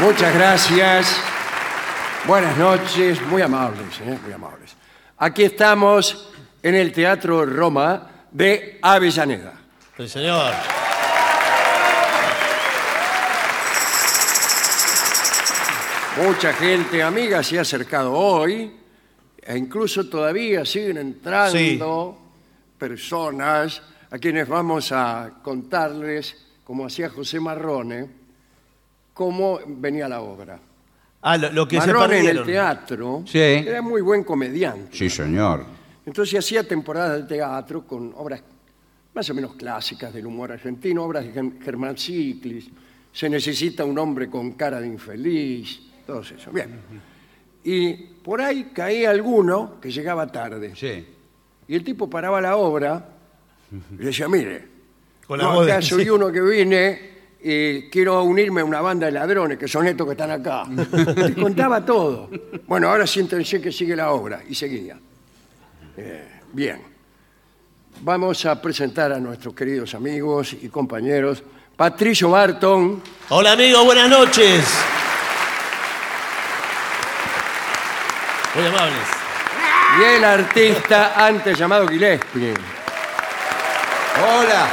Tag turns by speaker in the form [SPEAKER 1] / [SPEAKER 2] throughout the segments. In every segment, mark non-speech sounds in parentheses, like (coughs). [SPEAKER 1] Muchas gracias. Buenas noches, muy amables, ¿eh? muy amables. Aquí estamos en el Teatro Roma de Avellaneda.
[SPEAKER 2] Sí, señor.
[SPEAKER 1] Mucha gente amiga se ha acercado hoy e incluso todavía siguen entrando personas a quienes vamos a contarles, como hacía José Marrone, cómo venía la obra.
[SPEAKER 2] Ah, lo, lo que
[SPEAKER 1] Marrone
[SPEAKER 2] se
[SPEAKER 1] en el
[SPEAKER 2] perdieron.
[SPEAKER 1] teatro
[SPEAKER 3] Sí.
[SPEAKER 1] era muy buen comediante.
[SPEAKER 3] Sí, señor.
[SPEAKER 1] Entonces hacía temporadas de teatro con obras más o menos clásicas del humor argentino, obras de Germ- Germán Ciclis, Se necesita un hombre con cara de infeliz, todo eso. Bien. Y por ahí caía alguno que llegaba tarde.
[SPEAKER 3] Sí.
[SPEAKER 1] Y el tipo paraba la obra y decía, mire,
[SPEAKER 2] Con la
[SPEAKER 1] yo
[SPEAKER 2] voz de-
[SPEAKER 1] acá soy
[SPEAKER 2] sí.
[SPEAKER 1] uno que vine y quiero unirme a una banda de ladrones, que son estos que están
[SPEAKER 2] (laughs)
[SPEAKER 1] acá. Te contaba todo. Bueno, ahora siéntense que sigue la obra. Y seguía. Eh, bien. Vamos a presentar a nuestros queridos amigos y compañeros. Patricio Barton,
[SPEAKER 2] Hola, amigo, buenas noches. Muy amables.
[SPEAKER 1] y el artista antes llamado Gillespie.
[SPEAKER 3] Hola.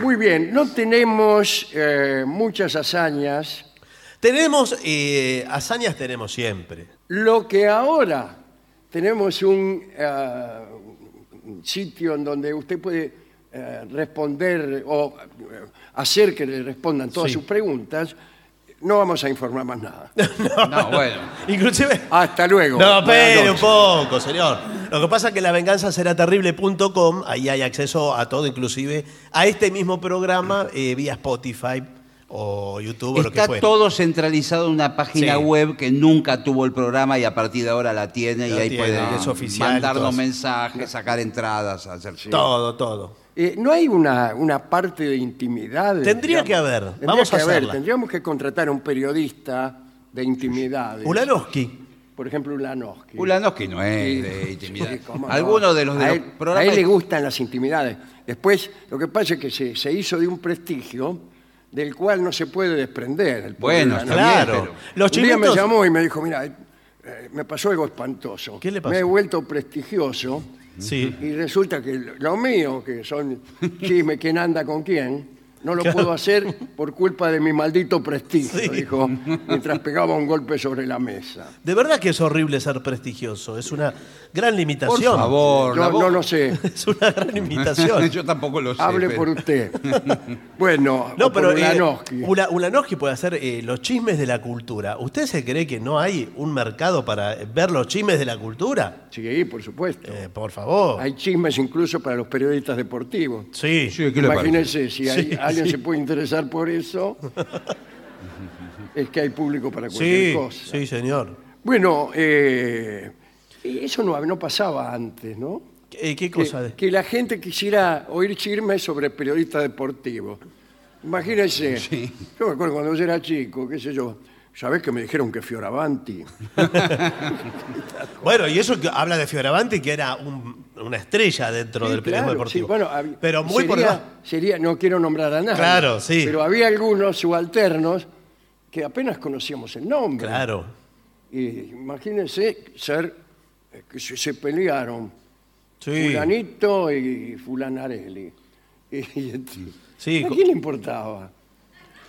[SPEAKER 1] Muy bien, no tenemos eh, muchas hazañas.
[SPEAKER 2] Tenemos, eh, hazañas tenemos siempre.
[SPEAKER 1] Lo que ahora tenemos un, eh, un sitio en donde usted puede eh, responder o eh, hacer que le respondan todas
[SPEAKER 2] Sí.
[SPEAKER 1] sus preguntas, no vamos a informar más
[SPEAKER 2] (laughs)
[SPEAKER 1] nada.
[SPEAKER 3] (laughs) No, bueno. Ah,
[SPEAKER 2] Inclusive...
[SPEAKER 1] Hasta luego.
[SPEAKER 2] No,
[SPEAKER 1] Buenas
[SPEAKER 2] pero un
[SPEAKER 1] noches.
[SPEAKER 2] poco, señor. Lo que pasa es que lavenganzaseraterrible.com, ahí hay acceso a todo, inclusive a este mismo programa eh, vía Spotify o YouTube o lo que
[SPEAKER 3] Está
[SPEAKER 2] fuera.
[SPEAKER 3] todo centralizado en una página
[SPEAKER 2] Sí.
[SPEAKER 3] web que nunca tuvo el programa y a partir de ahora la tiene y
[SPEAKER 2] La
[SPEAKER 3] ahí
[SPEAKER 2] tiene,
[SPEAKER 3] puede
[SPEAKER 2] es oficial, todo
[SPEAKER 3] mandarnos
[SPEAKER 2] eso.
[SPEAKER 3] mensajes, sacar entradas, hacer
[SPEAKER 2] Todo, todo.
[SPEAKER 1] Eh, no hay una, una parte de intimidad.
[SPEAKER 2] Tendría que haber,
[SPEAKER 1] Tendría
[SPEAKER 2] vamos
[SPEAKER 1] que
[SPEAKER 2] a
[SPEAKER 1] haber,
[SPEAKER 2] hacerla.
[SPEAKER 1] Tendríamos que contratar a un periodista de intimidades.
[SPEAKER 2] Ulanowski.
[SPEAKER 1] Por ejemplo, Ulanowski.
[SPEAKER 3] Ulanowski no
[SPEAKER 1] Sí.
[SPEAKER 3] es de intimidad.
[SPEAKER 1] Sí, (laughs) cómo no.
[SPEAKER 3] Algunos de los, de
[SPEAKER 1] a
[SPEAKER 3] los
[SPEAKER 1] él,
[SPEAKER 3] programas.
[SPEAKER 1] a él le gustan las intimidades. Después, lo que pasa es que se, se hizo de un prestigio del cual no se puede desprender. el pobre
[SPEAKER 3] Bueno,
[SPEAKER 1] Ulanowski.
[SPEAKER 3] Está bien,
[SPEAKER 2] Claro.
[SPEAKER 3] pero-
[SPEAKER 2] Los
[SPEAKER 1] Un día me
[SPEAKER 2] chilenos.
[SPEAKER 1] llamó y me dijo, mira, eh, me pasó algo espantoso.
[SPEAKER 2] ¿Qué le pasó?
[SPEAKER 1] Me he vuelto prestigioso
[SPEAKER 2] Sí.
[SPEAKER 1] y resulta que lo mío, que son chisme, quién anda con quién, no lo puedo hacer por culpa de mi maldito prestigio,
[SPEAKER 2] Sí.
[SPEAKER 1] dijo, mientras pegaba un golpe sobre la mesa.
[SPEAKER 2] De verdad que es horrible ser prestigioso. Es una gran limitación.
[SPEAKER 3] Por favor,
[SPEAKER 1] Yo
[SPEAKER 3] la voz-
[SPEAKER 1] no
[SPEAKER 3] (laughs)
[SPEAKER 1] lo sé.
[SPEAKER 2] (laughs) Es una
[SPEAKER 1] (laughs)
[SPEAKER 2] gran limitación.
[SPEAKER 3] Yo tampoco lo sé.
[SPEAKER 1] Hable
[SPEAKER 3] pero-
[SPEAKER 1] por usted. (laughs) bueno,
[SPEAKER 2] No,
[SPEAKER 1] o por
[SPEAKER 2] pero eh,
[SPEAKER 1] Ulanowski.
[SPEAKER 2] Ula- Ulanowski puede hacer eh, los chismes de la cultura. ¿Usted se cree que no hay un mercado para ver los chismes de la cultura?
[SPEAKER 1] sí, por supuesto.
[SPEAKER 2] Eh, por favor.
[SPEAKER 1] Hay chismes incluso para los periodistas deportivos.
[SPEAKER 2] Sí.
[SPEAKER 3] (laughs) Sí, ¿qué le parece?
[SPEAKER 1] Imagínense, si hay-
[SPEAKER 2] Sí,
[SPEAKER 1] alguien
[SPEAKER 2] sí.
[SPEAKER 1] se puede interesar por
[SPEAKER 2] (laughs)
[SPEAKER 1] eso, es que hay público para cualquier
[SPEAKER 2] Sí,
[SPEAKER 1] cosa.
[SPEAKER 2] sí, señor.
[SPEAKER 1] Bueno, eh, eso no, no pasaba antes, ¿no?
[SPEAKER 2] Eh, ¿Qué, qué
[SPEAKER 1] Que,
[SPEAKER 2] cosa? de-
[SPEAKER 1] que la gente quisiera oír chismes sobre periodistas deportivos. Imagínense, yo me acuerdo cuando yo era chico, qué sé yo, ¿sabés que me dijeron que Fioravanti?
[SPEAKER 2] Bueno, y eso que habla de Fioravanti, que era un- una estrella dentro
[SPEAKER 1] Sí,
[SPEAKER 2] del periodismo
[SPEAKER 1] claro,
[SPEAKER 2] deportivo.
[SPEAKER 1] sí, bueno, hab-
[SPEAKER 2] pero muy por
[SPEAKER 1] sería-
[SPEAKER 2] debajo.
[SPEAKER 1] Sería, no quiero nombrar a nadie.
[SPEAKER 2] Claro, sí.
[SPEAKER 1] Pero había algunos subalternos que apenas conocíamos el nombre.
[SPEAKER 2] Claro.
[SPEAKER 1] Y imagínense ser eh, que se, se pelearon
[SPEAKER 2] Sí.
[SPEAKER 1] fulanito y fulanarelli. (laughs) Y, y-
[SPEAKER 2] Sí,
[SPEAKER 1] ¿A
[SPEAKER 2] co-
[SPEAKER 1] quién le importaba?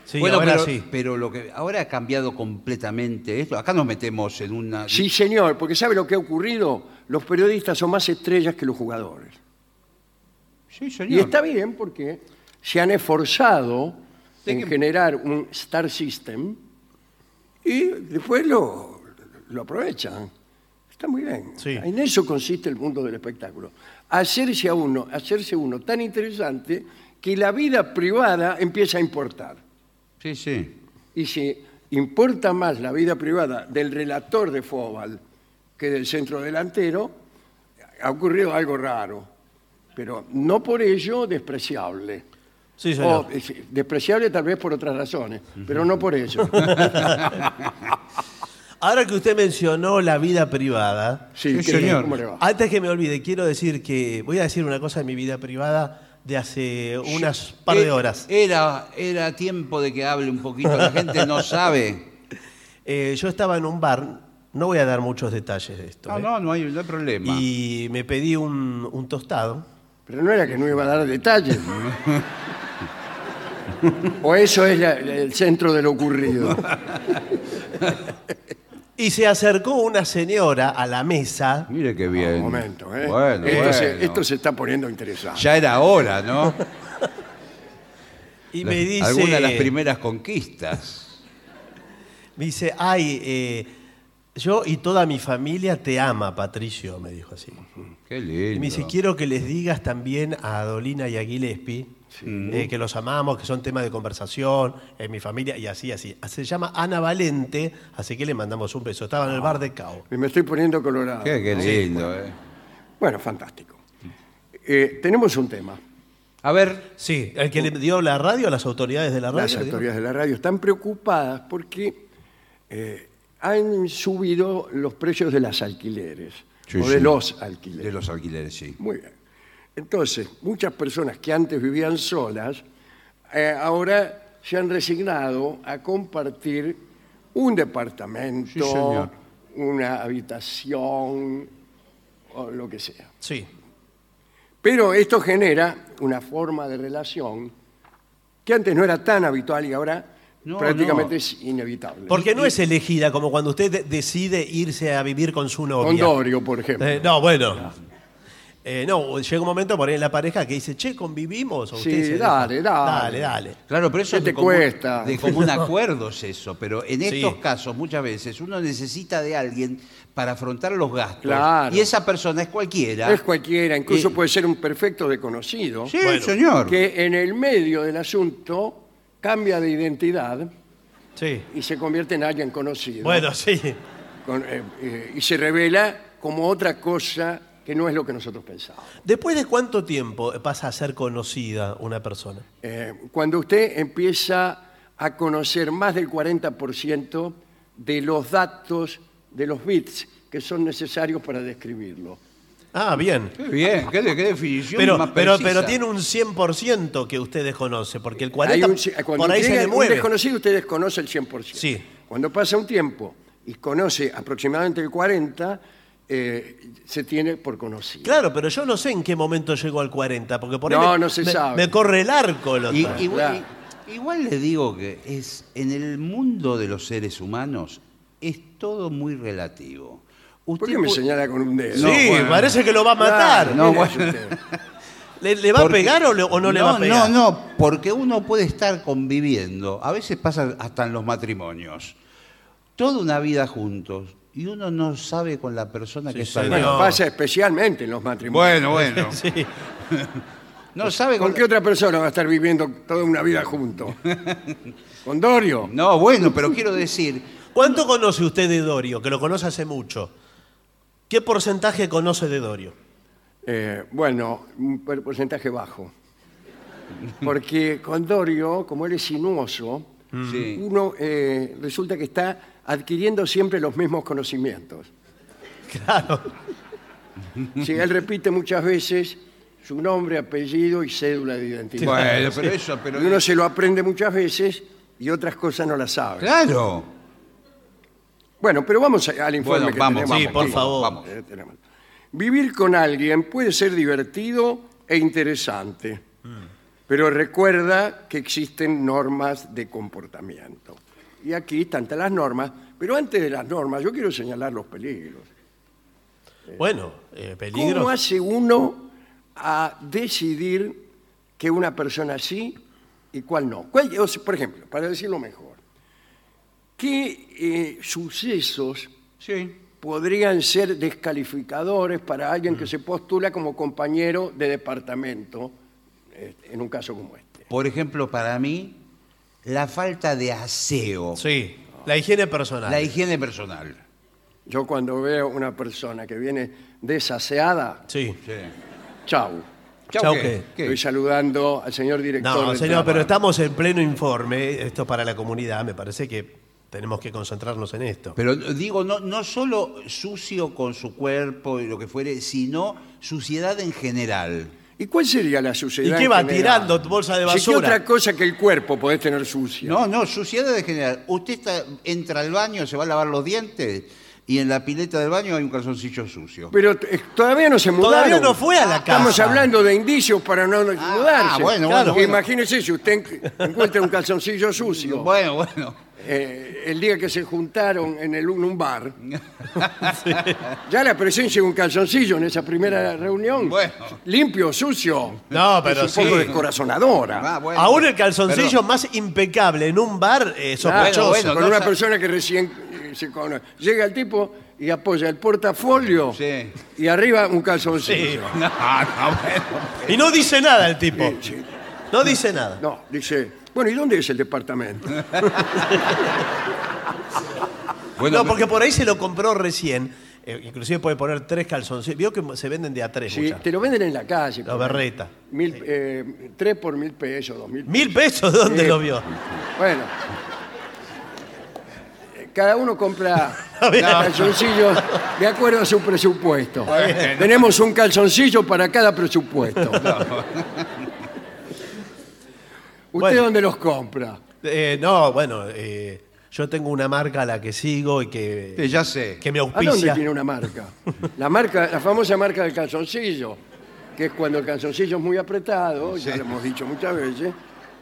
[SPEAKER 2] Sí,
[SPEAKER 3] bueno,
[SPEAKER 2] ahora
[SPEAKER 3] pero,
[SPEAKER 2] sí.
[SPEAKER 3] pero lo que ahora ha cambiado completamente esto. Acá nos metemos en una.
[SPEAKER 1] Sí, señor, porque ¿sabe lo que ha ocurrido? Los periodistas son más estrellas que los jugadores.
[SPEAKER 3] Sí,
[SPEAKER 1] Y
[SPEAKER 3] señor.
[SPEAKER 1] está bien porque se han esforzado
[SPEAKER 3] Sí,
[SPEAKER 1] en
[SPEAKER 3] que-
[SPEAKER 1] generar un star system y después lo, lo aprovechan. Está muy bien.
[SPEAKER 2] Sí.
[SPEAKER 1] En eso consiste el mundo del espectáculo. Hacerse a uno, hacerse uno tan interesante que la vida privada empieza a importar.
[SPEAKER 3] Sí, sí.
[SPEAKER 1] Y si importa más la vida privada del relator de Fóbal que del centro delantero, ha ocurrido algo raro, pero no por ello despreciable.
[SPEAKER 2] Sí, señor.
[SPEAKER 3] Oh,
[SPEAKER 1] O, eh, sí, despreciable tal vez por otras razones, pero no por ello.
[SPEAKER 2] Ahora que usted mencionó la vida privada,
[SPEAKER 1] Sí,
[SPEAKER 3] (laughs) Sí,
[SPEAKER 1] ¿qué-
[SPEAKER 3] señor.
[SPEAKER 1] ¿cómo le va?
[SPEAKER 2] antes que me olvide, quiero decir que voy a decir una cosa de mi vida privada de hace unas par de
[SPEAKER 3] Eh,
[SPEAKER 2] horas.
[SPEAKER 3] Era, era tiempo de que hable un poquito. La
[SPEAKER 2] (laughs)
[SPEAKER 3] gente no sabe.
[SPEAKER 2] Eh, yo estaba en un bar, no voy a dar muchos detalles de esto,
[SPEAKER 3] No,
[SPEAKER 2] ¿eh?
[SPEAKER 3] no, no hay, no hay problema.
[SPEAKER 2] y me pedí un, un tostado.
[SPEAKER 1] Pero no era que no iba a dar
[SPEAKER 3] (laughs)
[SPEAKER 1] detalles. o eso es la- la- el centro de lo ocurrido.
[SPEAKER 2] Y se acercó una señora a la mesa.
[SPEAKER 3] Mire qué bien.
[SPEAKER 1] Un momento, ¿eh?
[SPEAKER 3] Bueno,
[SPEAKER 1] esto, Se,
[SPEAKER 3] bueno.
[SPEAKER 1] esto se está poniendo interesante.
[SPEAKER 3] Ya era hora, ¿no?
[SPEAKER 2] (laughs) Y me dice,
[SPEAKER 3] Alguna de las primeras conquistas.
[SPEAKER 2] me dice, ay, eh, yo y toda mi familia te ama, Patricio, me dijo así.
[SPEAKER 3] Qué lindo.
[SPEAKER 2] Y me dice, quiero que les digas también a Dolina y a Gillespie eh, que los amamos, que son tema de conversación en mi familia y así, así. Ah, Se llama Ana Valente, así que le mandamos un beso. Estaba en
[SPEAKER 1] Ah.
[SPEAKER 2] el bar de Cao.
[SPEAKER 1] Me estoy poniendo colorado.
[SPEAKER 3] Qué, qué lindo, ¿eh?
[SPEAKER 1] Bueno, fantástico. Eh, tenemos un tema.
[SPEAKER 3] A ver,
[SPEAKER 2] Sí, el que le dio la radio a las autoridades de la
[SPEAKER 1] Uh.
[SPEAKER 2] radio.
[SPEAKER 1] Las
[SPEAKER 2] digamos.
[SPEAKER 1] autoridades de la radio están preocupadas porque eh, han subido los precios de las alquileres
[SPEAKER 3] Sí,
[SPEAKER 1] o de
[SPEAKER 3] sí.
[SPEAKER 1] los alquileres.
[SPEAKER 3] de los alquileres, sí.
[SPEAKER 1] Muy bien. Entonces, muchas personas que antes vivían solas, eh, ahora se han resignado a compartir un departamento,
[SPEAKER 3] Sí, señor.
[SPEAKER 1] una habitación o lo que sea.
[SPEAKER 2] Sí.
[SPEAKER 1] Pero esto genera una forma de relación que antes no era tan habitual y ahora
[SPEAKER 3] No,
[SPEAKER 1] prácticamente
[SPEAKER 3] no.
[SPEAKER 1] es inevitable.
[SPEAKER 2] Porque no es elegida como cuando usted de- decide irse a vivir con su novia.
[SPEAKER 1] Con Dorio, por ejemplo.
[SPEAKER 2] Eh, no, bueno. Eh, no, llega un momento por ahí en la pareja que dice, che, convivimos. o
[SPEAKER 1] Sí,
[SPEAKER 2] usted se deja.
[SPEAKER 1] dale, dale.
[SPEAKER 2] Dale, dale.
[SPEAKER 3] Claro, pero eso
[SPEAKER 1] ¿Qué
[SPEAKER 3] es
[SPEAKER 1] te
[SPEAKER 3] de común,
[SPEAKER 1] cuesta?
[SPEAKER 3] de
[SPEAKER 1] (laughs)
[SPEAKER 3] común acuerdo es eso, pero en estos
[SPEAKER 2] Sí.
[SPEAKER 3] casos muchas veces uno necesita de alguien para afrontar los gastos
[SPEAKER 1] Claro.
[SPEAKER 3] y esa persona es cualquiera.
[SPEAKER 1] Es cualquiera, incluso
[SPEAKER 3] Y-
[SPEAKER 1] puede ser un perfecto desconocido.
[SPEAKER 3] Sí,
[SPEAKER 2] Bueno.
[SPEAKER 3] señor.
[SPEAKER 1] que en el medio del asunto cambia de identidad
[SPEAKER 2] Sí.
[SPEAKER 1] y se convierte en alguien conocido.
[SPEAKER 2] Bueno, sí.
[SPEAKER 1] Con, eh, eh, y se revela como otra cosa que no es lo que nosotros pensamos.
[SPEAKER 2] ¿Después de cuánto tiempo pasa a ser conocida una persona?
[SPEAKER 1] Eh, cuando usted empieza a conocer más del 40% de los datos, de los bits que son necesarios para describirlo.
[SPEAKER 2] Ah, bien.
[SPEAKER 3] Qué bien, qué, de- qué definición más
[SPEAKER 2] Pero, pero,
[SPEAKER 3] precisa.
[SPEAKER 2] pero tiene un 100% que usted desconoce, porque el 40%
[SPEAKER 1] Hay un- cuando
[SPEAKER 2] por ahí se
[SPEAKER 1] llega
[SPEAKER 2] le
[SPEAKER 1] un
[SPEAKER 2] mueve.
[SPEAKER 1] desconocido, usted desconoce el 100%.
[SPEAKER 2] Sí.
[SPEAKER 1] Cuando pasa un tiempo y conoce aproximadamente el 40%, eh, se tiene por conocido.
[SPEAKER 2] Claro, pero yo no sé en qué momento llegó al 40, porque por ahí
[SPEAKER 1] No,
[SPEAKER 2] me,
[SPEAKER 1] no se
[SPEAKER 2] me-
[SPEAKER 1] sabe.
[SPEAKER 2] me corre el arco. el otro.
[SPEAKER 3] Y- y-
[SPEAKER 1] Claro.
[SPEAKER 3] y- igual le digo que es en el mundo de los seres humanos es todo muy relativo. Usted
[SPEAKER 1] ¿Por qué me
[SPEAKER 3] pu-
[SPEAKER 1] señala con un dedo?
[SPEAKER 2] sí,
[SPEAKER 3] No, bueno.
[SPEAKER 2] parece que lo va a matar.
[SPEAKER 1] Claro,
[SPEAKER 3] no,
[SPEAKER 1] mire
[SPEAKER 3] bueno.
[SPEAKER 1] usted.
[SPEAKER 2] ¿Le, le va
[SPEAKER 3] Porque-
[SPEAKER 2] a pegar o, le- o no, le va a pegar?
[SPEAKER 3] No, no, porque uno puede estar conviviendo, a veces pasa hasta en los matrimonios, toda una vida juntos y uno no sabe con la persona que está al
[SPEAKER 2] señor.
[SPEAKER 3] lado.
[SPEAKER 1] Bueno,
[SPEAKER 2] No.
[SPEAKER 1] pasa especialmente en los matrimonios.
[SPEAKER 3] Bueno, bueno.
[SPEAKER 2] (laughs) Sí.
[SPEAKER 3] No
[SPEAKER 1] (laughs)
[SPEAKER 3] sabe
[SPEAKER 1] ¿Con
[SPEAKER 3] con
[SPEAKER 1] qué otra persona va a estar viviendo toda una vida
[SPEAKER 3] (laughs)
[SPEAKER 1] juntos? ¿Con Dorio?
[SPEAKER 3] No, bueno, pero quiero decir,
[SPEAKER 2] ¿Cuánto conoce usted de Dorio, que lo conoce hace mucho? ¿Qué porcentaje conoce de Dorio?
[SPEAKER 1] Eh, bueno, un per- porcentaje bajo. Porque con Dorio, como él es sinuoso,
[SPEAKER 3] Mm. Sí.
[SPEAKER 1] uno eh, resulta que está adquiriendo siempre los mismos conocimientos.
[SPEAKER 2] Claro.
[SPEAKER 1] Sí, él repite muchas veces su nombre, apellido y cédula de identidad.
[SPEAKER 3] bueno, pero eso, pero
[SPEAKER 1] Y uno se lo aprende muchas veces y otras cosas no las sabe.
[SPEAKER 3] claro.
[SPEAKER 1] Bueno, pero vamos a- al informe
[SPEAKER 3] Bueno,
[SPEAKER 1] que
[SPEAKER 3] vamos,
[SPEAKER 1] tenemos.
[SPEAKER 2] Sí,
[SPEAKER 3] vamos,
[SPEAKER 2] por
[SPEAKER 3] vamos,
[SPEAKER 2] favor.
[SPEAKER 3] vamos.
[SPEAKER 1] Eh, tenemos. Vivir con alguien puede ser divertido e interesante, pero recuerda que existen normas de comportamiento. Y aquí están todas las normas, pero antes de las normas yo quiero señalar los peligros.
[SPEAKER 2] Bueno, eh, peligro.
[SPEAKER 1] ¿Cómo hace uno a decidir que una persona sí y cuál no? ¿Cuál- o sea, por ejemplo, para decirlo mejor, ¿qué eh, sucesos
[SPEAKER 3] Sí.
[SPEAKER 1] podrían ser descalificadores para alguien
[SPEAKER 3] Mm.
[SPEAKER 1] que se postula como compañero de departamento eh, en un caso como este.
[SPEAKER 3] Por ejemplo, para mí, la falta de aseo,
[SPEAKER 2] Sí, la higiene personal.
[SPEAKER 3] la higiene personal.
[SPEAKER 1] Yo cuando veo una persona que viene desaseada,
[SPEAKER 2] sí.
[SPEAKER 3] Sí.
[SPEAKER 1] chau.
[SPEAKER 2] Chau,
[SPEAKER 3] ¿qué?
[SPEAKER 1] Estoy saludando al señor director.
[SPEAKER 2] No,
[SPEAKER 1] del
[SPEAKER 2] señor,
[SPEAKER 1] trabajo.
[SPEAKER 2] pero estamos en pleno informe. Esto es para la comunidad. Me parece que tenemos que concentrarnos en esto.
[SPEAKER 3] Pero digo, no, no solo sucio con su cuerpo y lo que fuere, sino suciedad en general.
[SPEAKER 1] ¿Y cuál sería la suciedad?
[SPEAKER 2] ¿Y qué
[SPEAKER 1] en
[SPEAKER 2] va
[SPEAKER 1] general?
[SPEAKER 2] tirando bolsa de
[SPEAKER 1] Sí, ¿Qué
[SPEAKER 2] basura?
[SPEAKER 1] otra cosa que el cuerpo podés tener sucia?
[SPEAKER 3] No, no, suciedad en general. Usted está- entra al baño, se va a lavar los dientes y en la pileta del baño hay un calzoncillo sucio.
[SPEAKER 1] Pero t- eh, todavía no se mudaron.
[SPEAKER 2] Todavía no fue a la casa.
[SPEAKER 1] Estamos hablando de indicios para no no
[SPEAKER 3] Ah,
[SPEAKER 1] mudarse.
[SPEAKER 3] bueno, bueno,
[SPEAKER 1] Claro.
[SPEAKER 3] bueno.
[SPEAKER 1] Imagínese si usted enc- encuentra un calzoncillo
[SPEAKER 2] (laughs)
[SPEAKER 1] sucio.
[SPEAKER 3] Bueno, bueno.
[SPEAKER 1] eh, el día que se juntaron en el, un un
[SPEAKER 3] (laughs)
[SPEAKER 1] bar. Ya la presencia de un calzoncillo en esa primera reunión,
[SPEAKER 3] Bueno.
[SPEAKER 1] limpio o sucio,
[SPEAKER 2] No, pero
[SPEAKER 1] es un poco
[SPEAKER 2] sí.
[SPEAKER 1] descorazonadora.
[SPEAKER 3] Ah, bueno.
[SPEAKER 2] Aún el calzoncillo
[SPEAKER 3] Perdón.
[SPEAKER 2] más impecable en un bar eh,
[SPEAKER 1] Claro,
[SPEAKER 2] sospechoso.
[SPEAKER 3] bueno,
[SPEAKER 1] Ah, con
[SPEAKER 3] no
[SPEAKER 1] una
[SPEAKER 3] sa-
[SPEAKER 1] persona que recién eh, se conoce. Llega el tipo y apoya el portafolio
[SPEAKER 3] Sí.
[SPEAKER 1] y arriba un calzoncillo.
[SPEAKER 3] No, no, bueno.
[SPEAKER 2] Y no dice nada el tipo. No dice nada.
[SPEAKER 1] No, dice, bueno, ¿y dónde es el
[SPEAKER 3] (laughs)
[SPEAKER 1] departamento?
[SPEAKER 3] Bueno,
[SPEAKER 2] No, porque por ahí se lo compró recién. Eh, inclusive puede poner tres calzoncillos. Vio que se venden de a tres
[SPEAKER 1] Sí,
[SPEAKER 2] muchachos.
[SPEAKER 1] te lo venden en la calle.
[SPEAKER 2] La berreta.
[SPEAKER 1] Mil, eh, tres por mil pesos, dos mil
[SPEAKER 2] ¿Mil pesos? ¿Dónde
[SPEAKER 1] Sí.
[SPEAKER 2] lo vio?
[SPEAKER 1] Bueno. Eh, Cada uno
[SPEAKER 2] (laughs)
[SPEAKER 1] compra calzoncillos de acuerdo a su presupuesto. Tenemos un calzoncillo para cada
[SPEAKER 2] (laughs)
[SPEAKER 1] presupuesto. ¿Usted
[SPEAKER 2] Bueno.
[SPEAKER 1] dónde los compra?
[SPEAKER 2] Eh, no, bueno, eh, yo tengo una marca a la que sigo y que,
[SPEAKER 3] eh, ya sé.
[SPEAKER 2] que me
[SPEAKER 1] ¿A dónde
[SPEAKER 2] auspicia.
[SPEAKER 1] tiene una marca? La marca, la famosa marca del calzoncillo, que es cuando el calzoncillo es muy apretado, ya lo hemos dicho muchas veces,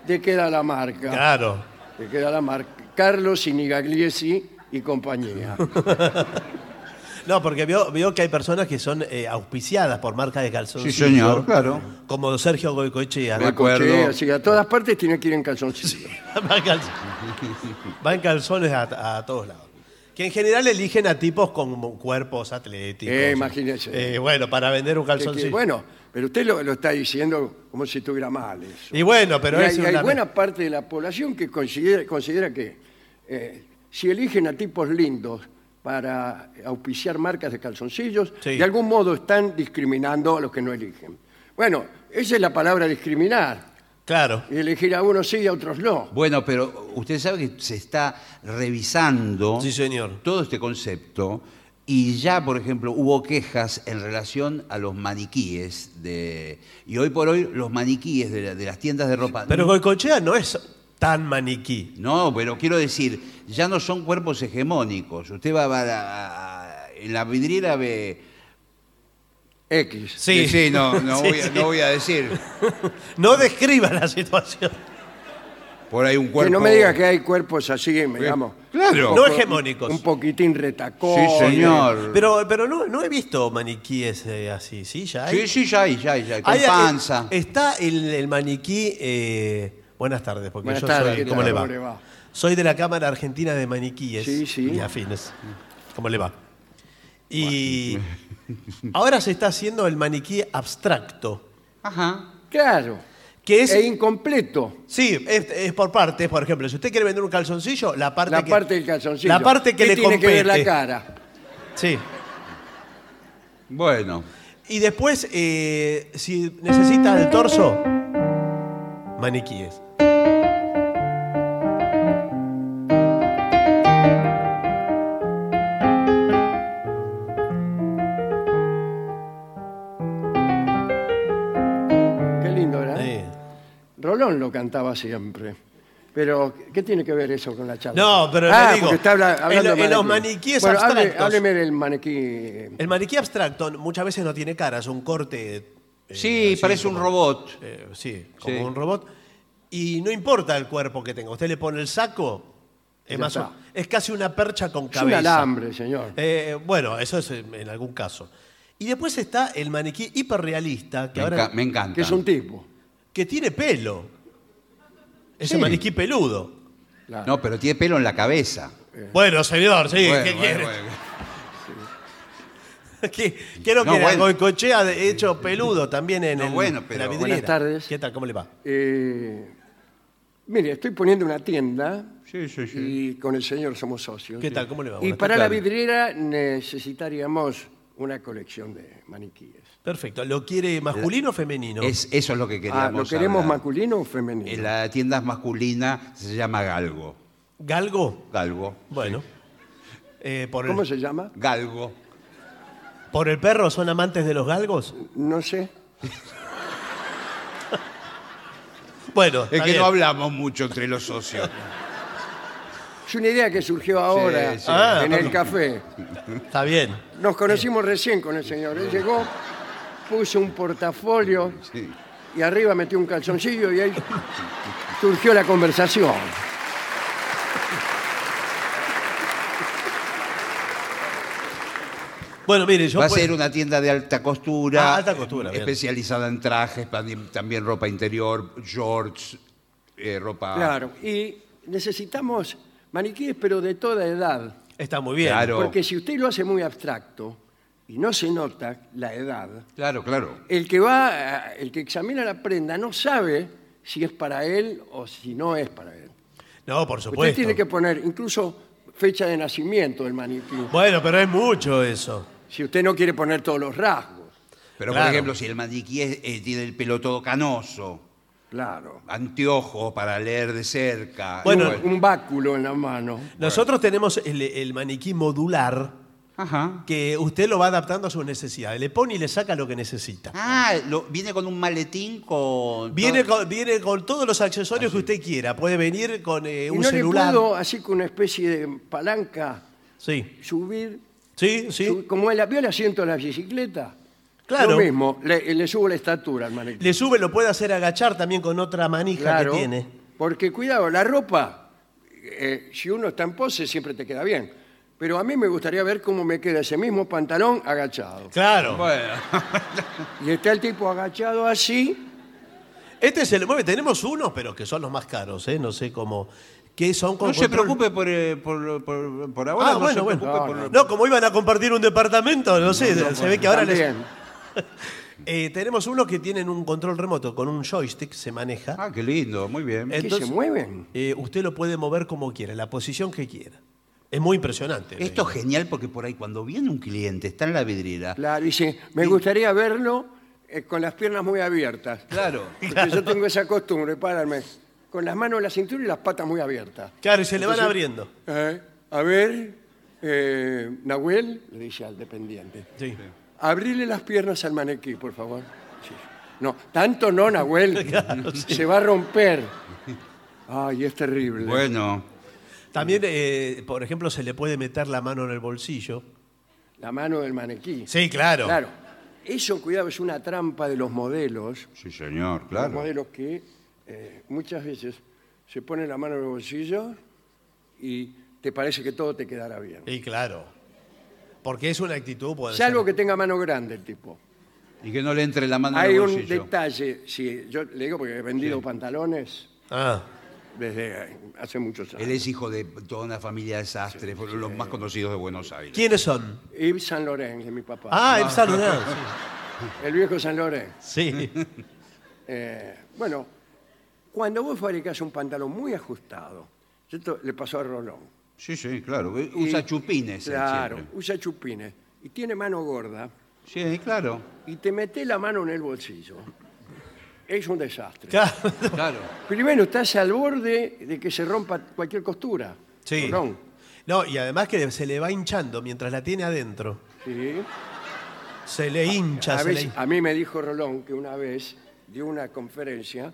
[SPEAKER 1] te queda la marca.
[SPEAKER 2] Claro.
[SPEAKER 1] Te queda la marca. Carlos Inigagliesi y compañía.
[SPEAKER 2] No, porque veo, veo que hay personas que son eh, auspiciadas por marcas de calzoncillos.
[SPEAKER 3] Sí, señor, claro.
[SPEAKER 2] Como Sergio Goicoechea.
[SPEAKER 3] De acuerdo.
[SPEAKER 1] Sí, así, a todas partes tiene que ir en calzoncillo.
[SPEAKER 2] (laughs) Va en calzones, Va en calzones a, a todos lados. Que en general eligen a tipos con cuerpos atléticos.
[SPEAKER 1] Eh, imagínese.
[SPEAKER 2] Eh, bueno, para vender un
[SPEAKER 1] Que- que-
[SPEAKER 2] calzoncillo.
[SPEAKER 1] Bueno, pero usted lo, lo está diciendo como si estuviera mal eso.
[SPEAKER 2] y bueno, pero
[SPEAKER 1] Y hay,
[SPEAKER 2] es
[SPEAKER 1] y hay
[SPEAKER 2] una-
[SPEAKER 1] buena parte de la población que considera, considera que eh, si eligen a tipos lindos para auspiciar marcas de calzoncillos,
[SPEAKER 2] Sí.
[SPEAKER 1] de algún modo están discriminando a los que no eligen. Bueno, esa es la palabra discriminar.
[SPEAKER 2] Claro.
[SPEAKER 1] Y elegir a unos sí y a otros no.
[SPEAKER 3] Bueno, pero usted sabe que se está revisando
[SPEAKER 2] Sí, señor.
[SPEAKER 3] todo este concepto y ya, por ejemplo, hubo quejas en relación a los maniquíes de y hoy por hoy los maniquíes de, la- de las tiendas de ropa.
[SPEAKER 2] Pero Goicochea no es tan maniquí.
[SPEAKER 3] No, pero quiero decir, ya no son cuerpos hegemónicos. Usted va a la, a- en la vidriera ve
[SPEAKER 1] X.
[SPEAKER 2] Sí. (laughs)
[SPEAKER 3] no, no,
[SPEAKER 2] Sí,
[SPEAKER 3] voy, a-
[SPEAKER 2] sí.
[SPEAKER 3] no voy a decir.
[SPEAKER 2] No describa la situación.
[SPEAKER 3] Por ahí un cuerpo.
[SPEAKER 1] Que no me diga que hay cuerpos así, digamos.
[SPEAKER 3] Claro.
[SPEAKER 2] No hegemónicos.
[SPEAKER 1] Un poquitín retacón.
[SPEAKER 3] Sí, señor.
[SPEAKER 2] Pero, pero no, no he visto maniquíes eh, así, ¿sí? ¿Ya hay?
[SPEAKER 3] Sí, sí, ya hay, ya hay, ya hay. Con
[SPEAKER 2] Hay, eh,
[SPEAKER 3] panza.
[SPEAKER 2] Está el, el maniquí. eh, buenas tardes, porque
[SPEAKER 1] Buenas
[SPEAKER 2] yo
[SPEAKER 1] tardes,
[SPEAKER 2] soy.
[SPEAKER 1] ¿qué
[SPEAKER 2] ¿Cómo
[SPEAKER 1] tal?
[SPEAKER 2] le va?
[SPEAKER 1] ¿Cómo le va?
[SPEAKER 2] Soy de la Cámara Argentina de Maniquíes
[SPEAKER 1] Sí, sí.
[SPEAKER 2] y Afines. ¿Cómo le va? Y ahora se está haciendo el maniquí abstracto,
[SPEAKER 3] Ajá.
[SPEAKER 1] Claro.
[SPEAKER 2] que
[SPEAKER 1] Es
[SPEAKER 2] es.
[SPEAKER 1] incompleto.
[SPEAKER 2] Sí, es, es por partes, por ejemplo, si usted quiere vender un calzoncillo, la parte
[SPEAKER 1] La
[SPEAKER 2] que-
[SPEAKER 1] parte del calzoncillo.
[SPEAKER 2] La parte que
[SPEAKER 1] ¿Qué
[SPEAKER 2] le
[SPEAKER 1] tiene
[SPEAKER 2] compete.
[SPEAKER 1] que ver la cara.
[SPEAKER 2] Sí.
[SPEAKER 3] Bueno.
[SPEAKER 2] Y después, eh, si necesitas el torso, maniquíes.
[SPEAKER 1] Qué lindo, ¿verdad?
[SPEAKER 2] Sí.
[SPEAKER 1] Rolón lo cantaba siempre. Pero, ¿qué tiene que ver eso con la charla?
[SPEAKER 2] No, pero le
[SPEAKER 1] Ah,
[SPEAKER 2] digo,
[SPEAKER 1] porque está habla-
[SPEAKER 2] en
[SPEAKER 1] hablando
[SPEAKER 2] lo-
[SPEAKER 1] de
[SPEAKER 2] en los
[SPEAKER 1] maniquíes.
[SPEAKER 2] maniquíes
[SPEAKER 1] bueno, hable-
[SPEAKER 2] abstractos.
[SPEAKER 1] Hábleme del maniquí. eh,
[SPEAKER 2] El maniquí abstracto muchas veces no tiene cara, es un corte. eh,
[SPEAKER 3] Sí,
[SPEAKER 2] así
[SPEAKER 3] parece
[SPEAKER 2] como-
[SPEAKER 3] un robot.
[SPEAKER 2] eh, sí, como
[SPEAKER 3] Sí.
[SPEAKER 2] un robot. Y no importa el cuerpo que tenga. Usted le pone el saco,
[SPEAKER 1] Ya
[SPEAKER 2] es, más
[SPEAKER 1] está.
[SPEAKER 2] o- es casi una percha con
[SPEAKER 1] Es un
[SPEAKER 2] cabeza.
[SPEAKER 1] alambre, señor.
[SPEAKER 2] Eh, bueno, eso es en en algún caso. Y después está el maniquí hiperrealista, que
[SPEAKER 3] Me,
[SPEAKER 2] ahora
[SPEAKER 3] enca- me encanta.
[SPEAKER 1] Que es un tipo.
[SPEAKER 2] que tiene pelo. Es el
[SPEAKER 3] Sí.
[SPEAKER 2] maniquí peludo.
[SPEAKER 1] Claro.
[SPEAKER 3] No, pero tiene pelo en la cabeza.
[SPEAKER 2] Bueno, señor, sí,
[SPEAKER 3] Bueno,
[SPEAKER 2] ¿qué (laughs)
[SPEAKER 3] bueno,
[SPEAKER 2] quiere?
[SPEAKER 3] bueno.
[SPEAKER 2] Que- Quiero
[SPEAKER 3] No,
[SPEAKER 2] que
[SPEAKER 3] bueno.
[SPEAKER 2] Goicochea, de
[SPEAKER 3] (laughs)
[SPEAKER 2] hecho, peludo también en,
[SPEAKER 3] No,
[SPEAKER 2] el-
[SPEAKER 3] bueno,
[SPEAKER 2] en
[SPEAKER 3] pero-
[SPEAKER 2] la vidriera.
[SPEAKER 3] Buenas
[SPEAKER 1] tardes.
[SPEAKER 2] ¿Qué tal? ¿Cómo le va?
[SPEAKER 1] Eh, mire, estoy poniendo una tienda
[SPEAKER 3] Sí, sí, sí.
[SPEAKER 1] y con el señor somos socios.
[SPEAKER 2] ¿Qué tal? ¿Cómo le va?
[SPEAKER 1] Y
[SPEAKER 2] Buenas
[SPEAKER 1] para la
[SPEAKER 3] tardes.
[SPEAKER 1] vidriera necesitaríamos una colección de maniquíes.
[SPEAKER 2] Perfecto. ¿Lo quiere masculino o femenino?
[SPEAKER 3] Es- eso es lo que queríamos.
[SPEAKER 1] Ah, ¿Lo queremos
[SPEAKER 3] hablar.
[SPEAKER 1] masculino o femenino?
[SPEAKER 3] En la tienda masculina se llama Galgo.
[SPEAKER 2] ¿Galgo?
[SPEAKER 3] Galgo.
[SPEAKER 2] Bueno. Eh, por,
[SPEAKER 1] ¿Cómo
[SPEAKER 2] el,
[SPEAKER 1] se llama?
[SPEAKER 3] Galgo.
[SPEAKER 2] ¿Por el perro son amantes de los galgos?
[SPEAKER 1] No sé.
[SPEAKER 2] Bueno,
[SPEAKER 3] Es
[SPEAKER 2] está
[SPEAKER 3] que
[SPEAKER 2] bien.
[SPEAKER 3] no hablamos mucho entre los socios.
[SPEAKER 1] Es una idea que surgió ahora
[SPEAKER 3] sí.
[SPEAKER 2] Ah,
[SPEAKER 1] en el café.
[SPEAKER 2] está bien.
[SPEAKER 1] Nos conocimos recién con el señor. Él llegó, puso un portafolio
[SPEAKER 3] Sí.
[SPEAKER 1] y arriba metió un calzoncillo y ahí surgió la conversación.
[SPEAKER 2] Bueno, mire, yo...
[SPEAKER 3] Va a
[SPEAKER 2] pues-
[SPEAKER 3] ser una tienda de alta costura.
[SPEAKER 2] Ah, alta costura, bien.
[SPEAKER 3] Especializada en trajes, también, también ropa interior, shorts, eh, ropa.
[SPEAKER 1] Claro. Y necesitamos maniquíes, pero de toda edad.
[SPEAKER 2] Está muy bien.
[SPEAKER 3] Claro.
[SPEAKER 1] Porque si usted lo hace muy abstracto y no se nota la edad,
[SPEAKER 3] Claro, claro.
[SPEAKER 1] el que va, eh, el que examina la prenda no sabe si es para él o si no es para él.
[SPEAKER 2] No, por
[SPEAKER 1] Usted
[SPEAKER 2] supuesto.
[SPEAKER 1] tiene que poner incluso fecha de nacimiento del maniquí,
[SPEAKER 2] Bueno, pero es mucho eso.
[SPEAKER 1] si usted no quiere poner todos los rasgos.
[SPEAKER 3] Pero
[SPEAKER 2] Claro.
[SPEAKER 3] por ejemplo, si el maniquí es- eh, tiene el pelo todo canoso,
[SPEAKER 1] Claro.
[SPEAKER 3] anteojos para leer de cerca.
[SPEAKER 2] Bueno,
[SPEAKER 3] igual.
[SPEAKER 1] Un báculo en la mano.
[SPEAKER 2] Nosotros tenemos el, el maniquí modular
[SPEAKER 3] Ajá.
[SPEAKER 2] que usted lo va adaptando a sus necesidades. Le pone y le saca lo que necesita.
[SPEAKER 3] Ah, lo- viene con un maletín con.
[SPEAKER 2] Viene
[SPEAKER 3] todo-
[SPEAKER 2] con, viene con todos los
[SPEAKER 3] Ah,
[SPEAKER 2] accesorios que usted quiera. Puede venir con eh,
[SPEAKER 1] Y
[SPEAKER 2] un
[SPEAKER 1] no
[SPEAKER 2] celular.
[SPEAKER 1] le puedo, así con una especie de palanca,
[SPEAKER 2] Sí,
[SPEAKER 1] subir,
[SPEAKER 2] sí, sí.
[SPEAKER 1] sub- como el, ¿vio el asiento de la bicicleta.
[SPEAKER 2] Claro.
[SPEAKER 1] Lo mismo, le, le subo la estatura al maniquí.
[SPEAKER 2] Le sube, lo puede hacer agachar también con otra manija
[SPEAKER 1] Claro,
[SPEAKER 2] que tiene.
[SPEAKER 1] Porque cuidado, la ropa, eh, si uno está en pose, siempre te queda bien. Pero a mí me gustaría ver cómo me queda ese mismo pantalón agachado.
[SPEAKER 2] Claro.
[SPEAKER 3] Bueno.
[SPEAKER 1] Y está el tipo agachado así,
[SPEAKER 2] Este se le mueve. Tenemos unos, pero que son los más caros, ¿eh? No sé cómo. Que son con
[SPEAKER 3] No se
[SPEAKER 2] control-
[SPEAKER 3] preocupe por, eh, por, por- por ahora.
[SPEAKER 2] Ah,
[SPEAKER 3] no se
[SPEAKER 2] bueno, bueno.
[SPEAKER 3] preocupe
[SPEAKER 2] No,
[SPEAKER 3] por-
[SPEAKER 2] como iban a compartir un departamento, no sé. se ve que ahora les-
[SPEAKER 1] también.
[SPEAKER 2] Eh, tenemos unos que tienen un control remoto con un joystick, se maneja.
[SPEAKER 3] Ah, qué lindo, muy bien.
[SPEAKER 1] ¿Qué, se mueven?
[SPEAKER 2] eh, usted lo puede mover como quiera, en la posición que quiera. Es muy impresionante. le
[SPEAKER 3] Esto
[SPEAKER 2] digo.
[SPEAKER 3] es genial porque por ahí cuando viene un cliente, está en la vidriera.
[SPEAKER 1] Claro, dice, me gustaría verlo eh, con las piernas muy abiertas.
[SPEAKER 3] Claro.
[SPEAKER 1] Porque (laughs) Yo tengo esa costumbre, párame, con las manos en la cintura y las patas muy abiertas.
[SPEAKER 2] Claro, y se le van
[SPEAKER 1] Entonces-
[SPEAKER 2] abriendo.
[SPEAKER 1] Eh, a ver, eh, Nahuel, le dice al dependiente,
[SPEAKER 2] Sí.
[SPEAKER 1] abrile las piernas al manequí, por favor. Sí. No, tanto no,
[SPEAKER 3] (laughs)
[SPEAKER 1] Nahuel, se va a romper. Ay, es terrible.
[SPEAKER 3] Bueno,
[SPEAKER 2] También, eh, por ejemplo, se le puede meter la mano en el bolsillo.
[SPEAKER 1] La mano del manequí.
[SPEAKER 2] Sí, claro.
[SPEAKER 1] Claro. Eso, cuidado, es una trampa de los modelos.
[SPEAKER 3] sí, señor,
[SPEAKER 1] Los
[SPEAKER 3] claro.
[SPEAKER 1] modelos que eh, muchas veces se ponen la mano en el bolsillo y te parece que todo te quedará bien.
[SPEAKER 2] Y claro. Porque es una actitud, puede
[SPEAKER 1] Salvo
[SPEAKER 2] ser.
[SPEAKER 1] que tenga mano grande el tipo.
[SPEAKER 3] Y que no le entre la mano en
[SPEAKER 1] Hay
[SPEAKER 3] el
[SPEAKER 1] un
[SPEAKER 3] bolsillo.
[SPEAKER 1] detalle, sí, yo le digo porque he vendido pantalones
[SPEAKER 2] Ah,
[SPEAKER 1] desde hace muchos
[SPEAKER 3] Él
[SPEAKER 1] años.
[SPEAKER 3] es hijo de toda una familia de sastres, fueron los más conocidos de Buenos Aires.
[SPEAKER 2] ¿Quiénes son?
[SPEAKER 1] Yves Saint Laurent es mi papá.
[SPEAKER 2] Ah, el saludado.
[SPEAKER 1] El viejo Saint Laurent.
[SPEAKER 2] Sí. Sí.
[SPEAKER 1] Eh, bueno, cuando vos fabricás un pantalón muy ajustado, esto le pasó a Rolón.
[SPEAKER 3] Sí, sí, claro. Usa
[SPEAKER 1] Y-
[SPEAKER 3] chupines.
[SPEAKER 2] eh,
[SPEAKER 3] él
[SPEAKER 1] Claro,
[SPEAKER 3] siempre.
[SPEAKER 1] usa chupines. Y tiene mano gorda.
[SPEAKER 3] Sí, claro.
[SPEAKER 1] y te metes la mano en el bolsillo. Es un desastre.
[SPEAKER 2] Claro.
[SPEAKER 3] Claro.
[SPEAKER 1] Primero, estás al borde de que se rompa cualquier costura.
[SPEAKER 2] Sí.
[SPEAKER 1] Perdón.
[SPEAKER 2] No, y además que se le va hinchando mientras la tiene adentro.
[SPEAKER 1] Sí.
[SPEAKER 2] Se le hincha,
[SPEAKER 1] A,
[SPEAKER 2] se le
[SPEAKER 1] veces-
[SPEAKER 2] hincha.
[SPEAKER 1] a mí me dijo Rolón que una vez dio una conferencia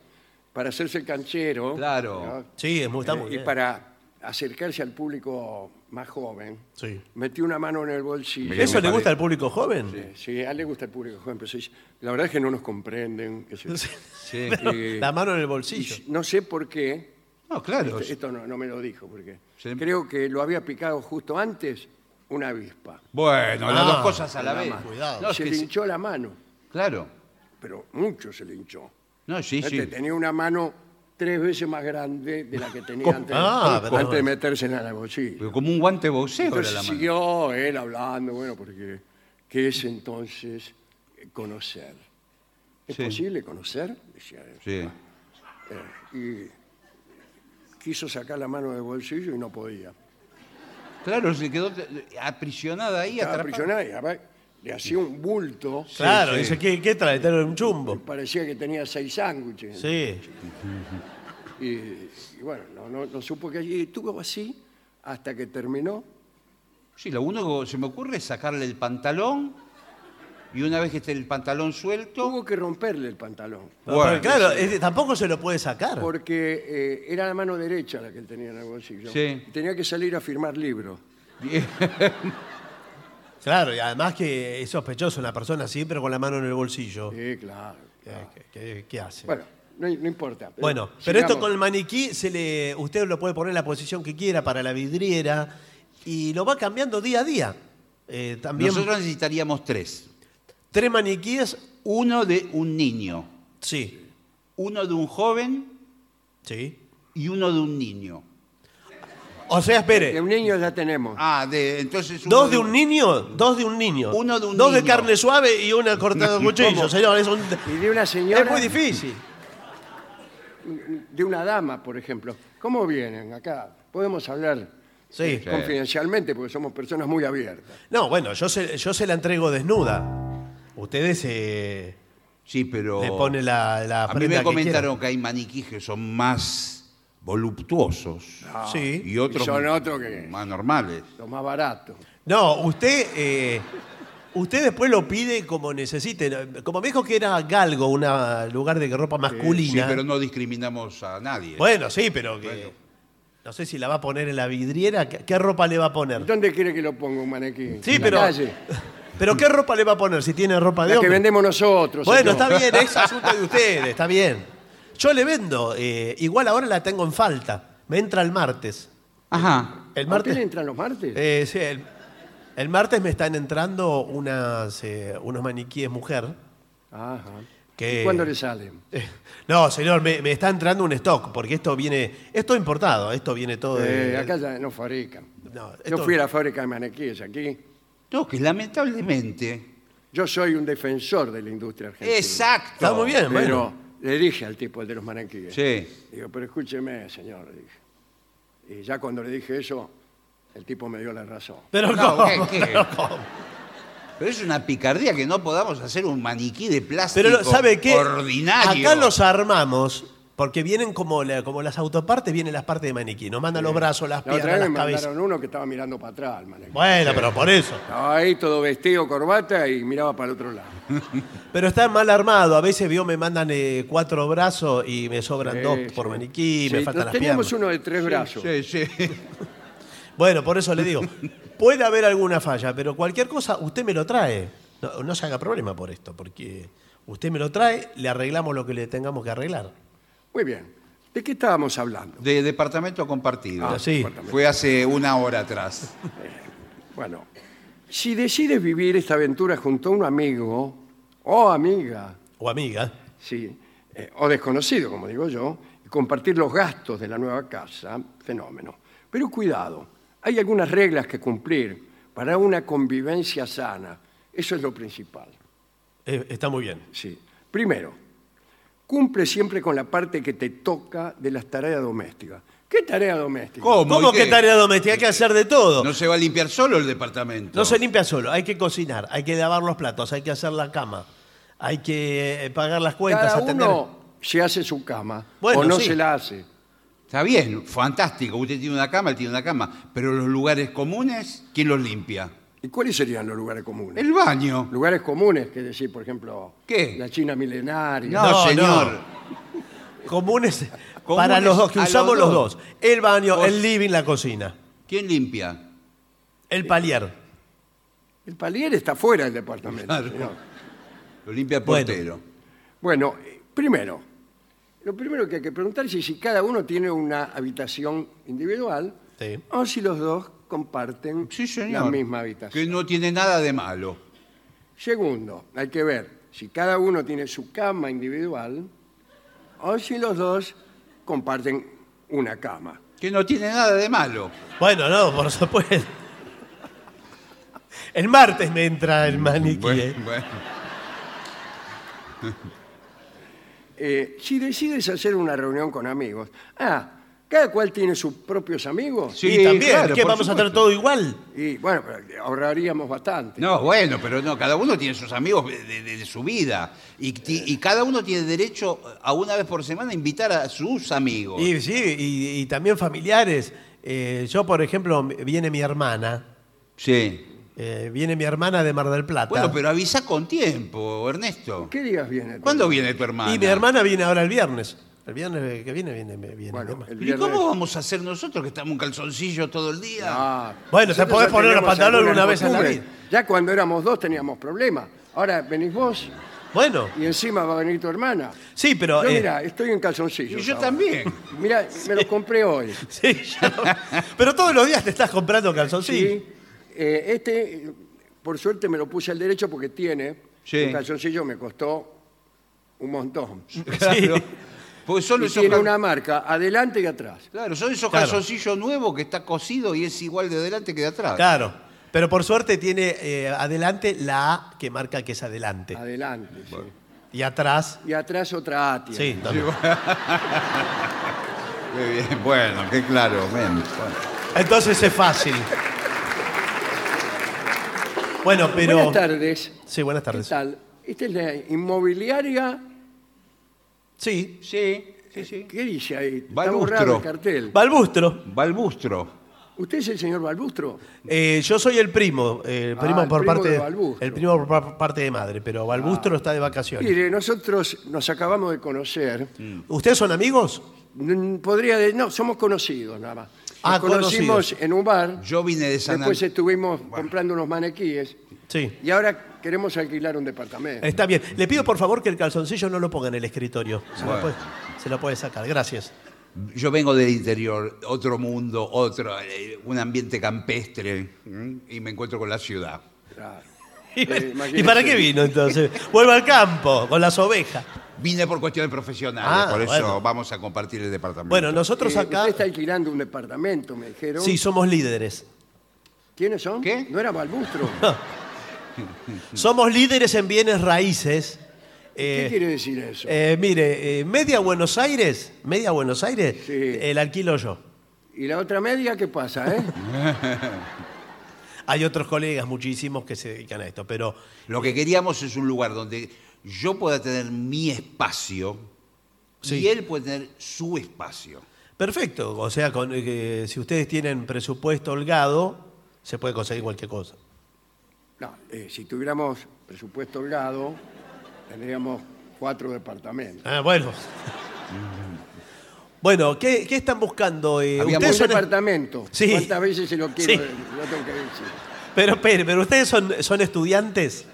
[SPEAKER 1] para hacerse el canchero.
[SPEAKER 3] Claro.
[SPEAKER 2] Sí, es muy, está
[SPEAKER 1] Eh,
[SPEAKER 2] muy
[SPEAKER 1] Y
[SPEAKER 2] bien.
[SPEAKER 1] para acercarse al público más joven,
[SPEAKER 2] Sí.
[SPEAKER 1] metió una mano en el bolsillo.
[SPEAKER 3] Bien,
[SPEAKER 2] ¿Eso
[SPEAKER 3] me
[SPEAKER 2] le gusta
[SPEAKER 3] parece.
[SPEAKER 2] al público joven?
[SPEAKER 1] Sí, sí, a él le gusta el público joven, pero se dice, la verdad es que no nos comprenden. qué sé yo.
[SPEAKER 2] (laughs)
[SPEAKER 3] Sí.
[SPEAKER 1] Eh,
[SPEAKER 2] La mano en el
[SPEAKER 1] y
[SPEAKER 2] bolsillo.
[SPEAKER 1] no sé por qué, este,
[SPEAKER 3] No, claro.
[SPEAKER 1] Esto, esto no, no me lo dijo porque
[SPEAKER 3] Sí.
[SPEAKER 1] creo que lo había picado justo antes una avispa.
[SPEAKER 3] Bueno, las
[SPEAKER 2] Ah,
[SPEAKER 3] dos cosas a la vez.
[SPEAKER 2] cuidado.
[SPEAKER 3] No, es
[SPEAKER 1] se
[SPEAKER 3] que
[SPEAKER 1] le
[SPEAKER 3] sí.
[SPEAKER 1] hinchó la mano,
[SPEAKER 3] Claro.
[SPEAKER 1] pero mucho se le hinchó.
[SPEAKER 3] No, sí,
[SPEAKER 1] Este
[SPEAKER 3] sí.
[SPEAKER 1] Tenía una mano tres veces más grande de la que tenía antes,
[SPEAKER 2] Ah, pero-
[SPEAKER 1] antes de meterse en la bolsilla.
[SPEAKER 3] Como un guante de boxeo era
[SPEAKER 1] Entonces
[SPEAKER 3] la mano.
[SPEAKER 1] siguió él hablando, bueno, porque ¿Qué es entonces conocer? ¿Es
[SPEAKER 3] Sí.
[SPEAKER 1] posible conocer? Decía él.
[SPEAKER 3] Sí.
[SPEAKER 1] Y quiso sacar la mano del bolsillo y no podía.
[SPEAKER 3] Claro, se quedó te- aprisionada ahí,
[SPEAKER 1] Estaba
[SPEAKER 3] atrapada.
[SPEAKER 1] aprisionada y además le hacía un bulto.
[SPEAKER 2] Claro,
[SPEAKER 3] sí.
[SPEAKER 2] dice, ¿qué, qué trae? Trae un chumbo.
[SPEAKER 1] Parecía que tenía seis sándwiches.
[SPEAKER 2] Sí.
[SPEAKER 1] Y, y bueno, no, no- no supo que allí. Estuvo así hasta que terminó.
[SPEAKER 3] Sí, lo único que se me ocurre es sacarle el pantalón y una vez que esté el pantalón suelto,
[SPEAKER 1] Tuvo que romperle el pantalón.
[SPEAKER 2] No,
[SPEAKER 3] Bueno,
[SPEAKER 2] pero claro, este, tampoco se lo puede sacar.
[SPEAKER 1] Porque eh, era la mano derecha la que él tenía en el bolsillo.
[SPEAKER 3] Sí.
[SPEAKER 1] Tenía que salir a firmar libros.
[SPEAKER 2] Claro, y además que es sospechoso una persona siempre con la mano en el bolsillo.
[SPEAKER 1] Sí, claro.
[SPEAKER 3] Ah.
[SPEAKER 2] Eh, ¿Qué, qué- qué hace?
[SPEAKER 1] Bueno, no, no importa.
[SPEAKER 3] eh,
[SPEAKER 1] pero
[SPEAKER 2] Bueno, pero esto
[SPEAKER 1] sigamos.
[SPEAKER 2] con el maniquí se le, usted lo puede poner en la posición que quiera para la vidriera y lo va cambiando día a día. Eh, también
[SPEAKER 3] nosotros necesitaríamos tres.
[SPEAKER 2] tres maniquíes,
[SPEAKER 3] Uno de un niño,
[SPEAKER 2] sí,
[SPEAKER 3] uno de un joven
[SPEAKER 2] sí.
[SPEAKER 3] y uno de un niño.
[SPEAKER 2] O sea,
[SPEAKER 1] De
[SPEAKER 2] espere,
[SPEAKER 1] un niño ya tenemos.
[SPEAKER 3] Ah, de, entonces uno
[SPEAKER 2] dos de un niño, dos de un niño,
[SPEAKER 3] Uno de un
[SPEAKER 2] dos de
[SPEAKER 3] niño.
[SPEAKER 2] carne suave y una
[SPEAKER 3] (laughs)
[SPEAKER 2] cortada a cuchillo, señor, es, un-
[SPEAKER 1] Y de una señora,
[SPEAKER 2] es muy difícil.
[SPEAKER 1] de una dama, por ejemplo. ¿Cómo vienen acá? Podemos hablar
[SPEAKER 2] Sí.
[SPEAKER 3] Sí.
[SPEAKER 1] confidencialmente porque somos personas muy abiertas.
[SPEAKER 2] No, bueno, yo se, yo se la entrego desnuda. Ustedes eh,
[SPEAKER 3] Sí, pero
[SPEAKER 2] le ponen la, la
[SPEAKER 3] Oh. a mí
[SPEAKER 2] prenda
[SPEAKER 3] me
[SPEAKER 2] que
[SPEAKER 3] comentaron que, hay maniquíes que son más voluptuosos
[SPEAKER 2] quieran. Ah, Sí.
[SPEAKER 3] y otros
[SPEAKER 1] Y son otros que-
[SPEAKER 3] más normales.
[SPEAKER 1] Lo más barato.
[SPEAKER 2] No, usted, eh, usted después lo pide como necesite. Como me dijo que era galgo, un lugar de ropa masculina.
[SPEAKER 3] Sí, pero no discriminamos a nadie.
[SPEAKER 2] Bueno, sí, pero que. No sé si la va a poner en la vidriera. ¿Qué, qué ropa le va a poner?
[SPEAKER 1] ¿Dónde quiere que lo ponga un manequín?
[SPEAKER 2] Sí,
[SPEAKER 1] ¿En
[SPEAKER 2] pero.
[SPEAKER 1] La, calle?
[SPEAKER 2] Pero ¿qué ropa le va a poner si tiene ropa de
[SPEAKER 1] La que
[SPEAKER 2] hombre?
[SPEAKER 1] vendemos nosotros.
[SPEAKER 2] bueno,
[SPEAKER 1] señor.
[SPEAKER 2] está bien, es asunto de ustedes, está bien. Yo le vendo. eh, igual ahora la tengo en falta. Me entra el martes.
[SPEAKER 3] Ajá.
[SPEAKER 1] ¿A
[SPEAKER 2] El
[SPEAKER 1] usted
[SPEAKER 2] martes.
[SPEAKER 1] le entran los martes?
[SPEAKER 2] Eh, sí, el, el martes me están entrando unas, eh, unos maniquíes mujer.
[SPEAKER 1] Ajá.
[SPEAKER 2] que-
[SPEAKER 1] ¿Y ¿Cuándo le salen?
[SPEAKER 2] Eh, No, señor, me, me está entrando un stock, porque esto viene, esto importado, esto viene todo de...
[SPEAKER 1] Eh, acá ya no fabrican.
[SPEAKER 2] No,
[SPEAKER 1] Yo
[SPEAKER 2] esto-
[SPEAKER 1] fui a la fábrica de maniquíes aquí.
[SPEAKER 3] No, que lamentablemente.
[SPEAKER 1] Yo soy un defensor de la industria argentina.
[SPEAKER 3] Exacto.
[SPEAKER 2] Está muy bien,
[SPEAKER 1] Pero
[SPEAKER 2] bueno.
[SPEAKER 1] le dije al tipo el de los maniquíes.
[SPEAKER 3] Sí.
[SPEAKER 1] Digo, pero escúcheme, señor, le dije. Y ya cuando le dije eso, el tipo me dio la razón.
[SPEAKER 2] Pero
[SPEAKER 3] No,
[SPEAKER 2] ¿cómo?
[SPEAKER 3] ¿qué- qué?
[SPEAKER 2] Pero ¿cómo?
[SPEAKER 3] Pero es una picardía que no podamos hacer un maniquí de plástico
[SPEAKER 2] Pero lo- ¿sabe qué?
[SPEAKER 3] ordinario.
[SPEAKER 2] Acá los armamos, porque vienen como, la- como las autopartes, vienen las partes de maniquí. Nos mandan los brazos, las
[SPEAKER 1] La otra
[SPEAKER 2] piernas,
[SPEAKER 1] vez
[SPEAKER 2] las
[SPEAKER 1] me
[SPEAKER 2] cabezas.
[SPEAKER 1] mandaron uno que estaba mirando para atrás al maniquí.
[SPEAKER 2] Bueno, pero por eso.
[SPEAKER 1] Estaba ahí todo vestido, corbata y miraba para el otro lado.
[SPEAKER 2] Pero está mal armado. A veces vio, me mandan eh, cuatro brazos y me sobran
[SPEAKER 1] Sí,
[SPEAKER 2] dos
[SPEAKER 1] sí.
[SPEAKER 2] por maniquí, me
[SPEAKER 1] Sí,
[SPEAKER 2] faltan
[SPEAKER 1] nos
[SPEAKER 2] las
[SPEAKER 1] teníamos
[SPEAKER 2] piernas.
[SPEAKER 1] uno de tres brazos.
[SPEAKER 3] Sí, sí.
[SPEAKER 2] Bueno, por eso le
[SPEAKER 3] (laughs)
[SPEAKER 2] digo, puede haber alguna falla, pero cualquier cosa usted me lo trae. No, no se haga problema por esto, porque usted me lo trae, le arreglamos lo que le tengamos que arreglar.
[SPEAKER 1] Muy bien. ¿De qué estábamos hablando?
[SPEAKER 3] (laughs) De departamento compartido.
[SPEAKER 2] Ah, sí.
[SPEAKER 3] Fue hace una hora atrás.
[SPEAKER 1] Bueno, si decides vivir esta aventura junto a un amigo o amiga,
[SPEAKER 2] O amiga.
[SPEAKER 1] sí, eh, o desconocido, como digo yo, y compartir los gastos de la nueva casa, fenómeno. Pero cuidado, hay algunas reglas que cumplir para una convivencia sana. Eso es lo principal.
[SPEAKER 2] Eh, está muy bien.
[SPEAKER 1] Sí. Primero, cumple siempre con la parte que te toca de las tareas domésticas. ¿Qué tarea doméstica?
[SPEAKER 3] ¿Cómo?
[SPEAKER 2] ¿Cómo
[SPEAKER 3] ¿Y qué?
[SPEAKER 2] que tarea doméstica? Hay que hacer de todo.
[SPEAKER 3] No
[SPEAKER 2] No,
[SPEAKER 3] se va a limpiar solo el departamento.
[SPEAKER 2] se limpia solo, hay que cocinar, hay que lavar los platos, hay que hacer la cama, hay que eh, pagar las cuentas,
[SPEAKER 1] Cada
[SPEAKER 2] atender.
[SPEAKER 1] uno se hace su cama
[SPEAKER 2] Bueno,
[SPEAKER 1] o no
[SPEAKER 2] sí.
[SPEAKER 1] se la hace.
[SPEAKER 3] Está bien, fantástico. Usted tiene una cama, él tiene una cama. Pero los lugares comunes, ¿quién los limpia?
[SPEAKER 1] ¿Y cuáles serían los lugares comunes?
[SPEAKER 3] El baño.
[SPEAKER 1] Lugares comunes, que decir, por ejemplo,
[SPEAKER 3] ¿Qué?
[SPEAKER 1] la China milenaria.
[SPEAKER 3] No,
[SPEAKER 2] No,
[SPEAKER 3] señor. (laughs)
[SPEAKER 2] Comunes,
[SPEAKER 3] Comunes
[SPEAKER 2] para los dos, que
[SPEAKER 3] a los
[SPEAKER 2] usamos los
[SPEAKER 3] dos.
[SPEAKER 2] dos. El baño,
[SPEAKER 3] Vos-
[SPEAKER 2] el living, la cocina,
[SPEAKER 3] ¿Quién limpia?
[SPEAKER 2] el palier.
[SPEAKER 1] El palier está fuera del departamento.
[SPEAKER 3] Claro.
[SPEAKER 1] señor.
[SPEAKER 3] Lo limpia el
[SPEAKER 2] Bueno.
[SPEAKER 3] portero.
[SPEAKER 1] Bueno, eh, primero, lo primero que hay que preguntarse es si cada uno tiene una habitación individual
[SPEAKER 2] Sí.
[SPEAKER 1] o si los dos comparten
[SPEAKER 3] Sí, señor.
[SPEAKER 1] la misma
[SPEAKER 3] Que
[SPEAKER 1] habitación.
[SPEAKER 3] no tiene nada de malo.
[SPEAKER 1] Segundo, hay que ver si cada uno tiene su cama individual o si los dos comparten una cama.
[SPEAKER 3] Que no tiene nada de malo.
[SPEAKER 2] Bueno, no, por supuesto. El martes me entra el maniquí. ¿eh?
[SPEAKER 3] Bueno, bueno.
[SPEAKER 1] Eh, si decides hacer una reunión con amigos, ah, cada cual tiene sus propios amigos.
[SPEAKER 3] Sí,
[SPEAKER 2] y también,
[SPEAKER 3] claro,
[SPEAKER 2] ¿qué
[SPEAKER 3] por
[SPEAKER 2] vamos a hacer
[SPEAKER 3] supuesto.
[SPEAKER 2] todo igual?
[SPEAKER 1] Y bueno, pero ahorraríamos bastante.
[SPEAKER 3] No, bueno, pero no, cada uno tiene sus amigos de, de- de su vida. Y, ti- y cada uno tiene derecho a una vez por semana invitar a sus amigos.
[SPEAKER 2] Y sí, y, y también familiares. Eh, yo, por ejemplo, m- viene mi hermana.
[SPEAKER 3] Sí.
[SPEAKER 2] eh, viene mi hermana de Mar del Plata.
[SPEAKER 3] Bueno, pero avisa con tiempo, Ernesto.
[SPEAKER 1] ¿Qué días viene?
[SPEAKER 3] ¿Cuándo viene tu hermana?
[SPEAKER 2] y mi hermana viene ahora el viernes. El viernes que viene, viene, viene. mi
[SPEAKER 1] Bueno,
[SPEAKER 2] hermana.
[SPEAKER 1] el
[SPEAKER 3] ¿Y
[SPEAKER 1] viernes.
[SPEAKER 3] cómo vamos a hacer nosotros que estamos en calzoncillo todo el día?
[SPEAKER 1] Ah,
[SPEAKER 2] Bueno, te
[SPEAKER 1] nosotros
[SPEAKER 2] podés
[SPEAKER 1] ya
[SPEAKER 2] poner los
[SPEAKER 1] teníamos
[SPEAKER 2] pantalones
[SPEAKER 1] algunas
[SPEAKER 2] una vez a la
[SPEAKER 1] costumbres.
[SPEAKER 2] vida.
[SPEAKER 1] Ya cuando éramos dos teníamos problemas. Ahora venís vos
[SPEAKER 2] Bueno,
[SPEAKER 1] y encima va a venir tu hermana.
[SPEAKER 2] sí, pero.
[SPEAKER 1] Yo,
[SPEAKER 2] eh,
[SPEAKER 1] mira, estoy en calzoncillos.
[SPEAKER 3] y yo
[SPEAKER 1] ahora.
[SPEAKER 3] también.
[SPEAKER 1] Mira, me los compré
[SPEAKER 2] (laughs)
[SPEAKER 1] hoy.
[SPEAKER 2] (laughs) sí, yo- pero todos los días te estás comprando calzoncillos.
[SPEAKER 1] Sí. Eh, este, eh, por suerte, me lo puse al derecho porque tiene.
[SPEAKER 3] Sí.
[SPEAKER 1] Un calzoncillo me costó un montón.
[SPEAKER 2] (laughs)
[SPEAKER 3] Claro. Porque solo
[SPEAKER 1] Y
[SPEAKER 3] esos,
[SPEAKER 1] tiene
[SPEAKER 3] cal-
[SPEAKER 1] una marca adelante y atrás.
[SPEAKER 3] claro, son esos
[SPEAKER 2] Claro.
[SPEAKER 3] calzoncillos nuevos que está cosido y es igual de adelante que de atrás.
[SPEAKER 2] Claro. Pero por suerte tiene eh, adelante la A que marca que es adelante.
[SPEAKER 1] Adelante. sí.
[SPEAKER 2] Y atrás.
[SPEAKER 1] Y atrás otra atia.
[SPEAKER 2] Sí, también.
[SPEAKER 3] Muy bien, bueno, qué claro. men. Bueno.
[SPEAKER 2] Entonces es fácil. Bueno, pero.
[SPEAKER 1] Buenas tardes.
[SPEAKER 2] Sí, buenas
[SPEAKER 1] ¿Qué
[SPEAKER 2] tardes.
[SPEAKER 1] tal? Esta es la inmobiliaria.
[SPEAKER 2] Sí.
[SPEAKER 3] Sí, sí, sí.
[SPEAKER 1] ¿Qué dice ahí? Está
[SPEAKER 3] Balbustro.
[SPEAKER 1] borrado el cartel.
[SPEAKER 2] Balbustro.
[SPEAKER 3] Balbustro.
[SPEAKER 1] ¿Usted es el señor Balbustro?
[SPEAKER 2] Eh, yo soy el primo, eh, el
[SPEAKER 1] Ah,
[SPEAKER 2] primo
[SPEAKER 1] el
[SPEAKER 2] por
[SPEAKER 1] primo
[SPEAKER 2] parte
[SPEAKER 1] de
[SPEAKER 2] de-
[SPEAKER 1] Balbustro. Ah.
[SPEAKER 2] el primo por par- parte de madre, pero Balbustro está de vacaciones.
[SPEAKER 1] Mire, nosotros nos acabamos de conocer.
[SPEAKER 2] ¿Ustedes son amigos?
[SPEAKER 1] Mm, Podría de- no, somos conocidos nada más. Nos
[SPEAKER 2] Ah,
[SPEAKER 1] conocimos
[SPEAKER 2] conocidos.
[SPEAKER 1] en un bar,
[SPEAKER 3] Yo vine de San
[SPEAKER 1] después
[SPEAKER 3] Antonio.
[SPEAKER 1] estuvimos comprando unos manequíes
[SPEAKER 2] Sí.
[SPEAKER 1] y ahora queremos alquilar un departamento.
[SPEAKER 2] Está bien. Le pido por favor que el calzoncillo no lo ponga en el escritorio. Se, lo,
[SPEAKER 3] Bueno.
[SPEAKER 2] puede, se lo puede sacar. Gracias.
[SPEAKER 3] Yo vengo del interior, otro mundo, otro, eh, un ambiente campestre, ¿m? y me encuentro con la ciudad.
[SPEAKER 1] Claro.
[SPEAKER 2] ¿Y,
[SPEAKER 1] Eh, imagínese.
[SPEAKER 2] para qué vino entonces? Vuelvo al campo con las ovejas.
[SPEAKER 3] Vine por cuestiones profesionales,
[SPEAKER 2] Ah,
[SPEAKER 3] por eso
[SPEAKER 2] bueno.
[SPEAKER 3] vamos a compartir el departamento.
[SPEAKER 2] Bueno,
[SPEAKER 1] Eh,
[SPEAKER 2] nosotros acá
[SPEAKER 1] Usted está alquilando un departamento, me dijeron.
[SPEAKER 2] sí somos líderes.
[SPEAKER 1] ¿Quiénes son?
[SPEAKER 3] ¿Qué?
[SPEAKER 1] No era Balbustro.
[SPEAKER 2] Somos líderes en bienes raíces.
[SPEAKER 1] ¿Qué
[SPEAKER 2] Eh,
[SPEAKER 1] quiere decir eso?
[SPEAKER 2] eh, mire, eh, media Buenos Aires, media Buenos Aires,
[SPEAKER 1] Sí.
[SPEAKER 2] el alquilo yo.
[SPEAKER 1] ¿Y la otra media qué pasa, eh?
[SPEAKER 2] Hay otros colegas muchísimos que se dedican a esto, pero
[SPEAKER 3] Lo que queríamos es un lugar donde yo pueda tener mi espacio
[SPEAKER 2] Sí.
[SPEAKER 3] y él puede tener su espacio.
[SPEAKER 2] perfecto. O sea, con, eh, si ustedes tienen presupuesto holgado, se puede conseguir cualquier cosa.
[SPEAKER 1] No, eh, si tuviéramos presupuesto holgado, tendríamos cuatro departamentos.
[SPEAKER 2] Ah,
[SPEAKER 1] (laughs)
[SPEAKER 2] bueno. bueno, ¿qué, qué están buscando? eh?
[SPEAKER 3] Habíamos-
[SPEAKER 1] Un
[SPEAKER 2] ustedes son-
[SPEAKER 1] departamento.
[SPEAKER 2] Sí.
[SPEAKER 1] ¿Cuántas veces se lo quiero eh,
[SPEAKER 2] Sí.
[SPEAKER 1] lo tengo que decir?
[SPEAKER 2] pero, espere, pero ustedes son, son estudiantes.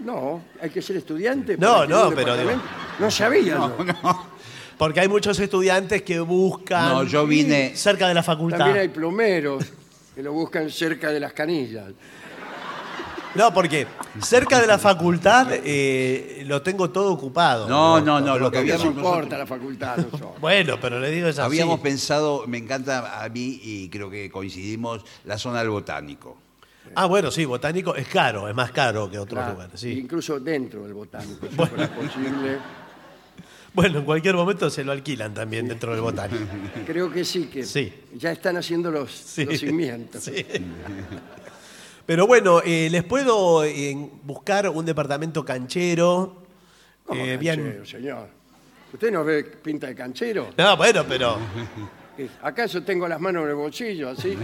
[SPEAKER 1] No, hay que ser estudiante.
[SPEAKER 2] No,
[SPEAKER 1] para tener
[SPEAKER 2] no,
[SPEAKER 1] un
[SPEAKER 2] pero digo-
[SPEAKER 1] departamento. (laughs) No sabía. yo.
[SPEAKER 2] Porque hay muchos estudiantes que buscan
[SPEAKER 3] No, yo vine.
[SPEAKER 2] cerca de la facultad.
[SPEAKER 1] También hay plomeros que lo buscan cerca de las canillas.
[SPEAKER 2] No, porque cerca de la facultad eh, lo tengo todo ocupado.
[SPEAKER 3] No, no, no, lo que
[SPEAKER 1] No
[SPEAKER 3] habíamos,
[SPEAKER 1] importa la facultad. no son.
[SPEAKER 2] Bueno, pero le digo es así.
[SPEAKER 3] habíamos pensado, me encanta a mí y creo que coincidimos, la zona del botánico.
[SPEAKER 2] Ah, bueno, sí, botánico es caro, es más caro que (laughs) otros
[SPEAKER 1] Claro,
[SPEAKER 2] lugares. Sí.
[SPEAKER 1] Ah, Incluso dentro del botánico,
[SPEAKER 2] (laughs)
[SPEAKER 1] si fuera posible.
[SPEAKER 2] Bueno, en cualquier momento se lo alquilan también dentro del botánico.
[SPEAKER 1] Creo que sí, que
[SPEAKER 2] Sí.
[SPEAKER 1] ya están haciendo los,
[SPEAKER 2] Sí.
[SPEAKER 1] los cimientos.
[SPEAKER 2] Sí. Pero bueno, eh, les puedo eh, buscar un departamento canchero.
[SPEAKER 1] ¿Cómo
[SPEAKER 2] eh,
[SPEAKER 1] canchero, señor? ¿Usted nos ve pinta de canchero?
[SPEAKER 2] No, bueno, pero
[SPEAKER 1] Es, ¿Acaso tengo las manos en el bolsillo
[SPEAKER 2] (laughs)
[SPEAKER 1] así?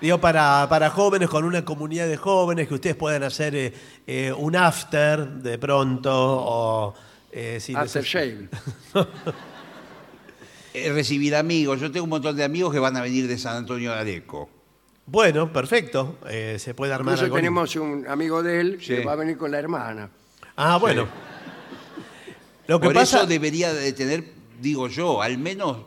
[SPEAKER 2] digo, para, para jóvenes, con una comunidad de jóvenes, que ustedes puedan hacer eh, eh, un after de pronto o... eh, si
[SPEAKER 1] After
[SPEAKER 2] neces-
[SPEAKER 1] shave.
[SPEAKER 3] Eh, recibir amigos, yo tengo un montón de amigos que van a venir de San Antonio de Areco.
[SPEAKER 2] Bueno, perfecto. eh, se puede armar
[SPEAKER 1] Incluso
[SPEAKER 2] algo lindo.
[SPEAKER 1] tenemos un amigo de él que
[SPEAKER 3] Sí.
[SPEAKER 1] va a venir con la hermana.
[SPEAKER 2] Ah, bueno. Lo que
[SPEAKER 3] Por
[SPEAKER 2] pasa...
[SPEAKER 3] eso debería de tener, digo yo, al menos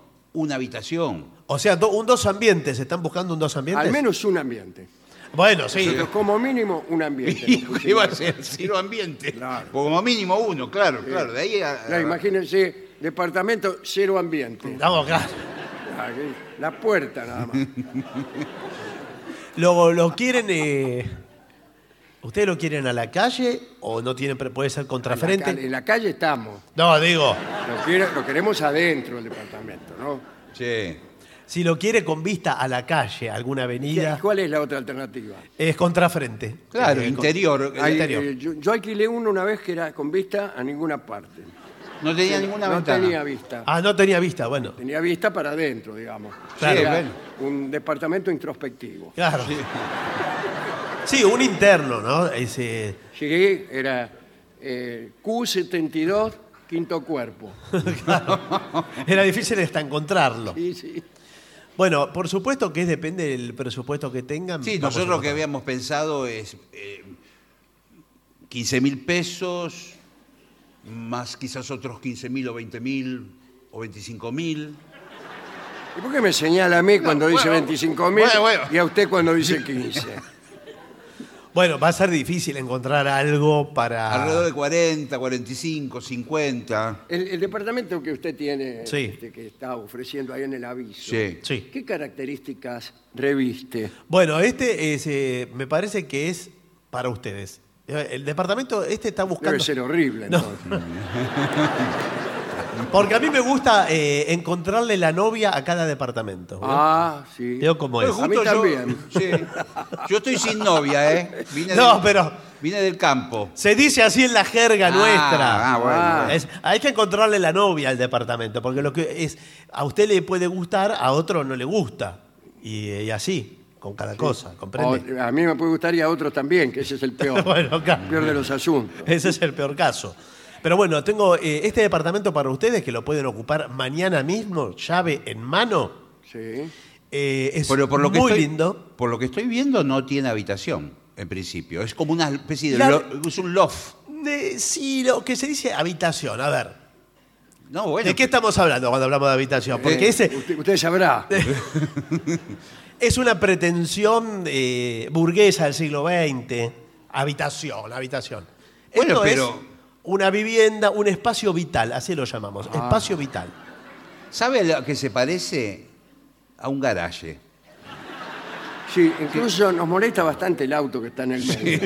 [SPEAKER 2] (laughs)
[SPEAKER 3] una habitación.
[SPEAKER 2] O sea, do- un dos ambientes. ¿Están buscando un dos ambientes?
[SPEAKER 1] Al menos un ambiente.
[SPEAKER 2] Bueno, sí.
[SPEAKER 1] Pero como mínimo un ambiente.
[SPEAKER 3] ¿Qué va a ser? Cero ambiente.
[SPEAKER 1] Claro.
[SPEAKER 3] O Como mínimo uno, claro, claro. De ahí a-
[SPEAKER 1] No, imagínense, departamento cero ambiente.
[SPEAKER 2] Estamos claro.
[SPEAKER 1] Ah, que- La puerta nada más.
[SPEAKER 2] lo, lo quieren. eh, ¿Ustedes lo quieren a la calle o no tienen. pre- puede ser
[SPEAKER 1] En la calle-
[SPEAKER 2] contrafrente?
[SPEAKER 1] en la calle estamos.
[SPEAKER 2] No, digo,
[SPEAKER 1] Lo, quiere- lo queremos adentro del departamento, ¿no?
[SPEAKER 3] Sí.
[SPEAKER 2] si lo quiere con vista a la calle, a alguna avenida,
[SPEAKER 1] ¿Y ¿Cuál es la otra alternativa?
[SPEAKER 2] es contrafrente.
[SPEAKER 3] Claro,
[SPEAKER 2] Eh, con-
[SPEAKER 3] interior.
[SPEAKER 2] Ahí-
[SPEAKER 1] Hay-
[SPEAKER 2] interior.
[SPEAKER 1] eh, yo, yo alquilé uno una vez que era con vista a ninguna parte.
[SPEAKER 2] eh,
[SPEAKER 3] No tenía ninguna
[SPEAKER 1] no
[SPEAKER 3] ventana.
[SPEAKER 1] tenía vista.
[SPEAKER 2] Ah, no tenía vista, bueno.
[SPEAKER 1] Tenía vista para adentro, digamos.
[SPEAKER 2] Claro.
[SPEAKER 1] Era
[SPEAKER 3] bueno.
[SPEAKER 1] un departamento introspectivo.
[SPEAKER 2] Claro. Sí, un interno, ¿no? Ese,
[SPEAKER 1] Llegué, era eh, Q72, quinto cuerpo.
[SPEAKER 2] era difícil hasta encontrarlo.
[SPEAKER 1] Sí, sí.
[SPEAKER 2] Bueno, por supuesto que es- depende del presupuesto que tengan.
[SPEAKER 3] Sí,
[SPEAKER 2] Vamos a
[SPEAKER 3] nosotros lo que
[SPEAKER 2] encontrar.
[SPEAKER 3] habíamos pensado es eh, 15 mil pesos, más quizás otros 15 mil o 20 mil o 25 mil.
[SPEAKER 1] ¿Y por qué me señala a mí cuando dice
[SPEAKER 3] bueno,
[SPEAKER 1] 25.000
[SPEAKER 3] bueno, bueno.
[SPEAKER 1] y a usted cuando dice 15?
[SPEAKER 2] Bueno, va a ser difícil encontrar algo para.
[SPEAKER 3] Alrededor de 40, 45,
[SPEAKER 2] Ah.
[SPEAKER 3] 50.
[SPEAKER 1] El, el departamento que usted tiene,
[SPEAKER 2] Sí.
[SPEAKER 1] este, que está ofreciendo ahí en el aviso,
[SPEAKER 3] Sí.
[SPEAKER 2] Sí.
[SPEAKER 1] ¿qué características reviste?
[SPEAKER 2] Bueno, este es, eh, me parece que es para ustedes. Eh, El departamento este está buscando.
[SPEAKER 1] Debe ser horrible,
[SPEAKER 2] No.
[SPEAKER 1] entonces.
[SPEAKER 2] Porque a mí me gusta eh, encontrarle la novia a cada departamento.
[SPEAKER 1] Ah, sí.
[SPEAKER 2] Veo cómo es.
[SPEAKER 1] A mí
[SPEAKER 3] Justo yo-
[SPEAKER 1] también.
[SPEAKER 3] (laughs) sí. Yo estoy sin novia, ¿eh?
[SPEAKER 2] (laughs)
[SPEAKER 3] Vine
[SPEAKER 2] No,
[SPEAKER 3] del-
[SPEAKER 2] pero-
[SPEAKER 3] Vine del campo.
[SPEAKER 2] Se dice así en la jerga
[SPEAKER 3] Ah,
[SPEAKER 2] nuestra.
[SPEAKER 3] ah, bueno,
[SPEAKER 1] Ah.
[SPEAKER 3] bueno.
[SPEAKER 2] Es- hay que encontrarle la novia al departamento, porque lo que es a usted le puede gustar, a otro no le gusta. Y, eh, y así, con cada cosa, ¿comprende?
[SPEAKER 1] O- a mí me puede gustar y a otros también, que ese es el
[SPEAKER 3] (laughs)
[SPEAKER 1] peor.
[SPEAKER 2] (laughs) Bueno, claro.
[SPEAKER 1] el peor de los asuntos.
[SPEAKER 2] Ese es el peor caso. Pero bueno, tengo eh, este departamento para ustedes que lo pueden ocupar mañana mismo, llave en mano.
[SPEAKER 1] Sí.
[SPEAKER 2] Eh, es
[SPEAKER 3] Pero por lo que
[SPEAKER 2] muy
[SPEAKER 3] estoy-
[SPEAKER 2] lindo.
[SPEAKER 3] Por lo que estoy viendo, no tiene habitación, en principio. Es como una especie de.
[SPEAKER 2] La-
[SPEAKER 3] lo- es un loft.
[SPEAKER 2] De- sí, lo que se dice habitación. A ver,
[SPEAKER 3] No, bueno.
[SPEAKER 2] ¿de qué estamos hablando cuando hablamos de habitación? Porque
[SPEAKER 3] Eh,
[SPEAKER 2] ese
[SPEAKER 1] Usted, usted sabrá.
[SPEAKER 2] es una pretensión eh, burguesa del siglo XX. Habitación, habitación.
[SPEAKER 3] Bueno,
[SPEAKER 2] Esto es
[SPEAKER 3] pero-
[SPEAKER 2] una vivienda, un espacio vital, así lo llamamos,
[SPEAKER 3] Ah.
[SPEAKER 2] espacio vital.
[SPEAKER 3] ¿Sabe a lo que se parece? A un garaje.
[SPEAKER 1] Sí, incluso nos molesta bastante el auto que está en el medio.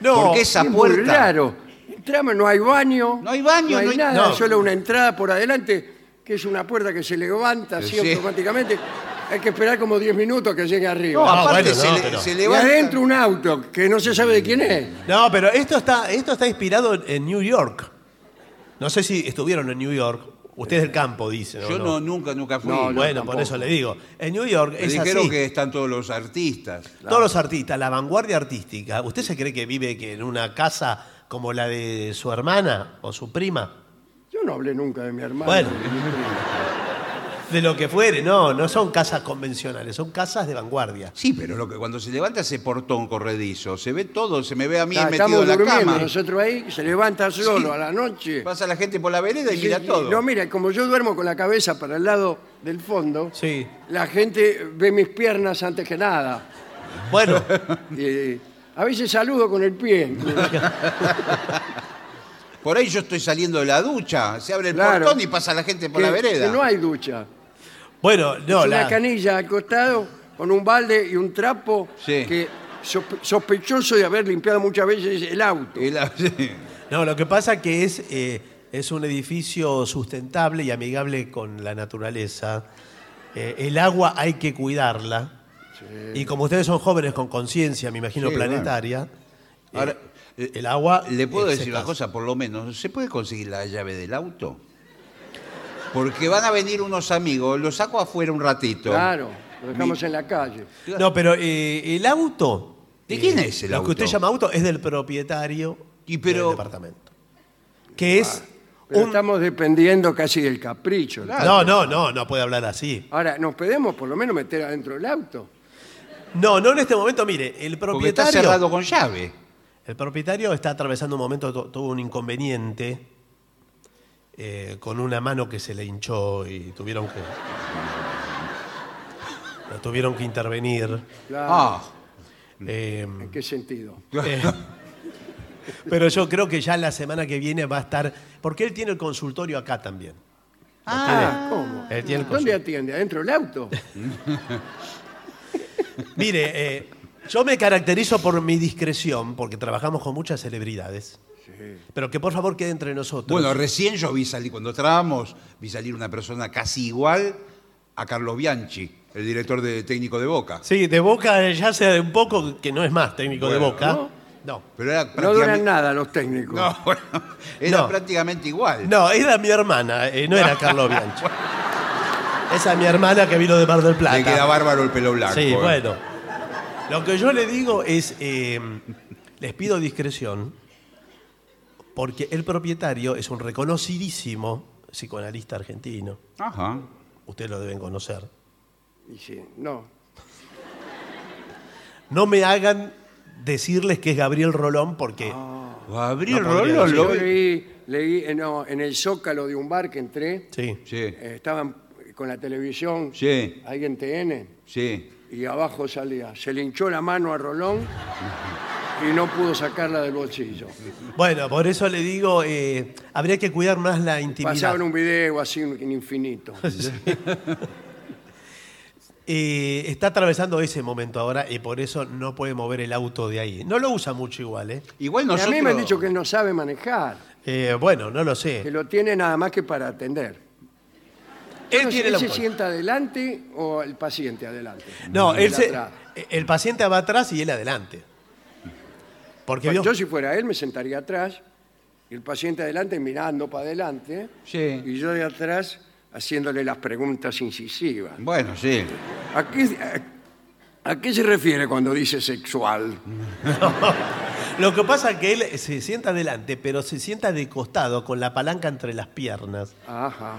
[SPEAKER 2] No,
[SPEAKER 3] Porque esa
[SPEAKER 1] Es muy
[SPEAKER 3] puerta.
[SPEAKER 1] raro. Entramos, no hay baño.
[SPEAKER 3] No hay baño,
[SPEAKER 1] no hay
[SPEAKER 3] no hay-
[SPEAKER 1] nada.
[SPEAKER 2] no.
[SPEAKER 1] Solo una entrada por adelante, que es una puerta que se levanta así
[SPEAKER 3] Sí.
[SPEAKER 1] automáticamente. Hay que esperar como 10 minutos que llegue arriba.
[SPEAKER 3] No,
[SPEAKER 2] No,
[SPEAKER 3] aparte
[SPEAKER 2] bueno,
[SPEAKER 3] se,
[SPEAKER 2] no,
[SPEAKER 3] le-
[SPEAKER 2] pero-
[SPEAKER 3] se
[SPEAKER 1] y
[SPEAKER 3] levanta.
[SPEAKER 1] adentro un auto que no se sabe de quién es.
[SPEAKER 2] No, pero esto está, esto está inspirado en, en New York. No sé si estuvieron en New York. Usted es del campo, dice. ¿no?
[SPEAKER 3] Yo
[SPEAKER 2] No.
[SPEAKER 3] no, nunca, nunca fui.
[SPEAKER 1] No, no,
[SPEAKER 2] bueno,
[SPEAKER 1] tampoco.
[SPEAKER 2] por eso le digo. En New York
[SPEAKER 3] Me
[SPEAKER 2] es
[SPEAKER 3] dijeron
[SPEAKER 2] así.
[SPEAKER 3] que están todos los artistas.
[SPEAKER 2] Todos los artistas, la vanguardia artística. ¿Usted se cree que vive que en una casa como la de su hermana o su prima?
[SPEAKER 1] Yo no hablé nunca de mi hermano.
[SPEAKER 2] Bueno. De lo que fuere, no, no son casas convencionales, son casas de vanguardia.
[SPEAKER 3] Sí, pero lo que, cuando se levanta ese portón corredizo, se ve todo, se me ve a mí
[SPEAKER 1] Está-
[SPEAKER 3] metido
[SPEAKER 1] estamos
[SPEAKER 3] en la
[SPEAKER 1] durmiendo
[SPEAKER 3] cama.
[SPEAKER 1] nosotros ahí, se levanta solo a la noche.
[SPEAKER 3] Pasa la gente por la vereda y
[SPEAKER 1] Sí,
[SPEAKER 3] mira
[SPEAKER 1] sí.
[SPEAKER 3] todo.
[SPEAKER 1] No, mira, como yo duermo con la cabeza para el lado del fondo,
[SPEAKER 2] Sí.
[SPEAKER 1] la gente ve mis piernas antes que nada. (laughs)
[SPEAKER 2] Bueno,
[SPEAKER 1] Y a veces saludo con el
[SPEAKER 3] (laughs)
[SPEAKER 1] pie.
[SPEAKER 3] Por ahí yo estoy saliendo de la ducha, se abre el
[SPEAKER 1] Claro.
[SPEAKER 3] portón y pasa la gente por
[SPEAKER 1] Que-
[SPEAKER 3] la vereda.
[SPEAKER 1] que no hay ducha.
[SPEAKER 2] bueno, no,
[SPEAKER 1] Es una
[SPEAKER 2] la,
[SPEAKER 1] canilla al costado con un balde y un trapo
[SPEAKER 3] Sí.
[SPEAKER 1] que sospe- sospechoso de haber limpiado muchas veces el auto.
[SPEAKER 3] Y la- (laughs) sí.
[SPEAKER 2] no, lo que pasa que es, eh, es un edificio sustentable y amigable con la naturaleza. Eh, el agua hay que cuidarla. Y como ustedes son jóvenes con conciencia, me imagino,
[SPEAKER 3] Sí, bueno.
[SPEAKER 2] planetaria, eh,
[SPEAKER 3] Ahora, eh,
[SPEAKER 2] el agua...
[SPEAKER 3] Le puedo
[SPEAKER 2] eh, se
[SPEAKER 3] decir una
[SPEAKER 2] casa.
[SPEAKER 3] cosa, por lo menos. ¿Se puede conseguir la llave del auto? Porque van a venir unos amigos, los saco afuera un ratito.
[SPEAKER 1] Claro, lo dejamos en la calle.
[SPEAKER 2] No, pero eh, el auto.
[SPEAKER 3] ¿De
[SPEAKER 2] eh,
[SPEAKER 3] quién es el
[SPEAKER 2] Lo
[SPEAKER 3] auto?
[SPEAKER 2] que usted llama auto es del propietario
[SPEAKER 3] Y pero- Ah,
[SPEAKER 2] del departamento. Que es
[SPEAKER 1] Pero
[SPEAKER 2] un.
[SPEAKER 1] estamos dependiendo casi del capricho. ¿no?
[SPEAKER 2] No, no, no, no puede hablar así.
[SPEAKER 1] Ahora, nos podemos por lo menos meter adentro del auto.
[SPEAKER 2] No, no en este momento, mire, el
[SPEAKER 3] Porque está
[SPEAKER 2] propietario.
[SPEAKER 3] cerrado con llave.
[SPEAKER 2] El propietario está atravesando un momento, tu- tuvo un inconveniente eh, con una mano que se le hinchó y tuvieron que. lo tuvieron que intervenir.
[SPEAKER 1] Claro.
[SPEAKER 3] Ah,
[SPEAKER 2] Eh,
[SPEAKER 1] ¿En qué sentido?
[SPEAKER 3] (laughs)
[SPEAKER 2] Eh, pero yo creo que ya la semana que viene va a estar, porque él tiene el consultorio acá también.
[SPEAKER 3] Ah,
[SPEAKER 1] ¿cómo?
[SPEAKER 2] Él tiene
[SPEAKER 1] ¿Dónde
[SPEAKER 2] el consultorio.
[SPEAKER 1] atiende? ¿Adentro del
[SPEAKER 2] (laughs)
[SPEAKER 1] auto?
[SPEAKER 2] Mire, eh, yo me caracterizo por mi discreción, porque trabajamos con muchas celebridades. Pero que por favor quede entre nosotros.
[SPEAKER 3] Bueno, recién yo vi salir, cuando estábamos, vi salir una persona casi igual a Carlo Bianchi, el director de técnico de Boca.
[SPEAKER 2] sí, de boca ya sea de un poco, que no es más técnico de
[SPEAKER 3] Bueno,
[SPEAKER 2] boca.
[SPEAKER 1] ¿no?
[SPEAKER 2] No.
[SPEAKER 3] Pero era
[SPEAKER 1] No duran
[SPEAKER 3] prácticamente.
[SPEAKER 1] nada los técnicos.
[SPEAKER 3] No, (laughs) bueno, era
[SPEAKER 2] No.
[SPEAKER 3] prácticamente igual.
[SPEAKER 2] No, era mi hermana, eh, no
[SPEAKER 3] (laughs)
[SPEAKER 2] era Carlos Bianchi. Esa es mi hermana que vino de Mar del Plata.
[SPEAKER 3] Le queda bárbaro el pelo blanco.
[SPEAKER 2] Sí,
[SPEAKER 3] eh.
[SPEAKER 2] bueno. Lo que yo le digo es, eh, les pido discreción, porque el propietario es un reconocidísimo psicoanalista argentino.
[SPEAKER 3] Ajá.
[SPEAKER 2] Ustedes lo deben conocer.
[SPEAKER 1] Y sí, no.
[SPEAKER 2] No me hagan decirles que es Gabriel Rolón, porque...
[SPEAKER 3] Gabriel
[SPEAKER 2] No podría
[SPEAKER 3] Rollo
[SPEAKER 2] decir.
[SPEAKER 3] lo
[SPEAKER 1] Yo leí, leí eh, no, en el zócalo de un bar que entré,
[SPEAKER 2] Sí.
[SPEAKER 3] Sí,
[SPEAKER 1] eh, estaban con la televisión,
[SPEAKER 3] sí,
[SPEAKER 1] ahí en TN,
[SPEAKER 3] sí.
[SPEAKER 1] y abajo salía. Se le hinchó la mano a Rolón y no pudo sacarla del bolsillo.
[SPEAKER 2] Bueno, por eso le digo, eh, habría que cuidar más la intimidad.
[SPEAKER 1] Pasaban un video así en
[SPEAKER 2] (laughs)
[SPEAKER 1] infinito.
[SPEAKER 2] Eh, está atravesando ese momento ahora y por eso no puede mover el auto de ahí. No lo usa mucho igual, ¿eh?
[SPEAKER 3] Igual
[SPEAKER 1] Y
[SPEAKER 3] nosotros.
[SPEAKER 1] A mí me han dicho que no sabe manejar,
[SPEAKER 2] Eh, bueno, no lo
[SPEAKER 1] que
[SPEAKER 2] sé.
[SPEAKER 1] lo tiene nada más que para atender.
[SPEAKER 2] Él
[SPEAKER 1] No sé,
[SPEAKER 2] tiene el
[SPEAKER 1] se
[SPEAKER 2] auto.
[SPEAKER 1] sienta adelante o el paciente adelante?
[SPEAKER 2] No, él se- eh,
[SPEAKER 1] atrás.
[SPEAKER 2] el paciente va atrás y él adelante. Porque
[SPEAKER 1] Bueno,
[SPEAKER 2] vio-
[SPEAKER 1] yo si fuera él me sentaría atrás y el paciente adelante mirando para adelante
[SPEAKER 3] Sí.
[SPEAKER 1] y yo de atrás haciéndole las preguntas incisivas.
[SPEAKER 3] Bueno, sí.
[SPEAKER 1] ¿A qué, a- a qué se refiere cuando dice sexual?
[SPEAKER 2] lo que pasa es que él se sienta adelante, pero se sienta de costado con la palanca entre las piernas.
[SPEAKER 1] Ajá.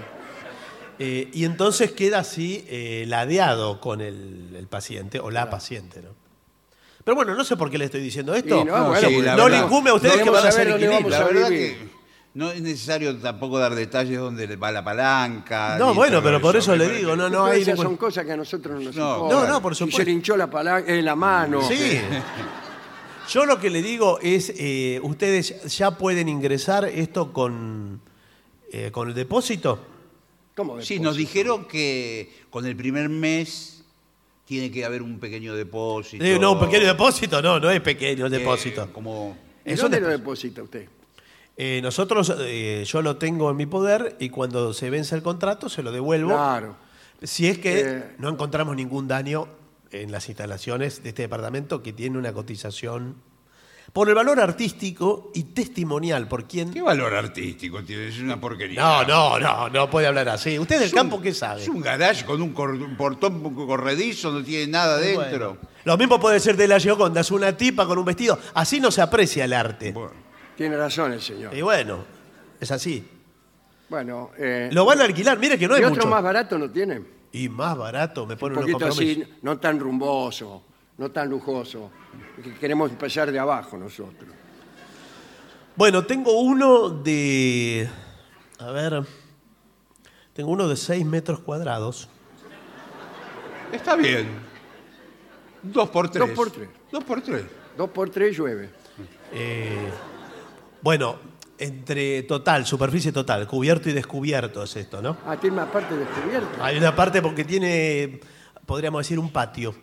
[SPEAKER 2] Eh, y entonces queda así eh, ladeado con el, el paciente o la paciente, ¿no? Pero bueno, no sé por qué le estoy diciendo esto.
[SPEAKER 1] Y no, bueno,
[SPEAKER 3] sí,
[SPEAKER 1] porque
[SPEAKER 3] la
[SPEAKER 2] Ah, pues, no le
[SPEAKER 3] verdad.
[SPEAKER 2] incumbe a ustedes
[SPEAKER 1] No
[SPEAKER 2] que
[SPEAKER 1] vamos
[SPEAKER 2] van a
[SPEAKER 1] a ver
[SPEAKER 2] ser
[SPEAKER 1] dónde vamos
[SPEAKER 2] inquilinos.
[SPEAKER 3] La
[SPEAKER 1] a
[SPEAKER 3] verdad
[SPEAKER 1] vivir.
[SPEAKER 3] que no es necesario tampoco dar detalles dónde va la palanca.
[SPEAKER 2] No,
[SPEAKER 3] ni
[SPEAKER 2] bueno,
[SPEAKER 3] todo
[SPEAKER 2] pero por eso
[SPEAKER 3] Me
[SPEAKER 2] le
[SPEAKER 3] parece-
[SPEAKER 2] digo, no, no
[SPEAKER 1] Todas
[SPEAKER 2] hay
[SPEAKER 1] esas son
[SPEAKER 2] ningún-
[SPEAKER 1] cosas que a nosotros no nos
[SPEAKER 3] No.
[SPEAKER 1] importan.
[SPEAKER 2] No, no, por
[SPEAKER 1] Y se
[SPEAKER 2] supuesto.
[SPEAKER 1] le hinchó la, pala- eh, la mano.
[SPEAKER 2] Sí. Yo lo que le digo es, eh, ustedes ya pueden ingresar esto con, eh, con el depósito.
[SPEAKER 1] ¿Cómo
[SPEAKER 3] Sí,
[SPEAKER 1] depósito?
[SPEAKER 3] nos dijeron que con el primer mes tiene que haber un pequeño depósito.
[SPEAKER 2] Le digo, Eh, no, un pequeño depósito, no, no es pequeño el
[SPEAKER 3] Eh,
[SPEAKER 2] depósito.
[SPEAKER 3] como.
[SPEAKER 1] ¿Y
[SPEAKER 2] Eso
[SPEAKER 1] dónde
[SPEAKER 2] después.
[SPEAKER 1] lo deposita usted?
[SPEAKER 2] Eh, nosotros, eh, yo lo tengo en mi poder y cuando se vence el contrato se lo devuelvo.
[SPEAKER 1] Claro.
[SPEAKER 2] Si es que
[SPEAKER 1] Eh.
[SPEAKER 2] no encontramos ningún daño en las instalaciones de este departamento que tiene una cotización por el valor artístico y testimonial por quien...
[SPEAKER 3] ¿Qué valor artístico tiene? Es una porquería.
[SPEAKER 2] No, no, no, no puede hablar así. Usted del
[SPEAKER 3] Es un-
[SPEAKER 2] campo, ¿qué sabe?
[SPEAKER 3] Es un garage con un, cor- un portón corredizo, no tiene nada dentro.
[SPEAKER 2] Bueno, lo mismo puede ser de la Gioconda, es una tipa con un vestido. Así no se aprecia el arte.
[SPEAKER 3] Bueno.
[SPEAKER 1] Tiene razón el señor.
[SPEAKER 2] Y bueno, es así.
[SPEAKER 1] Bueno, eh,
[SPEAKER 2] Lo van a alquilar, mire que no
[SPEAKER 1] ¿y
[SPEAKER 2] hay
[SPEAKER 1] otro
[SPEAKER 2] mucho.
[SPEAKER 1] más barato no tiene?
[SPEAKER 2] Y más barato, me
[SPEAKER 1] Un
[SPEAKER 2] pone unos
[SPEAKER 1] poquito
[SPEAKER 2] compromisos.
[SPEAKER 1] así, no tan rumboso, no tan lujoso. que Queremos empezar de abajo nosotros.
[SPEAKER 2] Bueno, tengo uno de. A ver. Tengo uno de 6 metros cuadrados.
[SPEAKER 3] Está bien. Dos por tres.
[SPEAKER 1] Dos por tres.
[SPEAKER 3] Dos por tres.
[SPEAKER 1] Dos por tres llueve.
[SPEAKER 2] Eh, bueno, entre total, superficie total, cubierto y descubierto es esto, ¿no?
[SPEAKER 1] Ah, tiene una parte descubierta.
[SPEAKER 2] Hay una parte porque tiene, podríamos decir, un patio.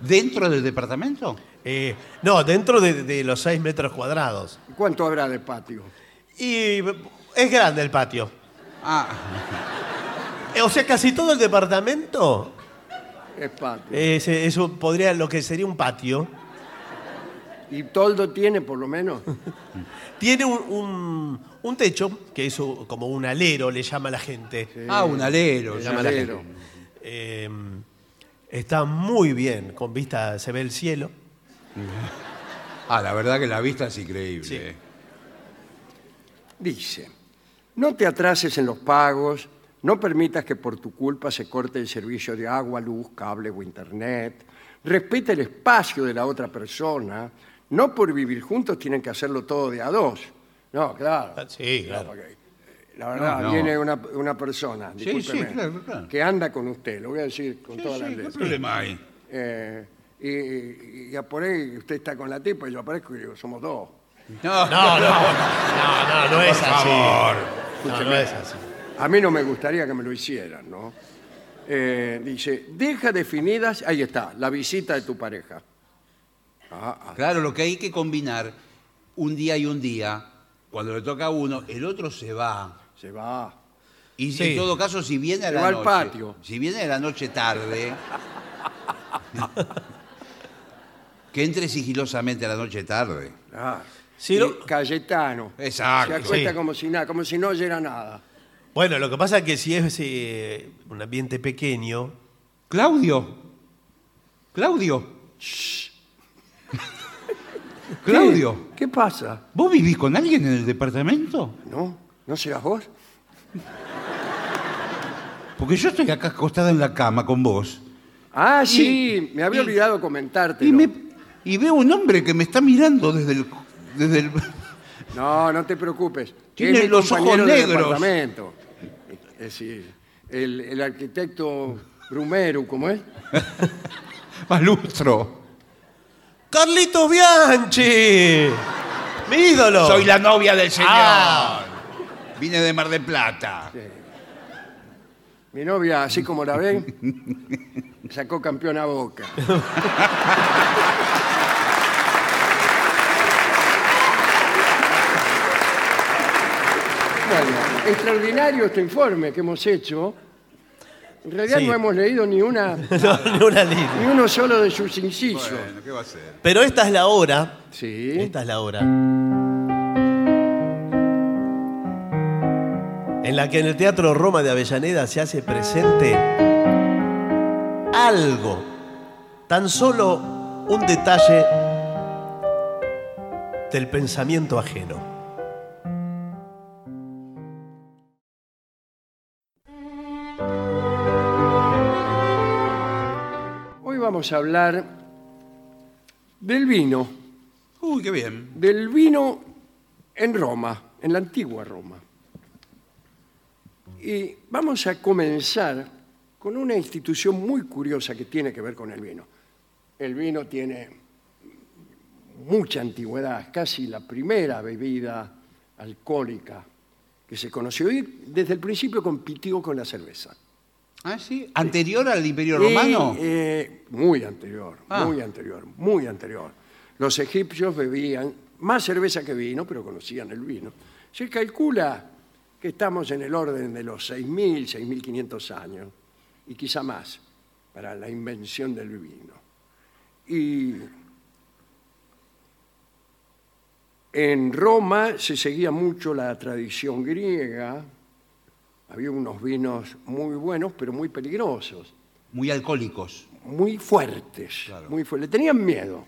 [SPEAKER 3] ¿Dentro del departamento?
[SPEAKER 2] Eh, no, dentro de, de los 6 metros cuadrados.
[SPEAKER 1] ¿Y ¿Cuánto habrá de patio?
[SPEAKER 2] Y es grande el patio.
[SPEAKER 3] Ah,
[SPEAKER 2] Eh, O sea, casi todo el departamento
[SPEAKER 1] Es patio.
[SPEAKER 2] es, es un- podría lo que sería un patio.
[SPEAKER 1] ¿Y toldo tiene por lo menos?
[SPEAKER 3] Pues
[SPEAKER 2] Tiene un, un- un techo, que es u- como un alero, le llama la gente.
[SPEAKER 3] ah, un alero.
[SPEAKER 1] El
[SPEAKER 3] ya la
[SPEAKER 1] alero.
[SPEAKER 3] gente.
[SPEAKER 2] Eh, está muy bien, con vista se ve el cielo.
[SPEAKER 3] Ah, la verdad que la vista es increíble.
[SPEAKER 2] Sí.
[SPEAKER 3] eh.
[SPEAKER 1] Dice, no te atrases en los pagos, no permitas que por tu culpa se corte el servicio de agua, luz, cable o internet, respeta el espacio de la otra persona, no por vivir juntos tienen que hacerlo todo de a dos. No, claro.
[SPEAKER 2] Ah, sí, claro.
[SPEAKER 1] No, porque, eh, La verdad,
[SPEAKER 3] No, no.
[SPEAKER 1] viene una, una persona,
[SPEAKER 3] Sí,
[SPEAKER 1] discúlpeme,
[SPEAKER 3] sí, claro, claro.
[SPEAKER 1] que anda con usted, lo voy a decir con todas las
[SPEAKER 3] Sí, ¿Qué
[SPEAKER 1] letras.
[SPEAKER 3] problema hay?
[SPEAKER 1] Eh, y, y- y ya por ahí usted está con la tipa y yo aparezco y digo, somos dos.
[SPEAKER 3] No,
[SPEAKER 2] No, no, no, no, no es
[SPEAKER 3] por
[SPEAKER 2] así.
[SPEAKER 3] favor.
[SPEAKER 2] No, no es así.
[SPEAKER 1] A mí no me gustaría que me lo hicieran, ¿no? Eh, dice, deja definidas, ahí está, la visita de tu pareja. Ah, ah,
[SPEAKER 3] Claro, lo que hay que combinar un día y un día, cuando le toca a uno, el otro se va.
[SPEAKER 1] se va.
[SPEAKER 3] Y si
[SPEAKER 2] Sí.
[SPEAKER 3] en todo caso, si viene a
[SPEAKER 1] Se
[SPEAKER 3] la
[SPEAKER 1] va al
[SPEAKER 3] noche,
[SPEAKER 1] patio.
[SPEAKER 3] si viene a la noche tarde, que entre sigilosamente a la noche tarde.
[SPEAKER 1] Ah.
[SPEAKER 2] Sí,
[SPEAKER 1] Y
[SPEAKER 2] lo-
[SPEAKER 1] Cayetano.
[SPEAKER 3] Exacto.
[SPEAKER 1] Se acuesta
[SPEAKER 2] Sí.
[SPEAKER 1] como si nada, como si no oyera nada.
[SPEAKER 2] Bueno, lo que pasa es que si es eh, un ambiente pequeño,
[SPEAKER 3] Claudio, Claudio, Claudio,
[SPEAKER 1] ¿Qué, ¿Qué pasa?
[SPEAKER 3] ¿vos vivís con alguien en el departamento?
[SPEAKER 1] ¿No? ¿No serás vos?
[SPEAKER 3] Porque yo estoy acá acostada en la cama con vos
[SPEAKER 1] Ah, sí, me había
[SPEAKER 3] y-
[SPEAKER 1] olvidado comentarte.
[SPEAKER 3] y, me, y veo un hombre que me está mirando desde el... Desde el (laughs)
[SPEAKER 1] No, no te preocupes.
[SPEAKER 3] Tiene
[SPEAKER 1] mi
[SPEAKER 3] los
[SPEAKER 1] compañero
[SPEAKER 3] ojos
[SPEAKER 1] de
[SPEAKER 3] negros.
[SPEAKER 1] departamento. Es decir, el, el arquitecto Brumero, ¿cómo es?
[SPEAKER 3] balustro.
[SPEAKER 2] ¡Carlitos Bianchi! ¡Mi ídolo!
[SPEAKER 3] Soy la novia del señor.
[SPEAKER 2] Ah.
[SPEAKER 3] Vine de Mar del Plata.
[SPEAKER 1] Mi novia, así como la ven, (laughs) sacó campeón a boca. Bueno, extraordinario este informe que hemos hecho. En realidad
[SPEAKER 2] Sí.
[SPEAKER 1] no hemos leído ni una,
[SPEAKER 2] (laughs) No, ni una línea.
[SPEAKER 1] ni uno solo de sus incisos.
[SPEAKER 3] ¿qué va a ser?
[SPEAKER 2] Pero esta es la hora.
[SPEAKER 1] Sí.
[SPEAKER 2] Esta es la hora. En la que en el Teatro Roma de Avellaneda se hace presente algo, tan solo un detalle del pensamiento ajeno.
[SPEAKER 1] Hoy vamos a hablar del vino,
[SPEAKER 3] Uy, qué bien.
[SPEAKER 1] del vino en Roma, en la antigua Roma. Y vamos a comenzar con una institución muy curiosa que tiene que ver con el vino. El vino tiene mucha antigüedad, es casi la primera bebida alcohólica que se conoció y desde el principio compitió con la cerveza.
[SPEAKER 3] Ah, sí. ¿Anterior al Imperio
[SPEAKER 1] Y,
[SPEAKER 3] Romano?
[SPEAKER 1] eh, muy anterior,
[SPEAKER 3] Ah.
[SPEAKER 1] muy anterior, muy anterior. Los egipcios bebían más cerveza que vino, pero conocían el vino. Se calcula que estamos en el orden de los 6.000, 6.500 años, y quizá más, para la invención del vino. Y en Roma se seguía mucho la tradición griega, había unos vinos muy buenos, pero muy peligrosos
[SPEAKER 3] Muy alcohólicos.
[SPEAKER 1] muy fuertes,
[SPEAKER 3] Claro.
[SPEAKER 1] muy fuertes. Le tenían miedo.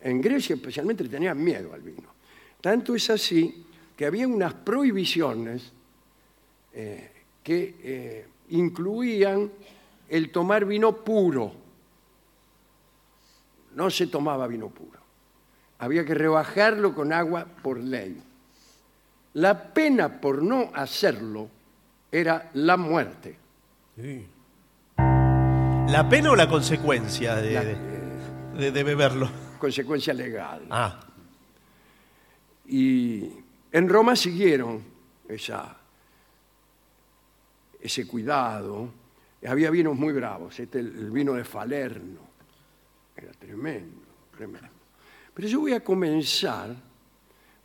[SPEAKER 1] En Grecia especialmente le tenían miedo al vino. Tanto es así que había unas prohibiciones eh, que eh, incluían el tomar vino puro. No se tomaba vino puro. Había que rebajarlo con agua por ley. La pena por no hacerlo era la muerte.
[SPEAKER 2] ¿La pena o la consecuencia de,
[SPEAKER 1] La-
[SPEAKER 2] de-
[SPEAKER 1] eh,
[SPEAKER 2] de- de beberlo?
[SPEAKER 1] consecuencia legal.
[SPEAKER 2] Ah,
[SPEAKER 1] Y en Roma siguieron esa- ese cuidado. Había vinos muy bravos. Este, el el vino de Falerno. Era tremendo, tremendo. Pero yo voy a comenzar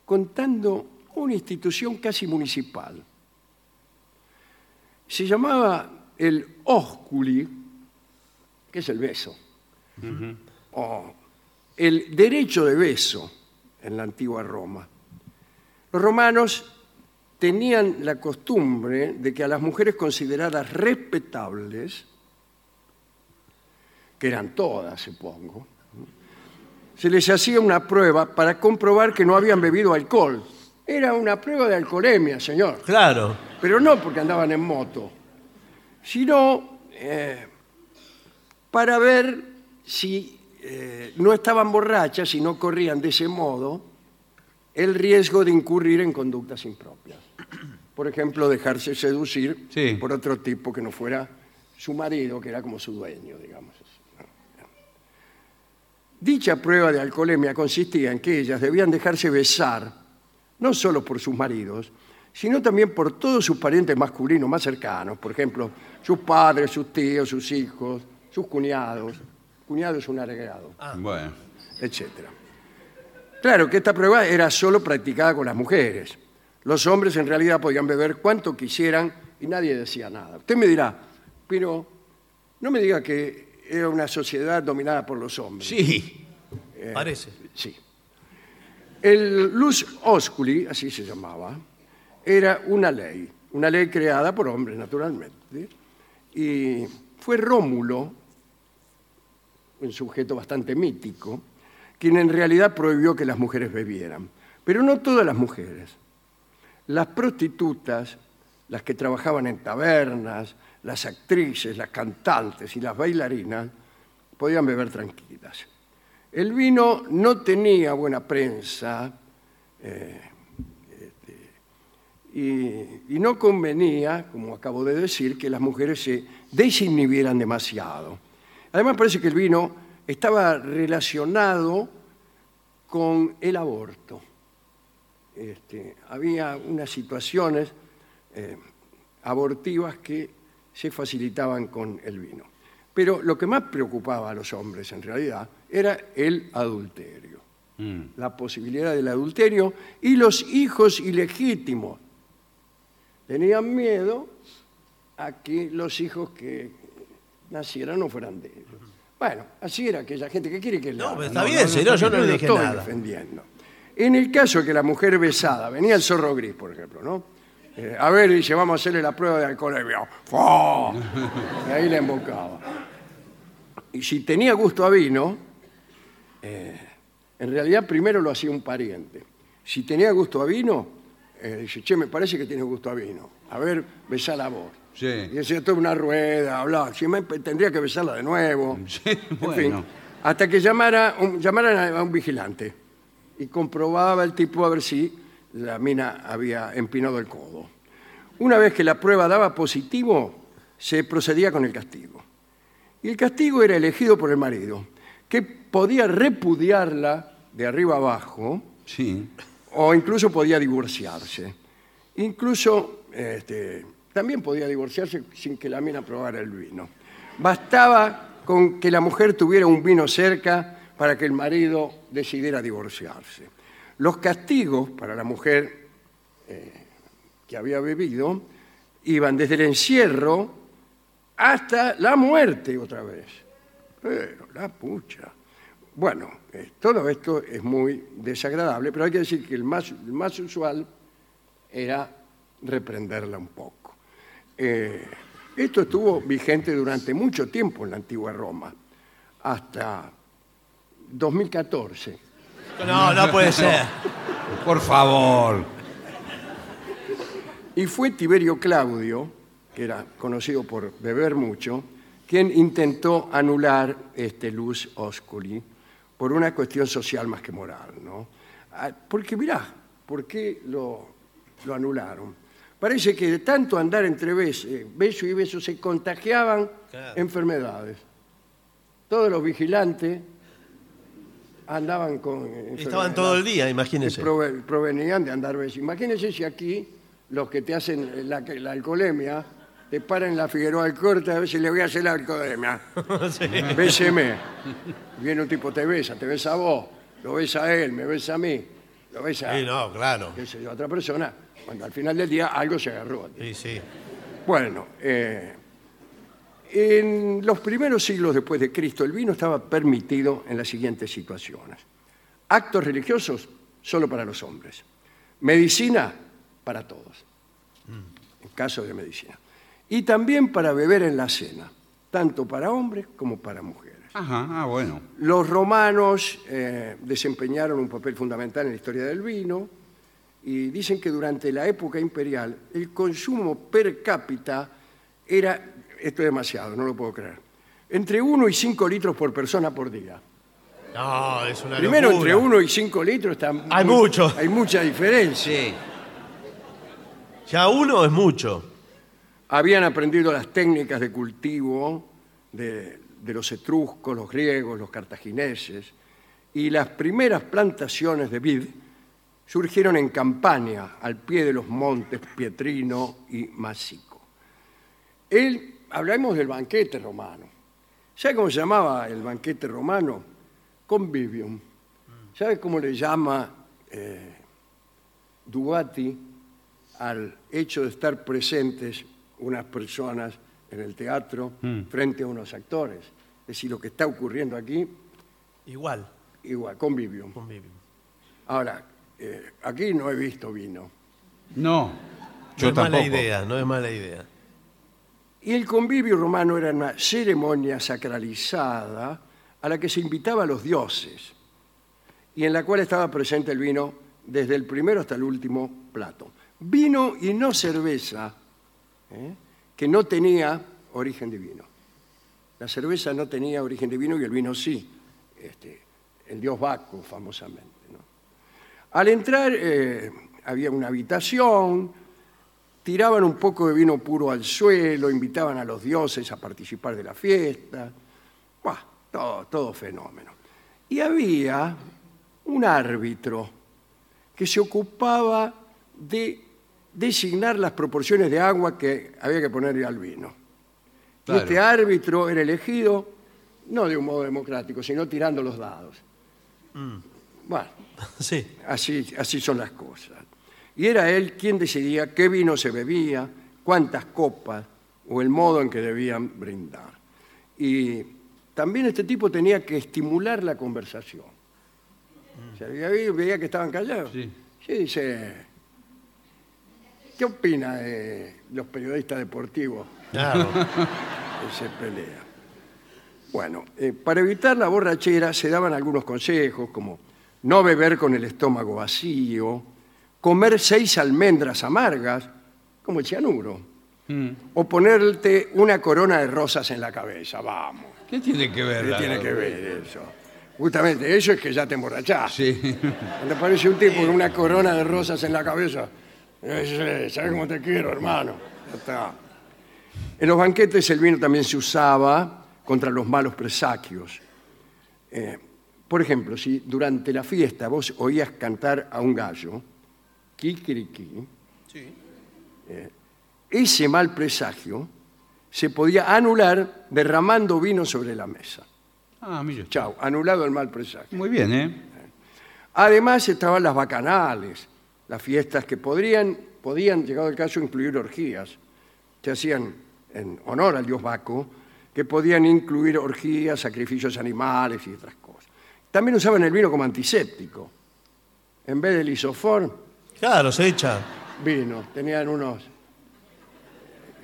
[SPEAKER 1] contando una institución casi municipal. Se llamaba el ósculi, que es el beso. O el derecho de beso en la antigua Roma. Los romanos tenían la costumbre de que a las mujeres consideradas respetables, que eran todas, supongo, se les hacía una prueba para comprobar que no habían bebido alcohol. Era una prueba de alcoholemia, señor
[SPEAKER 2] claro.
[SPEAKER 1] pero no porque andaban en moto, sino eh, para ver si eh, no estaban borrachas y no corrían de ese modo el riesgo de incurrir en conductas impropias. Por ejemplo, dejarse seducir
[SPEAKER 3] Sí.
[SPEAKER 1] por otro tipo que no fuera su marido, que era como su dueño, digamos. Dicha prueba de alcoholemia consistía en que ellas debían dejarse besar, no solo por sus maridos, sino también por todos sus parientes masculinos más cercanos, por ejemplo, sus padres, sus tíos, sus hijos, sus cuñados. Cuñado es un agregado
[SPEAKER 3] Ah. Bueno.
[SPEAKER 1] etcétera. Claro que esta prueba era solo practicada con las mujeres. Los hombres en realidad podían beber cuanto quisieran y nadie decía nada. Usted me dirá, pero no me diga que era una sociedad dominada por los hombres.
[SPEAKER 3] Sí.
[SPEAKER 2] Parece.
[SPEAKER 1] Sí. El Luz Osculi, así se llamaba, era una ley, una ley creada por hombres, naturalmente, y fue Rómulo, un sujeto bastante mítico, quien en realidad prohibió que las mujeres bebieran. Pero no todas las mujeres. Las prostitutas, las que trabajaban en tabernas, las actrices, las cantantes y las bailarinas, podían beber tranquilas. El vino no tenía buena prensa eh, este, y, y no convenía, como acabo de decir, que las mujeres se desinhibieran demasiado. Además parece que el vino estaba relacionado con el aborto. Este, había unas situaciones eh, abortivas que se facilitaban con el vino. Pero lo que más preocupaba a los hombres en realidad era el adulterio,
[SPEAKER 2] Mm.
[SPEAKER 1] la posibilidad del adulterio y los hijos ilegítimos. Tenían miedo a que los hijos que nacieran no fueran de ellos. Bueno, así era aquella gente que quiere que le
[SPEAKER 2] No,
[SPEAKER 1] hagan?
[SPEAKER 2] pero está bien, señor, yo no le
[SPEAKER 1] lo
[SPEAKER 2] dije
[SPEAKER 1] estoy
[SPEAKER 2] nada.
[SPEAKER 1] defendiendo. En el caso de que la mujer besada, venía el zorro gris, por ejemplo, ¿no? Eh, a ver, dice, vamos a hacerle la prueba de alcohol. Y, veo,
[SPEAKER 2] (laughs)
[SPEAKER 1] ¡fua! y ahí la embocaba. Y si tenía gusto a vino, eh, en realidad primero lo hacía un pariente. Si tenía gusto a vino, eh, dice, che, me parece que tiene gusto a vino. A ver, besala vos.
[SPEAKER 3] Sí.
[SPEAKER 1] Y hacía toda una rueda, hablaba. Si me, tendría que besarla de nuevo.
[SPEAKER 3] (laughs) Sí,
[SPEAKER 1] En fin,
[SPEAKER 3] bueno.
[SPEAKER 1] hasta que llamara un- llamaran a- a un vigilante y comprobaba el tipo a ver si la mina había empinado el codo. Una vez que la prueba daba positivo, se procedía con el castigo. Y el castigo era elegido por el marido, que podía repudiarla de arriba abajo
[SPEAKER 3] Sí.
[SPEAKER 1] o incluso podía divorciarse. Incluso este, también podía divorciarse sin que la mina probara el vino. Bastaba con que la mujer tuviera un vino cerca para que el marido decidiera divorciarse. Los castigos para la mujer eh, que había bebido iban desde el encierro hasta la muerte otra vez. Pero la pucha. Bueno, eh, todo esto es muy desagradable, pero hay que decir que el más, el más usual era reprenderla un poco. Eh, esto estuvo vigente durante mucho tiempo en la antigua Roma, hasta 2014.
[SPEAKER 2] No, no puede ser.
[SPEAKER 3] Por favor.
[SPEAKER 1] Y fue Tiberio Claudio, que era conocido por beber mucho, quien intentó anular este Luz Osculi por una cuestión social más que moral, ¿no? Ah, Porque mirá, ¿por qué lo, lo anularon? Parece que de tanto andar entre bes- eh, beso y beso se contagiaban
[SPEAKER 2] Claro.
[SPEAKER 1] enfermedades. Todos los vigilantes andaban con eh,
[SPEAKER 2] Estaban
[SPEAKER 1] enfermedades
[SPEAKER 2] todo el día,
[SPEAKER 1] que
[SPEAKER 2] imagínense.
[SPEAKER 1] prove- provenían de andar besos. Imagínense si aquí los que te hacen la, la alcoholemia te paran la Figueroa al corte a ver si le voy a hacer la alcoholemia.
[SPEAKER 2] (laughs) Sí.
[SPEAKER 1] Béseme. Viene un tipo, te besa, te besa a vos, lo besa a él, me besa a mí, lo besa a
[SPEAKER 2] Sí, no, claro.
[SPEAKER 1] qué sé yo, a otra persona. Cuando al final del día algo se agarró.
[SPEAKER 2] Sí, sí.
[SPEAKER 1] Bueno, eh, en los primeros siglos después de Cristo, el vino estaba permitido en las siguientes situaciones. Actos religiosos solo para los hombres. Medicina para todos, en caso de medicina. Y también para beber en la cena, tanto para hombres como para mujeres.
[SPEAKER 3] Ajá, ah, bueno.
[SPEAKER 1] Los romanos eh, desempeñaron un papel fundamental en la historia del vino y dicen que durante la época imperial el consumo per cápita era, esto es demasiado, no lo puedo creer, entre 1 y 5 litros por persona por día.
[SPEAKER 2] No, es una
[SPEAKER 1] Primero,
[SPEAKER 2] locura.
[SPEAKER 1] entre 1 y 5 litros está
[SPEAKER 2] Hay
[SPEAKER 1] muy-
[SPEAKER 2] mucho.
[SPEAKER 1] Hay mucha diferencia.
[SPEAKER 3] Sí.
[SPEAKER 2] Ya uno es mucho.
[SPEAKER 1] habían aprendido las técnicas de cultivo de, de los etruscos, los griegos, los cartagineses, y las primeras plantaciones de vid surgieron en Campania, al pie de los montes Pietrino y Masico. Él, hablamos del banquete romano. ¿Sabe cómo se llamaba el banquete romano? Convivium. ¿Sabe cómo le llama eh, Duati al hecho de estar presentes unas personas en el teatro frente a unos actores? Es decir, lo que está ocurriendo aquí,
[SPEAKER 2] Igual.
[SPEAKER 1] igual, convivium.
[SPEAKER 2] conviven.
[SPEAKER 1] Ahora, eh, aquí no he visto vino.
[SPEAKER 3] No, yo
[SPEAKER 2] no es
[SPEAKER 3] tampoco.
[SPEAKER 2] mala idea, no es mala idea. (laughs)
[SPEAKER 1] Y el convivio romano era una ceremonia sacralizada a la que se invitaba a los dioses y en la cual estaba presente el vino desde el primero hasta el último plato. Vino y no cerveza, ¿eh? que no tenía origen divino. La cerveza no tenía origen divino y el vino sí, este, el dios Baco famosamente. ¿no? Al entrar eh, había una habitación, tiraban un poco de vino puro al suelo, invitaban a los dioses a participar de la fiesta. Buah, todo, todo fenómeno. Y había un árbitro que se ocupaba de designar las proporciones de agua que había que ponerle al vino. Y
[SPEAKER 3] Claro.
[SPEAKER 1] Este árbitro era elegido no de un modo democrático, sino tirando los dados. Bueno,
[SPEAKER 2] (laughs) Sí.
[SPEAKER 1] Así, así son las cosas. Y era él quien decidía qué vino se bebía, cuántas copas o el modo en que debían brindar. Y también este tipo tenía que estimular la conversación. O sea, y ahí veía que estaban callados.
[SPEAKER 3] Sí.
[SPEAKER 1] Sí, dice, ¿qué opina de los periodistas deportivos?
[SPEAKER 2] Claro.
[SPEAKER 1] que se pelea. Bueno, eh, para evitar la borrachera se daban algunos consejos como no beber con el estómago vacío, comer seis almendras amargas, como el cianuro, o ponerte una corona de rosas en la cabeza, vamos.
[SPEAKER 3] ¿Qué tiene que ver?
[SPEAKER 1] ¿Qué
[SPEAKER 3] la-
[SPEAKER 1] tiene que ver eso? Justamente eso es que ya te emborrachás.
[SPEAKER 3] Sí.
[SPEAKER 1] Cuando aparece un tipo con una corona de rosas en la cabeza, eh, sí, ¿sabes cómo te quiero, hermano? Ya está. En los banquetes el vino también se usaba contra los malos presagios. Eh, por ejemplo, si durante la fiesta vos oías cantar a un gallo, kikiriki, eh, ese mal presagio se podía anular derramando vino sobre la mesa.
[SPEAKER 3] (laughs) Ah, mira.
[SPEAKER 1] Chau, anulado el mal presagio.
[SPEAKER 3] Muy bien, ¿eh?
[SPEAKER 1] Además estaban las bacanales, las fiestas que podrían, podían, llegado el caso, incluir orgías. Se hacían en honor al dios Baco, que podían incluir orgías, sacrificios animales y otras cosas. También usaban el vino como antiséptico. En vez del isofor,
[SPEAKER 2] Claro, se echa.
[SPEAKER 1] vino. Tenían unos...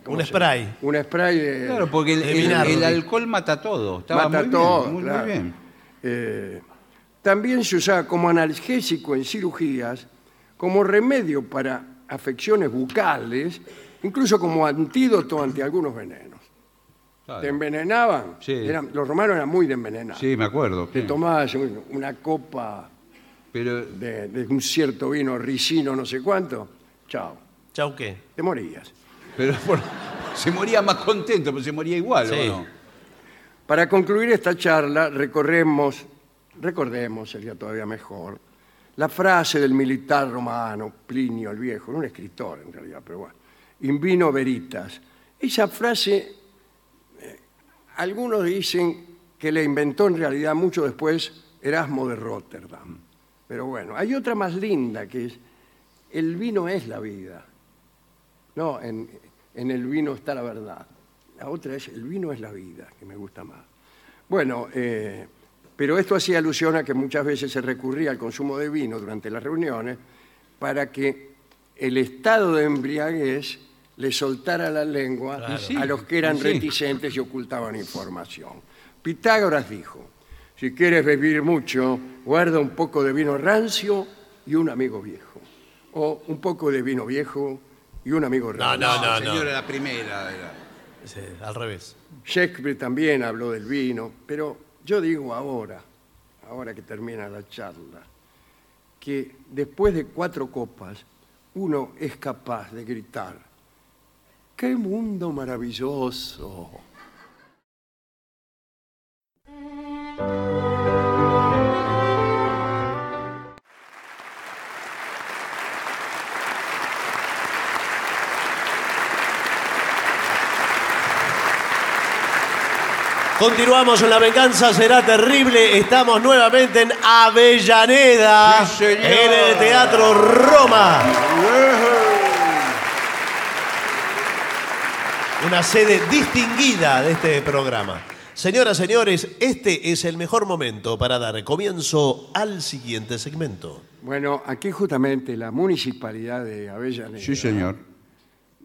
[SPEAKER 1] ¿cómo
[SPEAKER 2] Un
[SPEAKER 1] se-
[SPEAKER 2] spray.
[SPEAKER 1] Un spray de...
[SPEAKER 3] Claro, porque el,
[SPEAKER 2] De
[SPEAKER 3] el-
[SPEAKER 2] vinagre.
[SPEAKER 3] el alcohol mata todo. Estaba
[SPEAKER 1] Mata
[SPEAKER 3] muy bien,
[SPEAKER 1] todo,
[SPEAKER 3] muy- muy
[SPEAKER 1] claro.
[SPEAKER 3] bien.
[SPEAKER 1] Eh, también se usaba como analgésico en cirugías, como remedio para afecciones bucales, incluso como antídoto ante algunos venenos.
[SPEAKER 3] Claro.
[SPEAKER 1] ¿Te envenenaban?
[SPEAKER 3] Sí.
[SPEAKER 1] Eran- los romanos eran muy de envenenar.
[SPEAKER 3] Sí, me acuerdo.
[SPEAKER 1] Te
[SPEAKER 3] sí.
[SPEAKER 1] tomabas un- una copa
[SPEAKER 3] Pero
[SPEAKER 1] de, de un cierto vino ricino, no sé cuánto, chao,
[SPEAKER 2] Chau, ¿qué?
[SPEAKER 1] te morías.
[SPEAKER 3] Pero (laughs) por- se moría más contento, pero se moría igual, ¿o
[SPEAKER 2] Sí.
[SPEAKER 3] no?
[SPEAKER 1] Para concluir esta charla, recorremos, recordemos, sería todavía mejor, la frase del militar romano, Plinio el Viejo, un escritor en realidad, pero bueno, in vino veritas. Esa frase, eh, algunos dicen que la inventó en realidad mucho después Erasmo de Rotterdam. Pero bueno, hay otra más linda que es, el vino es la vida. No, en, en el vino está la verdad. La otra es, el vino es la vida, que me gusta más. Bueno, eh, pero esto hacía alusión a que muchas veces se recurría al consumo de vino durante las reuniones para que el estado de embriaguez le soltara la lengua
[SPEAKER 3] Claro. Sí,
[SPEAKER 1] a los que eran
[SPEAKER 3] sí.
[SPEAKER 1] reticentes y ocultaban información. Pitágoras dijo, si quieres vivir mucho, guarda un poco de vino rancio y un amigo viejo. O un poco de vino viejo y un amigo rancio.
[SPEAKER 2] No, no, no, no.
[SPEAKER 3] señora, la primera. Ah, era.
[SPEAKER 2] Sí, al revés.
[SPEAKER 1] Shakespeare también habló del vino, pero yo digo ahora, ahora que termina la charla, que después de cuatro copas uno es capaz de gritar, ¡qué mundo maravilloso!
[SPEAKER 2] Continuamos en La Venganza Será Terrible. Estamos nuevamente en Avellaneda,
[SPEAKER 3] Sí, señor.
[SPEAKER 2] en el Teatro Roma. Una sede distinguida de este programa. Señoras, señores, este es el mejor momento para dar comienzo al siguiente segmento.
[SPEAKER 1] Bueno, aquí justamente la municipalidad de Avellaneda
[SPEAKER 3] Sí, señor.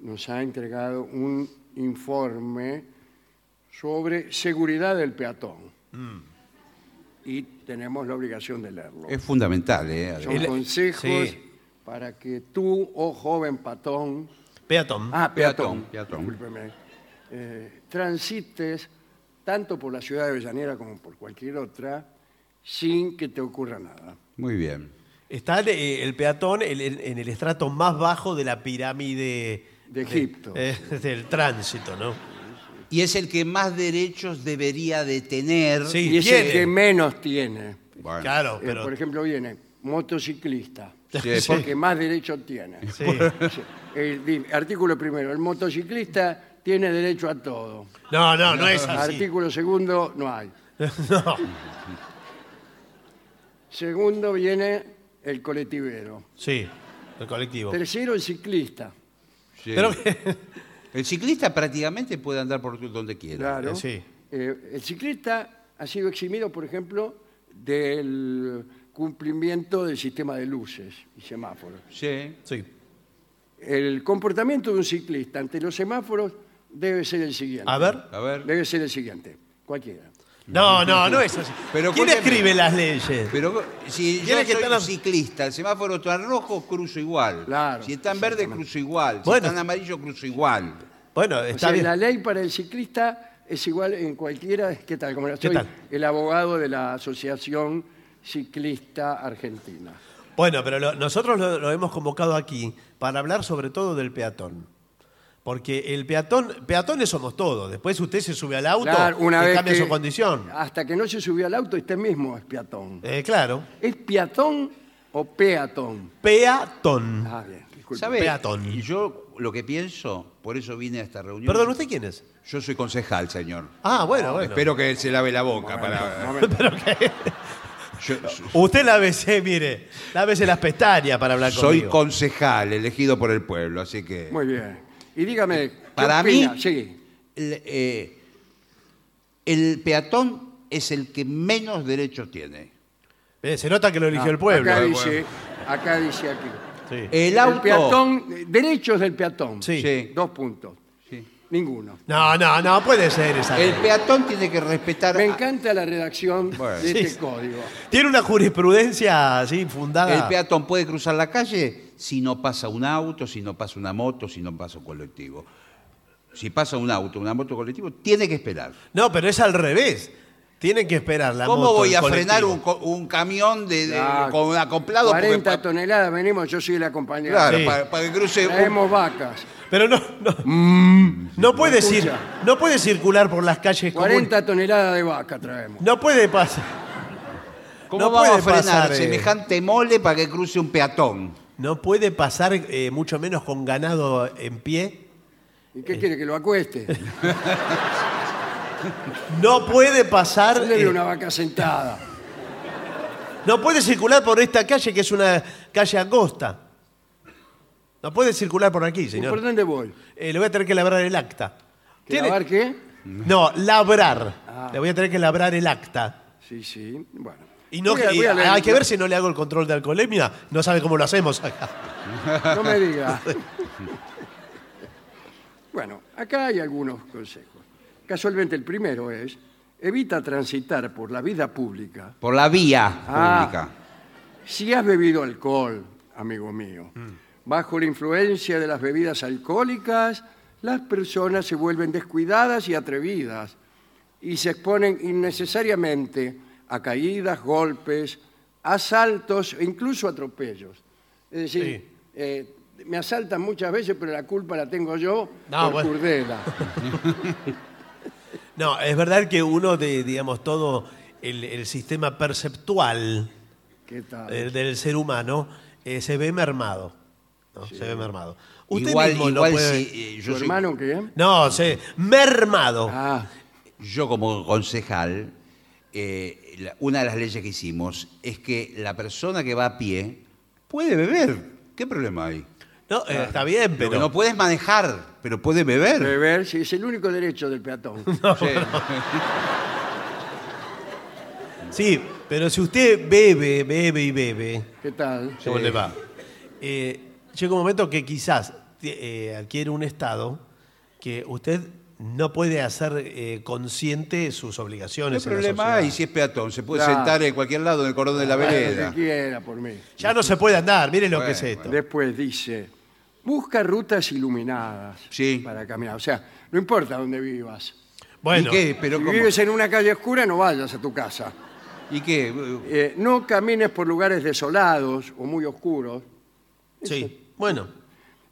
[SPEAKER 1] nos ha entregado un informe sobre seguridad del peatón. Y tenemos la obligación de leerlo.
[SPEAKER 3] Es fundamental, ¿eh?
[SPEAKER 1] Son
[SPEAKER 2] El-
[SPEAKER 1] consejos
[SPEAKER 2] sí.
[SPEAKER 1] para que tú, oh joven patón,
[SPEAKER 2] Peatón.
[SPEAKER 1] ah, peatón,
[SPEAKER 3] Peatón, peatón.
[SPEAKER 1] discúlpeme, eh, transites tanto por la ciudad de Avellaneda como por cualquier otra sin que te ocurra nada.
[SPEAKER 3] Muy bien.
[SPEAKER 2] Está el, el peatón el- en, en el estrato más bajo de la pirámide
[SPEAKER 1] De Egipto.
[SPEAKER 2] eh, (laughs) del tránsito, ¿no?
[SPEAKER 3] Y es el que más derechos debería de tener.
[SPEAKER 2] Sí.
[SPEAKER 1] Y es el
[SPEAKER 2] tiene.
[SPEAKER 1] que menos tiene.
[SPEAKER 3] Bueno,
[SPEAKER 2] Claro,
[SPEAKER 1] Eh,
[SPEAKER 2] pero.
[SPEAKER 1] por ejemplo, viene motociclista,
[SPEAKER 3] (laughs) Sí,
[SPEAKER 2] Sí.
[SPEAKER 1] porque más derecho tiene.
[SPEAKER 2] Sí.
[SPEAKER 1] Sí. El di- artículo primero, el motociclista tiene derecho a todo.
[SPEAKER 2] No, no,
[SPEAKER 1] (laughs)
[SPEAKER 2] no es así.
[SPEAKER 1] Artículo segundo, no hay.
[SPEAKER 2] Ah, (laughs) No.
[SPEAKER 1] Segundo viene el colectivero.
[SPEAKER 2] Sí, el colectivo.
[SPEAKER 1] Tercero, el ciclista.
[SPEAKER 3] sí.
[SPEAKER 2] Pero,
[SPEAKER 3] El ciclista prácticamente puede andar por donde quiera.
[SPEAKER 1] Claro.
[SPEAKER 2] Eh, sí.
[SPEAKER 1] Eh, el ciclista ha sido eximido, por ejemplo, del cumplimiento del sistema de luces y semáforos.
[SPEAKER 3] Sí.
[SPEAKER 2] sí.
[SPEAKER 1] El comportamiento de un ciclista ante los semáforos debe ser el siguiente.
[SPEAKER 2] A ver.
[SPEAKER 3] A ver.
[SPEAKER 1] Debe ser el siguiente, cualquiera.
[SPEAKER 2] No, no, no es así.
[SPEAKER 3] (laughs) Pero
[SPEAKER 2] ¿Quién
[SPEAKER 3] escúcheme.
[SPEAKER 2] escribe las leyes?
[SPEAKER 3] Pero si yo
[SPEAKER 2] Tiene que
[SPEAKER 3] soy
[SPEAKER 2] estar-
[SPEAKER 3] un ciclista, el semáforo está en rojo, cruzo igual.
[SPEAKER 1] Claro,
[SPEAKER 3] si está en verde, cruzo igual. Si
[SPEAKER 2] Bueno.
[SPEAKER 3] está en amarillo, cruzo igual.
[SPEAKER 2] Bueno,
[SPEAKER 1] O
[SPEAKER 2] está
[SPEAKER 1] sea, la
[SPEAKER 2] bien.
[SPEAKER 1] ley para el ciclista es igual en cualquiera, ¿qué tal? Como la
[SPEAKER 2] ¿Qué
[SPEAKER 1] soy
[SPEAKER 2] tal?
[SPEAKER 1] el abogado de la Asociación Ciclista Argentina.
[SPEAKER 2] Bueno, pero lo- nosotros lo, lo hemos convocado aquí para hablar sobre todo del peatón. Porque el peatón, peatones somos todos. Después usted se sube al auto
[SPEAKER 1] Claro, una
[SPEAKER 2] y
[SPEAKER 1] vez
[SPEAKER 2] cambia
[SPEAKER 1] que- Ah.
[SPEAKER 2] su condición.
[SPEAKER 1] Hasta que no se subió al auto, este mismo es peatón.
[SPEAKER 2] Eh, claro.
[SPEAKER 1] ¿Es peatón o peatón?
[SPEAKER 2] Peatón.
[SPEAKER 1] Ah, bien, disculpe.
[SPEAKER 3] ¿Sabe?
[SPEAKER 2] Peatón.
[SPEAKER 3] Y yo lo que pienso, por eso vine a esta reunión.
[SPEAKER 2] Perdón, ¿usted quién es?
[SPEAKER 3] Yo soy concejal, señor.
[SPEAKER 2] Ah, bueno, bueno.
[SPEAKER 3] Espero que se lave la boca
[SPEAKER 1] Un
[SPEAKER 3] para. (laughs)
[SPEAKER 1] momento.
[SPEAKER 3] Yo- yo-
[SPEAKER 2] Usted la besé, mire, la besé las pestañas para hablar
[SPEAKER 3] soy
[SPEAKER 2] conmigo.
[SPEAKER 3] concejal, elegido por el pueblo, así que.
[SPEAKER 1] Muy bien. Y dígame, ¿qué
[SPEAKER 3] Para mí,
[SPEAKER 1] opina? Sí.
[SPEAKER 3] el, eh, el peatón es el que menos derechos tiene.
[SPEAKER 2] Eh, se nota que lo eligió
[SPEAKER 1] Ah,
[SPEAKER 2] el pueblo.
[SPEAKER 1] Acá
[SPEAKER 3] El
[SPEAKER 1] dice, acá dice aquí.
[SPEAKER 2] Sí.
[SPEAKER 3] El
[SPEAKER 1] El,
[SPEAKER 3] auto.
[SPEAKER 1] peatón, eh, derechos del peatón.
[SPEAKER 2] Sí.
[SPEAKER 3] Sí.
[SPEAKER 1] Dos puntos.
[SPEAKER 3] Sí.
[SPEAKER 1] Ninguno.
[SPEAKER 2] No, no, no, puede ser esa.
[SPEAKER 3] El
[SPEAKER 2] ley.
[SPEAKER 3] peatón tiene que respetar.
[SPEAKER 1] Me
[SPEAKER 3] a-
[SPEAKER 1] encanta la redacción
[SPEAKER 3] Bueno.
[SPEAKER 1] de este
[SPEAKER 2] ah. Sí.
[SPEAKER 1] código.
[SPEAKER 2] Tiene una jurisprudencia así
[SPEAKER 3] El
[SPEAKER 2] fundada.
[SPEAKER 3] peatón puede cruzar la calle si no pasa un auto, si no pasa una moto, si no pasa un colectivo. Si pasa un auto, una moto colectivo, tiene que esperar.
[SPEAKER 2] no, pero es al revés. Tienen que esperar la
[SPEAKER 3] ¿Cómo
[SPEAKER 2] moto,
[SPEAKER 3] voy
[SPEAKER 2] el
[SPEAKER 3] a frenar
[SPEAKER 2] colectivo.
[SPEAKER 3] un, co- un camión de, de-
[SPEAKER 1] Ah,
[SPEAKER 3] con un acoplado? porque
[SPEAKER 1] 40
[SPEAKER 3] pa-
[SPEAKER 1] toneladas venimos, yo soy el acompañante.
[SPEAKER 3] Claro,
[SPEAKER 2] Sí.
[SPEAKER 3] para, para que cruce un-
[SPEAKER 1] Traemos vacas.
[SPEAKER 2] Pero no, no.
[SPEAKER 3] Mm.
[SPEAKER 2] no puede
[SPEAKER 1] Escucha.
[SPEAKER 2] cir- no puede circular por las calles comunes.
[SPEAKER 1] 40 toneladas de vaca traemos.
[SPEAKER 2] No puede pasar.
[SPEAKER 3] ¿Cómo
[SPEAKER 2] no
[SPEAKER 3] vamos
[SPEAKER 2] puede
[SPEAKER 3] a frenar
[SPEAKER 2] pasar, eh.
[SPEAKER 3] semejante mole para que cruce un peatón?
[SPEAKER 2] No puede pasar eh, mucho menos con ganado en pie.
[SPEAKER 1] ¿Y qué quiere que lo acueste?
[SPEAKER 2] No puede pasar.
[SPEAKER 1] Debe
[SPEAKER 2] eh,
[SPEAKER 1] una vaca sentada.
[SPEAKER 2] No puede circular por esta calle que es una calle angosta. No puede circular por aquí,
[SPEAKER 1] ¿Y
[SPEAKER 2] señor.
[SPEAKER 1] por dónde voy?
[SPEAKER 2] Eh, le voy a tener que labrar el acta.
[SPEAKER 1] ¿Que
[SPEAKER 2] Tiene-
[SPEAKER 1] lavar qué?
[SPEAKER 2] No, labrar.
[SPEAKER 1] Ah.
[SPEAKER 2] Le voy a tener que labrar el acta.
[SPEAKER 1] Sí, sí. Bueno.
[SPEAKER 2] Y no
[SPEAKER 1] Voy a-
[SPEAKER 2] que-
[SPEAKER 1] voy a leer-
[SPEAKER 2] hay que ver si no le hago el control de alcoholemia. No sabe cómo lo hacemos (laughs) acá.
[SPEAKER 1] No me diga. bueno, acá hay algunos consejos. Casualmente el primero es, evita transitar por la vida pública
[SPEAKER 3] Por la vía
[SPEAKER 1] Ah.
[SPEAKER 3] pública.
[SPEAKER 1] si has bebido alcohol, amigo mío.
[SPEAKER 2] Mm.
[SPEAKER 1] Bajo la influencia de las bebidas alcohólicas, las personas se vuelven descuidadas y atrevidas y se exponen innecesariamente a caídas, golpes, asaltos e incluso atropellos. Es decir,
[SPEAKER 2] Sí.
[SPEAKER 1] eh, me asaltan muchas veces, pero la culpa la tengo yo
[SPEAKER 2] No,
[SPEAKER 1] por
[SPEAKER 2] bueno.
[SPEAKER 1] curdela.
[SPEAKER 2] (laughs) No, es verdad que uno de, digamos, todo el, el sistema perceptual
[SPEAKER 1] ¿Qué tal?
[SPEAKER 2] eh, del ser humano eh, se ve mermado. ¿no? Se ve mermado. Usted
[SPEAKER 3] igual
[SPEAKER 2] mismo no
[SPEAKER 3] igual
[SPEAKER 2] puede-
[SPEAKER 3] si eh,
[SPEAKER 1] ¿Tu
[SPEAKER 3] yo soy-
[SPEAKER 1] hermano qué?
[SPEAKER 2] No, se mermado.
[SPEAKER 1] Ah,
[SPEAKER 3] yo como concejal, eh, la- una de las leyes que hicimos es que la persona que va a pie puede beber. ¿Qué problema hay?
[SPEAKER 2] No, eh, está bien,
[SPEAKER 3] Pero
[SPEAKER 2] pero.
[SPEAKER 3] no puedes manejar, pero puede beber.
[SPEAKER 1] Beber, sí, es el único derecho del
[SPEAKER 2] (laughs)
[SPEAKER 1] peatón.
[SPEAKER 3] Sí.
[SPEAKER 2] Sí, pero si usted bebe, bebe y bebe,
[SPEAKER 1] ¿Qué tal?
[SPEAKER 2] ¿cómo le va? Eh, llega un momento que quizás eh, adquiere un estado que usted no puede hacer eh, consciente sus
[SPEAKER 3] ¿Qué
[SPEAKER 2] obligaciones. en la
[SPEAKER 3] problema hay
[SPEAKER 2] sociedad.
[SPEAKER 3] si es peatón? Se puede
[SPEAKER 1] Claro.
[SPEAKER 3] sentar en cualquier lado en el cordón de la
[SPEAKER 1] Haga Lo
[SPEAKER 2] (laughs)
[SPEAKER 3] vereda.
[SPEAKER 1] que quiera por mí.
[SPEAKER 2] Ya no se puede andar, mire lo que es
[SPEAKER 3] Bueno,
[SPEAKER 2] esto.
[SPEAKER 1] Después dice, busca rutas iluminadas
[SPEAKER 3] Sí.
[SPEAKER 1] para caminar. O sea, no importa dónde vivas.
[SPEAKER 2] Bueno,
[SPEAKER 3] ¿Y qué? Pero
[SPEAKER 1] si
[SPEAKER 3] cómo?
[SPEAKER 1] vives en una calle oscura, no vayas a tu casa.
[SPEAKER 3] ¿Y qué?
[SPEAKER 1] Eh, no camines por lugares desolados o muy oscuros,
[SPEAKER 2] sí. Bueno,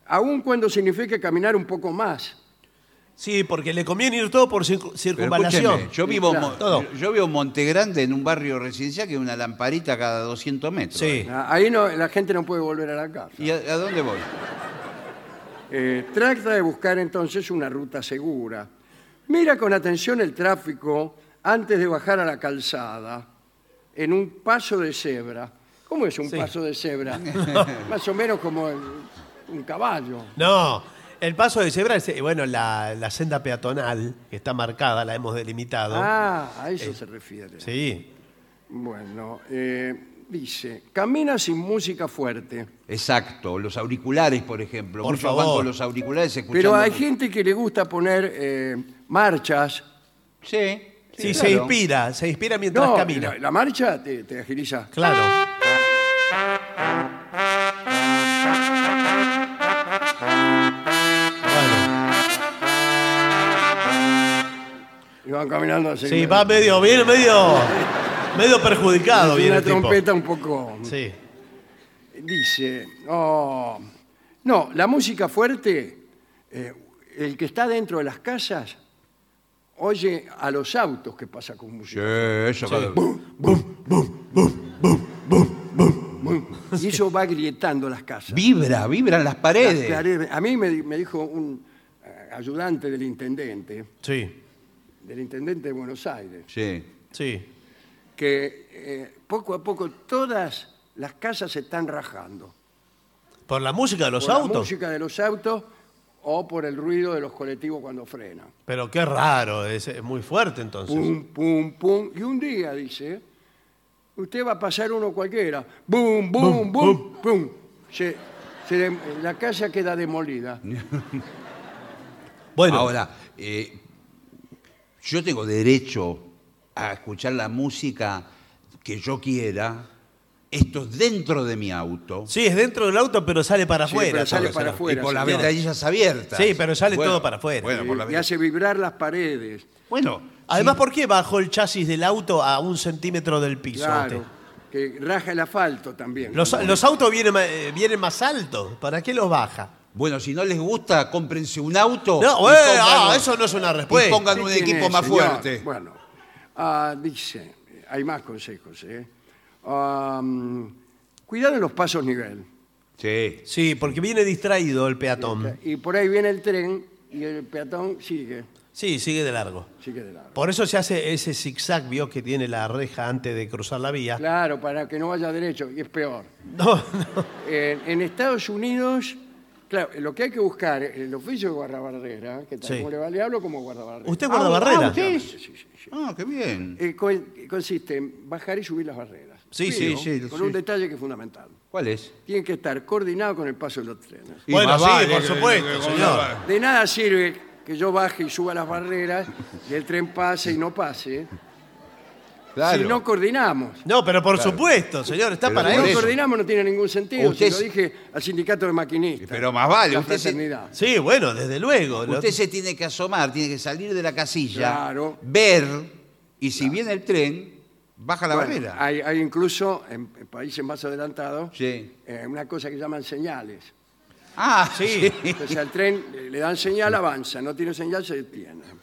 [SPEAKER 1] aun cuando signifique caminar un poco más.
[SPEAKER 2] sí, porque le conviene ir todo por circu-
[SPEAKER 3] Pero escúcheme,
[SPEAKER 2] circunvalación.
[SPEAKER 3] yo vivo, en Mon-
[SPEAKER 2] Todo.
[SPEAKER 3] yo vivo en Montegrande en un barrio residencial que es una lamparita cada 200 metros.
[SPEAKER 2] Sí.
[SPEAKER 1] Ah, Ahí no, la gente no puede volver a la casa.
[SPEAKER 3] ¿Y a, a dónde voy?
[SPEAKER 1] Eh, trata de buscar entonces una ruta segura. Mira con atención el tráfico antes de bajar a la calzada en un paso de cebra. ¿Cómo es un
[SPEAKER 2] Sí.
[SPEAKER 1] paso de
[SPEAKER 2] (laughs)
[SPEAKER 1] cebra? Más o menos como el- un caballo.
[SPEAKER 2] No, el paso de cebra es, eh, bueno, la, la senda peatonal que está marcada, la hemos delimitado.
[SPEAKER 1] Ah, a eso se refiere.
[SPEAKER 2] Eh, Sí.
[SPEAKER 1] Bueno, eh, dice, camina sin música fuerte,
[SPEAKER 3] Exacto, los auriculares, por ejemplo.
[SPEAKER 2] Por
[SPEAKER 3] Muchos
[SPEAKER 2] favor.
[SPEAKER 3] van con los auriculares escuchando.
[SPEAKER 1] pero hay
[SPEAKER 3] mu-
[SPEAKER 1] gente que le gusta poner eh, marchas.
[SPEAKER 3] Sí.
[SPEAKER 2] Sí, se
[SPEAKER 3] claro.
[SPEAKER 2] inspira, se inspira mientras
[SPEAKER 1] No,
[SPEAKER 2] camina.
[SPEAKER 1] la, la marcha te, te agiliza.
[SPEAKER 2] Claro. Bueno,
[SPEAKER 1] Y van caminando así.
[SPEAKER 2] sí, va medio, bien, medio, medio perjudicado.
[SPEAKER 1] Y
[SPEAKER 2] Viene
[SPEAKER 1] una
[SPEAKER 2] el tipo.
[SPEAKER 1] trompeta un poco.
[SPEAKER 2] Sí.
[SPEAKER 1] Dice, oh, no, la música fuerte, eh, el que está dentro de las casas oye a los autos que pasa con
[SPEAKER 3] Sí,
[SPEAKER 1] música.
[SPEAKER 3] eso. claro.
[SPEAKER 1] Y eso va grietando las casas.
[SPEAKER 3] Vibra, vibran las
[SPEAKER 1] Las
[SPEAKER 3] paredes.
[SPEAKER 1] clare- A mí me, di- me dijo un eh, ayudante del intendente,
[SPEAKER 2] Sí,
[SPEAKER 1] del intendente de Buenos Aires,
[SPEAKER 3] Sí.
[SPEAKER 2] sí.
[SPEAKER 1] que eh, poco a poco todas las casas se están rajando.
[SPEAKER 2] Por la música de los
[SPEAKER 1] por la
[SPEAKER 2] autos.
[SPEAKER 1] música de los autos o por el ruido de los colectivos cuando frenan.
[SPEAKER 2] Pero qué raro, es, es muy fuerte entonces.
[SPEAKER 1] Pum, pum, pum. Y un día, dice, usted va a pasar uno cualquiera. Bum, bum, bum, bum. Se- se dem- la casa queda demolida.
[SPEAKER 2] Bueno,
[SPEAKER 3] Ahora, eh, yo tengo derecho a escuchar la música que yo quiera. Esto es dentro de mi auto.
[SPEAKER 2] sí, es dentro del auto, pero sale para
[SPEAKER 1] Sí,
[SPEAKER 2] afuera.
[SPEAKER 1] pero sale
[SPEAKER 2] todo,
[SPEAKER 1] para
[SPEAKER 2] ¿no?
[SPEAKER 1] afuera.
[SPEAKER 3] y con las
[SPEAKER 1] señor.
[SPEAKER 3] ventanillas abiertas.
[SPEAKER 2] Sí, pero sale todo para afuera.
[SPEAKER 3] Bueno, por la
[SPEAKER 1] y hace vibrar las paredes.
[SPEAKER 3] Bueno,
[SPEAKER 2] Además,
[SPEAKER 3] sí,
[SPEAKER 2] ¿por qué bajó el chasis del auto a un centímetro del piso?
[SPEAKER 1] Claro.
[SPEAKER 2] usted?
[SPEAKER 1] Que raja el asfalto también.
[SPEAKER 2] Los, los autos vienen, ma- eh, vienen más altos. ¿Para qué los baja?
[SPEAKER 3] bueno, si no les gusta, cómprense un auto.
[SPEAKER 2] No,
[SPEAKER 3] Oh, y
[SPEAKER 2] eh,
[SPEAKER 3] pongan-
[SPEAKER 2] ah, eso no es una respuesta.
[SPEAKER 3] Y pongan un
[SPEAKER 1] ¿Qué tiene,
[SPEAKER 3] equipo más
[SPEAKER 1] señor?
[SPEAKER 3] fuerte.
[SPEAKER 1] Bueno, ah, dice, hay más consejos, ¿eh? Am, cuidado en los pasos nivel.
[SPEAKER 3] Sí.
[SPEAKER 2] Sí, porque viene distraído el peatón.
[SPEAKER 1] Y por ahí viene el tren y el peatón sigue,
[SPEAKER 2] Sí, sigue de largo.
[SPEAKER 1] sigue de lado.
[SPEAKER 2] Por eso se hace ese zigzag, vio, que tiene la reja antes de cruzar la vía.
[SPEAKER 1] Claro, para que no vaya derecho, y es peor.
[SPEAKER 2] No, no.
[SPEAKER 1] En, en Estados Unidos, claro, lo que hay que buscar, el oficio de guardabardera, que tal
[SPEAKER 2] Sí.
[SPEAKER 1] como le va al diablo, como guardabardera.
[SPEAKER 2] Usted
[SPEAKER 3] Ah,
[SPEAKER 2] guarda
[SPEAKER 3] ah,
[SPEAKER 2] barrera.
[SPEAKER 3] ¿usted?
[SPEAKER 1] Sí, sí, sí, sí.
[SPEAKER 3] Ah, qué bien.
[SPEAKER 1] Eh, con- consiste en bajar y subir las barreras.
[SPEAKER 2] Sí,
[SPEAKER 1] Pero
[SPEAKER 3] sí, sí,
[SPEAKER 1] Con
[SPEAKER 3] sí.
[SPEAKER 1] un detalle que es fundamental.
[SPEAKER 3] ¿Cuál es?
[SPEAKER 1] Tienen que estar coordinados con el paso de los trenes.
[SPEAKER 3] Y
[SPEAKER 2] Bueno,
[SPEAKER 3] más
[SPEAKER 2] sí,
[SPEAKER 3] vale
[SPEAKER 2] por
[SPEAKER 3] que-
[SPEAKER 2] supuesto,
[SPEAKER 3] que- que-
[SPEAKER 2] señor.
[SPEAKER 1] De nada sirve que yo baje y suba las barreras y el tren pase y no pase.
[SPEAKER 3] Claro.
[SPEAKER 1] Si no coordinamos.
[SPEAKER 2] No, pero por supuesto, señor, está
[SPEAKER 3] Pero
[SPEAKER 2] para
[SPEAKER 1] Si
[SPEAKER 3] por
[SPEAKER 1] no
[SPEAKER 3] eso.
[SPEAKER 2] eso.
[SPEAKER 1] coordinamos no tiene ningún sentido.
[SPEAKER 3] Usted
[SPEAKER 1] se
[SPEAKER 3] es-
[SPEAKER 1] lo dije al sindicato de maquinistas.
[SPEAKER 3] Pero más vale,
[SPEAKER 1] La
[SPEAKER 3] usted se-
[SPEAKER 1] fraternidad.
[SPEAKER 2] Sí, bueno, desde luego. Lo-
[SPEAKER 3] Usted se tiene que asomar, tiene que salir de la casilla,
[SPEAKER 1] Claro.
[SPEAKER 3] ver, y si viene el tren, baja la
[SPEAKER 1] Bueno,
[SPEAKER 3] barrera.
[SPEAKER 1] hay, hay incluso en, en países más adelantados
[SPEAKER 3] Sí.
[SPEAKER 1] eh, una cosa que llaman señales.
[SPEAKER 3] Ah,
[SPEAKER 2] Sí.
[SPEAKER 1] Entonces al tren eh, le dan señal, avanza. No tiene señal, se detiene.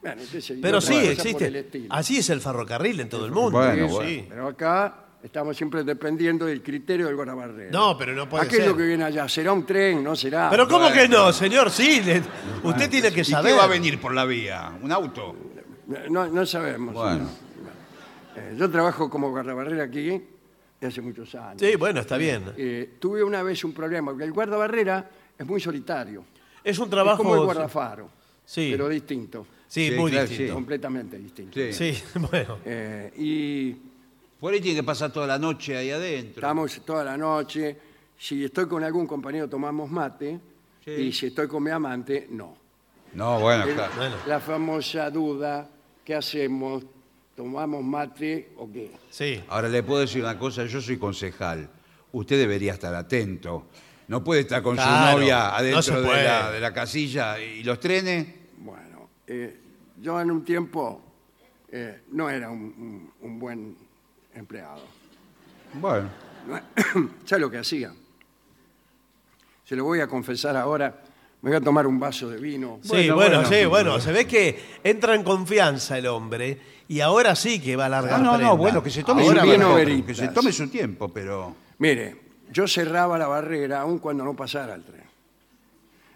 [SPEAKER 1] Bueno, qué sé yo,
[SPEAKER 2] Pero
[SPEAKER 1] otra
[SPEAKER 2] sí,
[SPEAKER 1] cosa por el
[SPEAKER 2] existe.
[SPEAKER 1] estilo.
[SPEAKER 2] Así es el ferrocarril en todo el mundo.
[SPEAKER 3] Bueno,
[SPEAKER 2] Sí,
[SPEAKER 3] bueno.
[SPEAKER 2] sí.
[SPEAKER 1] Pero acá estamos siempre dependiendo del criterio del guardabarrera.
[SPEAKER 2] No, pero no puede
[SPEAKER 1] Aquello
[SPEAKER 2] ser.
[SPEAKER 1] que viene allá, ¿será un tren? ¿No será?
[SPEAKER 2] Pero ¿cómo
[SPEAKER 3] bueno. Ah,
[SPEAKER 2] que no, señor? Sí, le- usted tiene que
[SPEAKER 3] ¿Y
[SPEAKER 2] saber.
[SPEAKER 3] qué va a venir por la vía? ¿Un auto?
[SPEAKER 1] No, no sabemos.
[SPEAKER 3] Bueno.
[SPEAKER 1] Eh, yo trabajo como guardabarrera aquí de hace muchos años.
[SPEAKER 2] Sí, bueno, está bien.
[SPEAKER 1] Eh, tuve una vez un problema, porque el guardabarrera es muy solitario.
[SPEAKER 2] Es un
[SPEAKER 1] Es
[SPEAKER 2] trabajo.
[SPEAKER 1] como el guardafaro,
[SPEAKER 2] Sí.
[SPEAKER 1] pero distinto,
[SPEAKER 2] Sí,
[SPEAKER 3] Sí,
[SPEAKER 2] muy
[SPEAKER 3] claro,
[SPEAKER 2] distinto.
[SPEAKER 1] completamente distinto.
[SPEAKER 3] Sí.
[SPEAKER 2] Sí, (laughs) bueno.
[SPEAKER 1] Eh, y
[SPEAKER 3] Por ahí tiene que pasar toda la noche ahí adentro.
[SPEAKER 1] Estamos toda la noche. Si estoy con algún compañero tomamos mate
[SPEAKER 3] Sí.
[SPEAKER 1] y si estoy con mi amante, no.
[SPEAKER 3] No,
[SPEAKER 2] Eh,
[SPEAKER 3] bueno, claro.
[SPEAKER 2] Bueno,
[SPEAKER 1] La famosa duda, ¿qué hacemos? ¿Tomamos mate o qué?
[SPEAKER 2] sí.
[SPEAKER 3] Ahora le puedo decir una cosa, yo soy concejal. Usted debería estar atento. No puede estar con
[SPEAKER 2] Claro,
[SPEAKER 3] su novia
[SPEAKER 2] no se
[SPEAKER 3] adentro de,
[SPEAKER 2] puede.
[SPEAKER 3] la, de la casilla y los trenes.
[SPEAKER 1] Bueno, eh, yo en un tiempo eh, no era un, un- un buen empleado.
[SPEAKER 3] Bueno.
[SPEAKER 1] (coughs) ¿Sabes lo que hacía? Se lo voy a confesar ahora. Me voy a tomar un vaso de vino.
[SPEAKER 2] Sí, bueno, sí, bueno. Se ve que entra en confianza el hombre y ahora sí que va a largar.
[SPEAKER 3] No, no,
[SPEAKER 2] prenda.
[SPEAKER 3] no, bueno, que se tome
[SPEAKER 1] Ahora
[SPEAKER 3] su
[SPEAKER 1] viene
[SPEAKER 3] tiempo.
[SPEAKER 1] Veritas.
[SPEAKER 3] Que se tome su tiempo, pero.
[SPEAKER 1] Mire, yo cerraba la barrera aun cuando no pasara el tren.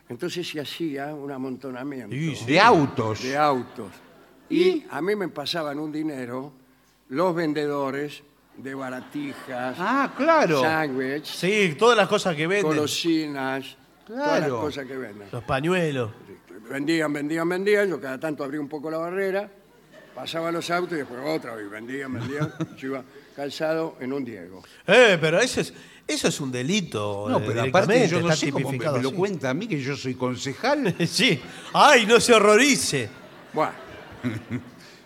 [SPEAKER 1] Entonces se hacía un amontonamiento
[SPEAKER 2] Sí, sí.
[SPEAKER 3] De autos.
[SPEAKER 1] de autos. Y a mí me pasaban un dinero los vendedores de baratijas,
[SPEAKER 3] Ah, claro.
[SPEAKER 1] sándwiches,
[SPEAKER 2] Sí, todas las cosas que venden. Los...
[SPEAKER 1] golosinas, todas las
[SPEAKER 3] Claro.
[SPEAKER 1] cosas que venden.
[SPEAKER 2] pañuelos.
[SPEAKER 1] Vendían, vendían, vendían. Yo cada tanto abría un poco la barrera, pasaba los autos y después otra vez vendían, vendían. Yo iba calzado en un Diego.
[SPEAKER 2] Eh, pero eso es, eso es un delito.
[SPEAKER 3] No,
[SPEAKER 2] eh,
[SPEAKER 3] pero aparte
[SPEAKER 2] directamente,
[SPEAKER 3] yo no
[SPEAKER 2] está
[SPEAKER 3] sé cómo me,
[SPEAKER 2] tipificado
[SPEAKER 3] me lo
[SPEAKER 2] así.
[SPEAKER 3] cuenta a mí que yo soy concejal.
[SPEAKER 2] (laughs) Sí. Ay, no se horrorice.
[SPEAKER 1] Bueno,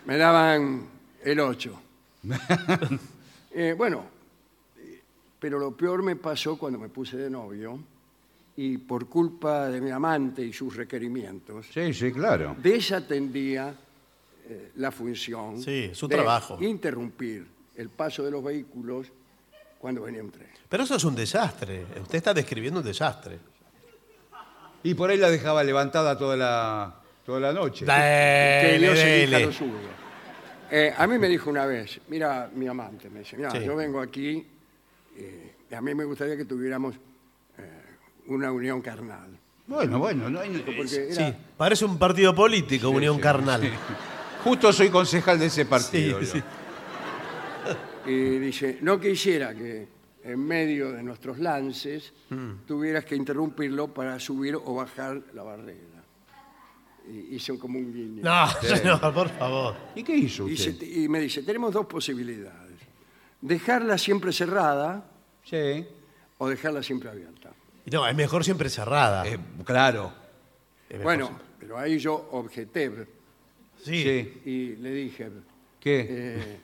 [SPEAKER 1] me daban el 8. bueno, eh, pero lo peor me pasó cuando me puse de novio y por culpa de mi amante y sus requerimientos,
[SPEAKER 3] Sí, sí, claro.
[SPEAKER 1] desatendía eh, la función
[SPEAKER 2] Sí, su
[SPEAKER 1] de
[SPEAKER 2] trabajo.
[SPEAKER 1] interrumpir el paso de los vehículos cuando venía un tren.
[SPEAKER 2] Pero eso es un desastre. Usted está describiendo un desastre.
[SPEAKER 3] Y por ahí la dejaba levantada toda la, toda la noche.
[SPEAKER 1] que
[SPEAKER 2] Dele,
[SPEAKER 1] Dios elija
[SPEAKER 2] dele.
[SPEAKER 1] lo suyo. Eh, a mí me dijo una vez, mira, mi amante, me dice, mira,
[SPEAKER 2] Sí.
[SPEAKER 1] yo vengo aquí, eh, y a mí me gustaría que tuviéramos eh, una unión carnal.
[SPEAKER 3] Bueno, bueno, no hay-
[SPEAKER 1] Porque era-
[SPEAKER 2] Sí, parece un partido político, Unión Carnal.
[SPEAKER 3] Justo soy concejal de ese partido.
[SPEAKER 2] Sí,
[SPEAKER 3] yo.
[SPEAKER 2] sí.
[SPEAKER 1] Y dice, no quisiera que en medio de nuestros lances
[SPEAKER 2] Mm.
[SPEAKER 1] tuvieras que interrumpirlo para subir o bajar la barrera. Y hice como un guiño.
[SPEAKER 2] (laughs) No, no, por favor.
[SPEAKER 3] ¿Y qué hizo
[SPEAKER 1] y,
[SPEAKER 3] usted?
[SPEAKER 1] se- y me dice, tenemos dos posibilidades. Dejarla siempre cerrada
[SPEAKER 3] Sí.
[SPEAKER 1] o dejarla siempre abierta.
[SPEAKER 2] No, es mejor siempre cerrada.
[SPEAKER 3] Eh, claro.
[SPEAKER 2] Es mejor
[SPEAKER 1] Bueno, pero ahí yo objeté
[SPEAKER 2] siempre- Sí.
[SPEAKER 3] Sí.
[SPEAKER 1] y le dije,
[SPEAKER 3] ¿Qué?
[SPEAKER 1] eh,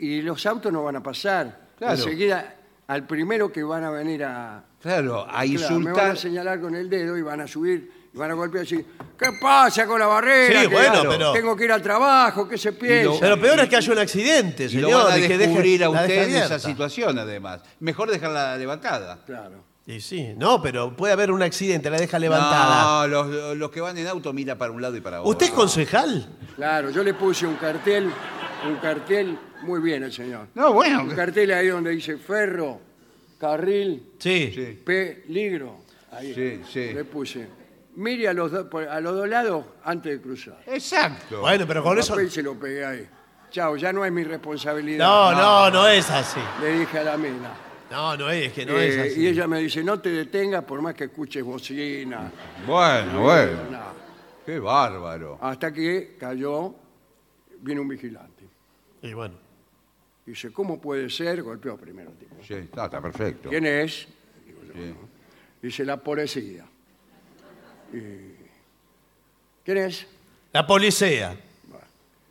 [SPEAKER 1] y los autos no van a pasar.
[SPEAKER 3] Claro.
[SPEAKER 1] Enseguida, al primero que van a venir a,
[SPEAKER 3] claro, a
[SPEAKER 1] claro, me van a
[SPEAKER 3] insultar.
[SPEAKER 1] señalar con el dedo y van a subir, y van a golpear y decir, ¿qué pasa con la barrera?
[SPEAKER 2] Sí,
[SPEAKER 1] Que
[SPEAKER 2] bueno, pero-
[SPEAKER 1] Tengo que ir al trabajo, ¿qué se piensa?
[SPEAKER 2] Pero lo peor es que haya un accidente,
[SPEAKER 3] y
[SPEAKER 2] señor.
[SPEAKER 3] lo van a
[SPEAKER 2] y que deje-
[SPEAKER 3] descubrir a
[SPEAKER 2] la
[SPEAKER 3] usted
[SPEAKER 2] deje
[SPEAKER 3] en esa
[SPEAKER 2] abierta.
[SPEAKER 3] situación, además. Mejor dejarla levantada.
[SPEAKER 1] Claro.
[SPEAKER 2] Y sí, no, pero puede haber un accidente, la deja levantada.
[SPEAKER 3] No, los, los que van en auto mira para un lado y para otro.
[SPEAKER 2] ¿Usted es concejal?
[SPEAKER 1] Claro, yo le puse un cartel, un cartel, muy bien el señor.
[SPEAKER 3] No, bueno.
[SPEAKER 1] Un cartel ahí donde dice ferro, carril,
[SPEAKER 2] Sí.
[SPEAKER 3] Sí,
[SPEAKER 1] peligro. Ahí.
[SPEAKER 3] sí, sí.
[SPEAKER 1] Le puse. Mire a los, do- por- a los dos lados antes de cruzar.
[SPEAKER 3] Exacto.
[SPEAKER 2] Bueno, pero con
[SPEAKER 1] El
[SPEAKER 2] eso.
[SPEAKER 1] papel se lo pegué ahí. Chao, ya no es mi responsabilidad.
[SPEAKER 2] No, no, no es así.
[SPEAKER 1] Le dije a la mina.
[SPEAKER 2] No, no es, que no
[SPEAKER 1] Eh,
[SPEAKER 2] es así.
[SPEAKER 1] y ella me dice, no te detengas por más que escuches bocina.
[SPEAKER 3] Bueno, bueno.
[SPEAKER 1] No.
[SPEAKER 3] Qué bárbaro.
[SPEAKER 1] Hasta que cayó, vino un vigilante.
[SPEAKER 2] Y bueno.
[SPEAKER 1] Dice, ¿cómo puede ser? Golpeó primero el tipo.
[SPEAKER 3] Sí, está, está perfecto.
[SPEAKER 1] ¿Quién es?
[SPEAKER 3] Sí.
[SPEAKER 1] Dice, la policía. Y, ¿Quién es?
[SPEAKER 2] La policía.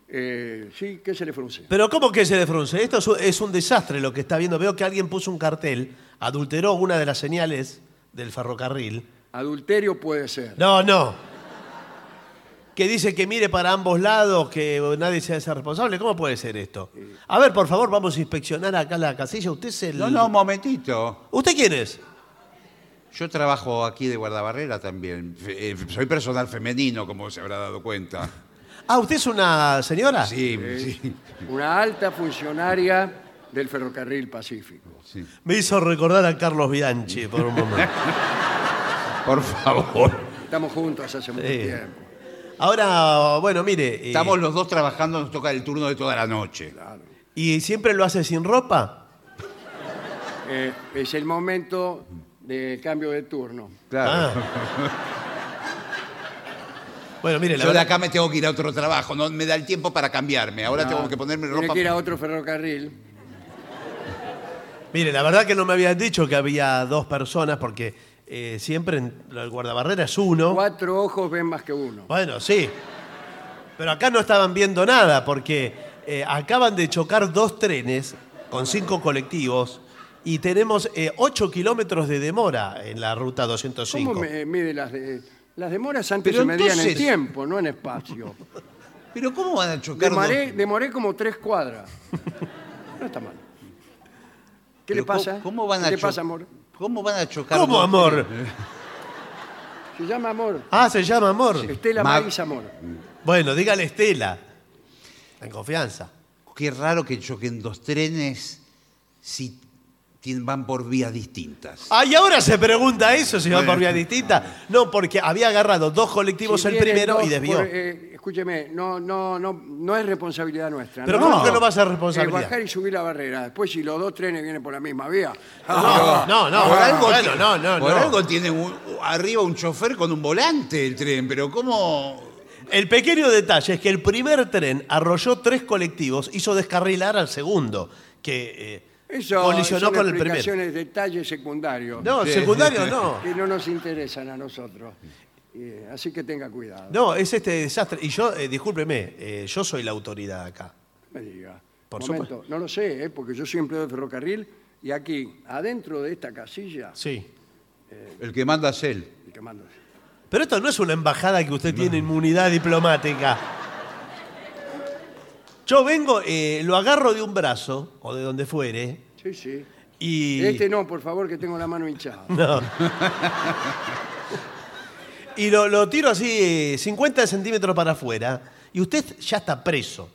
[SPEAKER 1] Eh, sí, ¿qué se le frunce?
[SPEAKER 2] Pero ¿cómo que se defrunce? Esto es un- es un desastre lo que está viendo. Veo que alguien puso un cartel, adulteró una de las señales del ferrocarril.
[SPEAKER 1] Adulterio puede ser.
[SPEAKER 2] No, no. Que dice que mire para ambos lados, que nadie se hace responsable. ¿Cómo puede ser esto? A ver, por favor, vamos a inspeccionar acá la casilla. Usted es el...
[SPEAKER 3] No, no, un momentito.
[SPEAKER 2] ¿Usted quién es?
[SPEAKER 3] Yo trabajo aquí de guardabarrera también. Fe- eh, Soy personal femenino, como se habrá dado cuenta.
[SPEAKER 2] Ah, ¿usted es una señora?
[SPEAKER 3] Sí, sí.
[SPEAKER 1] Una alta funcionaria del ferrocarril Pacífico.
[SPEAKER 3] sí.
[SPEAKER 2] Me hizo recordar a Carlos Bianchi
[SPEAKER 3] (laughs)
[SPEAKER 2] por un momento.
[SPEAKER 3] Por favor.
[SPEAKER 1] Estamos juntos hace mucho
[SPEAKER 2] Sí.
[SPEAKER 1] tiempo.
[SPEAKER 2] Ahora, bueno, mire. eh,
[SPEAKER 3] Estamos los dos trabajando, nos toca el turno de toda la noche.
[SPEAKER 2] ¿Y siempre lo hace sin ropa?
[SPEAKER 1] Eh, es el momento de cambio de turno.
[SPEAKER 2] Ah.
[SPEAKER 3] Claro.
[SPEAKER 2] (laughs) Bueno, mire, la
[SPEAKER 3] Yo de
[SPEAKER 2] verdad.
[SPEAKER 3] acá me tengo que ir a otro trabajo, no me da el tiempo para cambiarme. Ahora tengo que ponerme
[SPEAKER 1] Tiene
[SPEAKER 3] ropa.
[SPEAKER 1] que ir a otro ferrocarril.
[SPEAKER 2] Mire, la verdad que no me habían dicho que había dos personas, porque eh, siempre en- el guardabarrera es uno.
[SPEAKER 1] Cuatro ojos ven más que uno.
[SPEAKER 2] Bueno, sí. Pero acá no estaban viendo nada porque eh, acaban de chocar dos trenes con cinco colectivos y tenemos eh, ocho kilómetros de demora en la ruta 205.
[SPEAKER 1] ¿Cómo me- mide las de- las demoras antes
[SPEAKER 3] Pero
[SPEAKER 1] se medían en
[SPEAKER 3] entonces-
[SPEAKER 1] tiempo, no en
[SPEAKER 3] (laughs)
[SPEAKER 1] espacio.
[SPEAKER 3] Pero ¿cómo van a chocar? dos-
[SPEAKER 1] Demoré, demoré como tres cuadras. No está mal. ¿Qué
[SPEAKER 3] Pero
[SPEAKER 1] le pasa?
[SPEAKER 3] ¿Cómo, cómo van
[SPEAKER 1] ¿Qué
[SPEAKER 3] a
[SPEAKER 1] le
[SPEAKER 3] cho-
[SPEAKER 1] pasa, amor?
[SPEAKER 3] ¿Cómo van a chocar?
[SPEAKER 2] ¿Cómo,
[SPEAKER 3] dos-
[SPEAKER 2] amor?
[SPEAKER 1] Se llama amor.
[SPEAKER 2] Ah, se llama amor.
[SPEAKER 1] Estela
[SPEAKER 3] Ma-
[SPEAKER 1] Maris Amor.
[SPEAKER 2] Bueno, dígale Estela. En confianza.
[SPEAKER 3] Qué raro que choquen dos trenes si tien- van por vías distintas.
[SPEAKER 2] Ah, y ahora se pregunta eso si va por vía distinta. No, porque había agarrado dos colectivos
[SPEAKER 1] Si
[SPEAKER 2] el
[SPEAKER 1] vienen
[SPEAKER 2] primero
[SPEAKER 1] dos
[SPEAKER 2] y desvió.
[SPEAKER 1] por- eh, escúcheme, no, no, no, no es responsabilidad nuestra.
[SPEAKER 2] Pero
[SPEAKER 1] ¿no?
[SPEAKER 2] ¿cómo que no va a ser
[SPEAKER 1] Es
[SPEAKER 2] responsabilidad?
[SPEAKER 1] bajar y subir la barrera. Después, si los dos trenes vienen por la misma vía.
[SPEAKER 2] Ah, No, no, no.
[SPEAKER 3] por algo,
[SPEAKER 2] bueno,
[SPEAKER 3] tiene-
[SPEAKER 2] no, no,
[SPEAKER 3] por
[SPEAKER 2] no.
[SPEAKER 3] algo tiene un- arriba un chofer con un volante el tren, pero ¿cómo?
[SPEAKER 2] El pequeño detalle es que el primer tren arrolló tres colectivos, hizo descarrilar al segundo, que eh,
[SPEAKER 1] Eso
[SPEAKER 2] colisionó
[SPEAKER 1] son
[SPEAKER 2] con el primero.
[SPEAKER 1] explicaciones, detalles secundarios
[SPEAKER 2] No,
[SPEAKER 3] Sí.
[SPEAKER 2] secundario no.
[SPEAKER 1] que no nos interesan a nosotros. Eh, así que tenga cuidado.
[SPEAKER 2] No, es este desastre. Y yo, eh, discúlpeme, eh, yo soy la autoridad acá.
[SPEAKER 1] Me diga.
[SPEAKER 2] Por
[SPEAKER 1] Momento, No lo sé, ¿eh? porque yo siempre doy ferrocarril y aquí, adentro de esta casilla,
[SPEAKER 2] Sí.
[SPEAKER 3] El que manda es él.
[SPEAKER 1] el que mando es-
[SPEAKER 2] Pero esto no es una embajada que usted tiene inmunidad diplomática. Yo vengo, eh, lo agarro de un brazo, o de donde fuere,
[SPEAKER 1] Sí, sí.
[SPEAKER 2] y...
[SPEAKER 1] Este no, por favor, que tengo la mano hinchada.
[SPEAKER 2] No. y lo, lo tiro así eh, 50 centímetros para afuera y usted ya está preso.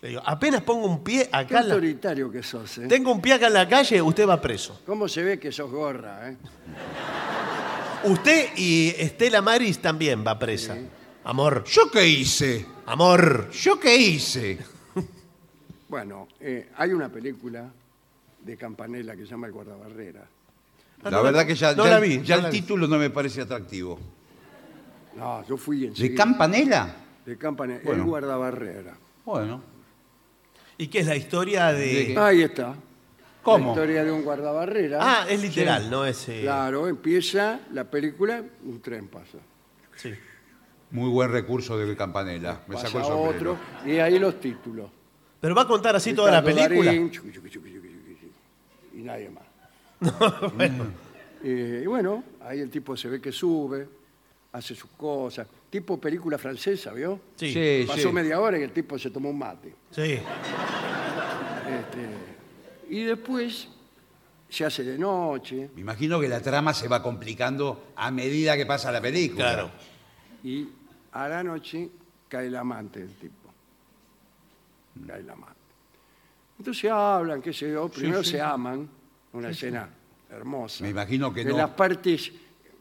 [SPEAKER 2] Le digo, apenas pongo un pie
[SPEAKER 1] Qué
[SPEAKER 2] acá, en la-
[SPEAKER 1] autoritario que sos, ¿eh?
[SPEAKER 2] tengo un pie acá en la calle, usted va preso.
[SPEAKER 1] ¿Cómo se ve que sos gorra, eh?
[SPEAKER 2] Usted y Estela Maris también va presa. Amor,
[SPEAKER 3] ¿Yo qué hice?
[SPEAKER 2] amor.
[SPEAKER 3] ¿Yo qué hice?
[SPEAKER 1] Bueno, eh, hay una película de Campanella que se llama El guardabarrera.
[SPEAKER 2] Ah,
[SPEAKER 3] La
[SPEAKER 2] no,
[SPEAKER 3] verdad que ya,
[SPEAKER 2] no
[SPEAKER 3] ya-
[SPEAKER 2] la vi,
[SPEAKER 3] ya
[SPEAKER 2] no la
[SPEAKER 3] el
[SPEAKER 2] vi.
[SPEAKER 3] título no me parece atractivo.
[SPEAKER 1] No, yo fui en
[SPEAKER 3] ¿De Campanella?
[SPEAKER 1] De Campanella,
[SPEAKER 3] Bueno.
[SPEAKER 1] El guardabarrera.
[SPEAKER 3] Bueno.
[SPEAKER 2] ¿Y qué es la historia
[SPEAKER 3] ¿De
[SPEAKER 2] de...?
[SPEAKER 3] qué?
[SPEAKER 1] Ahí está. La
[SPEAKER 3] ¿Cómo?
[SPEAKER 1] historia de un guardabarrera.
[SPEAKER 2] Ah, es literal, no es... eh,
[SPEAKER 1] Claro, empieza la película, un tren pasa.
[SPEAKER 2] sí.
[SPEAKER 3] Muy buen recurso de Campanella. Me
[SPEAKER 1] pasa
[SPEAKER 3] sacó el sombrero.
[SPEAKER 1] otro, y ahí los títulos.
[SPEAKER 2] Pero va a contar así toda la
[SPEAKER 1] Ricardo
[SPEAKER 2] película.
[SPEAKER 1] Darín, chucu, chucu, chucu, chucu, chucu, chucu, y nadie
[SPEAKER 2] (laughs)
[SPEAKER 1] más. Eh, y bueno, ahí el tipo se ve que sube, hace sus cosas. Tipo película francesa, ¿vio?
[SPEAKER 2] Sí, sí.
[SPEAKER 3] Sí,
[SPEAKER 1] Pasó
[SPEAKER 3] sí.
[SPEAKER 1] media hora y el tipo se tomó un mate. Este, y después se hace de noche
[SPEAKER 3] Me imagino que la trama se va complicando a medida que pasa la película.
[SPEAKER 2] claro.
[SPEAKER 1] y a la noche cae el amante del tipo. Cae el amante. Entonces hablan, qué sé yo, primero se aman, una escena hermosa.
[SPEAKER 3] Me imagino que
[SPEAKER 1] de
[SPEAKER 3] no.
[SPEAKER 1] las partes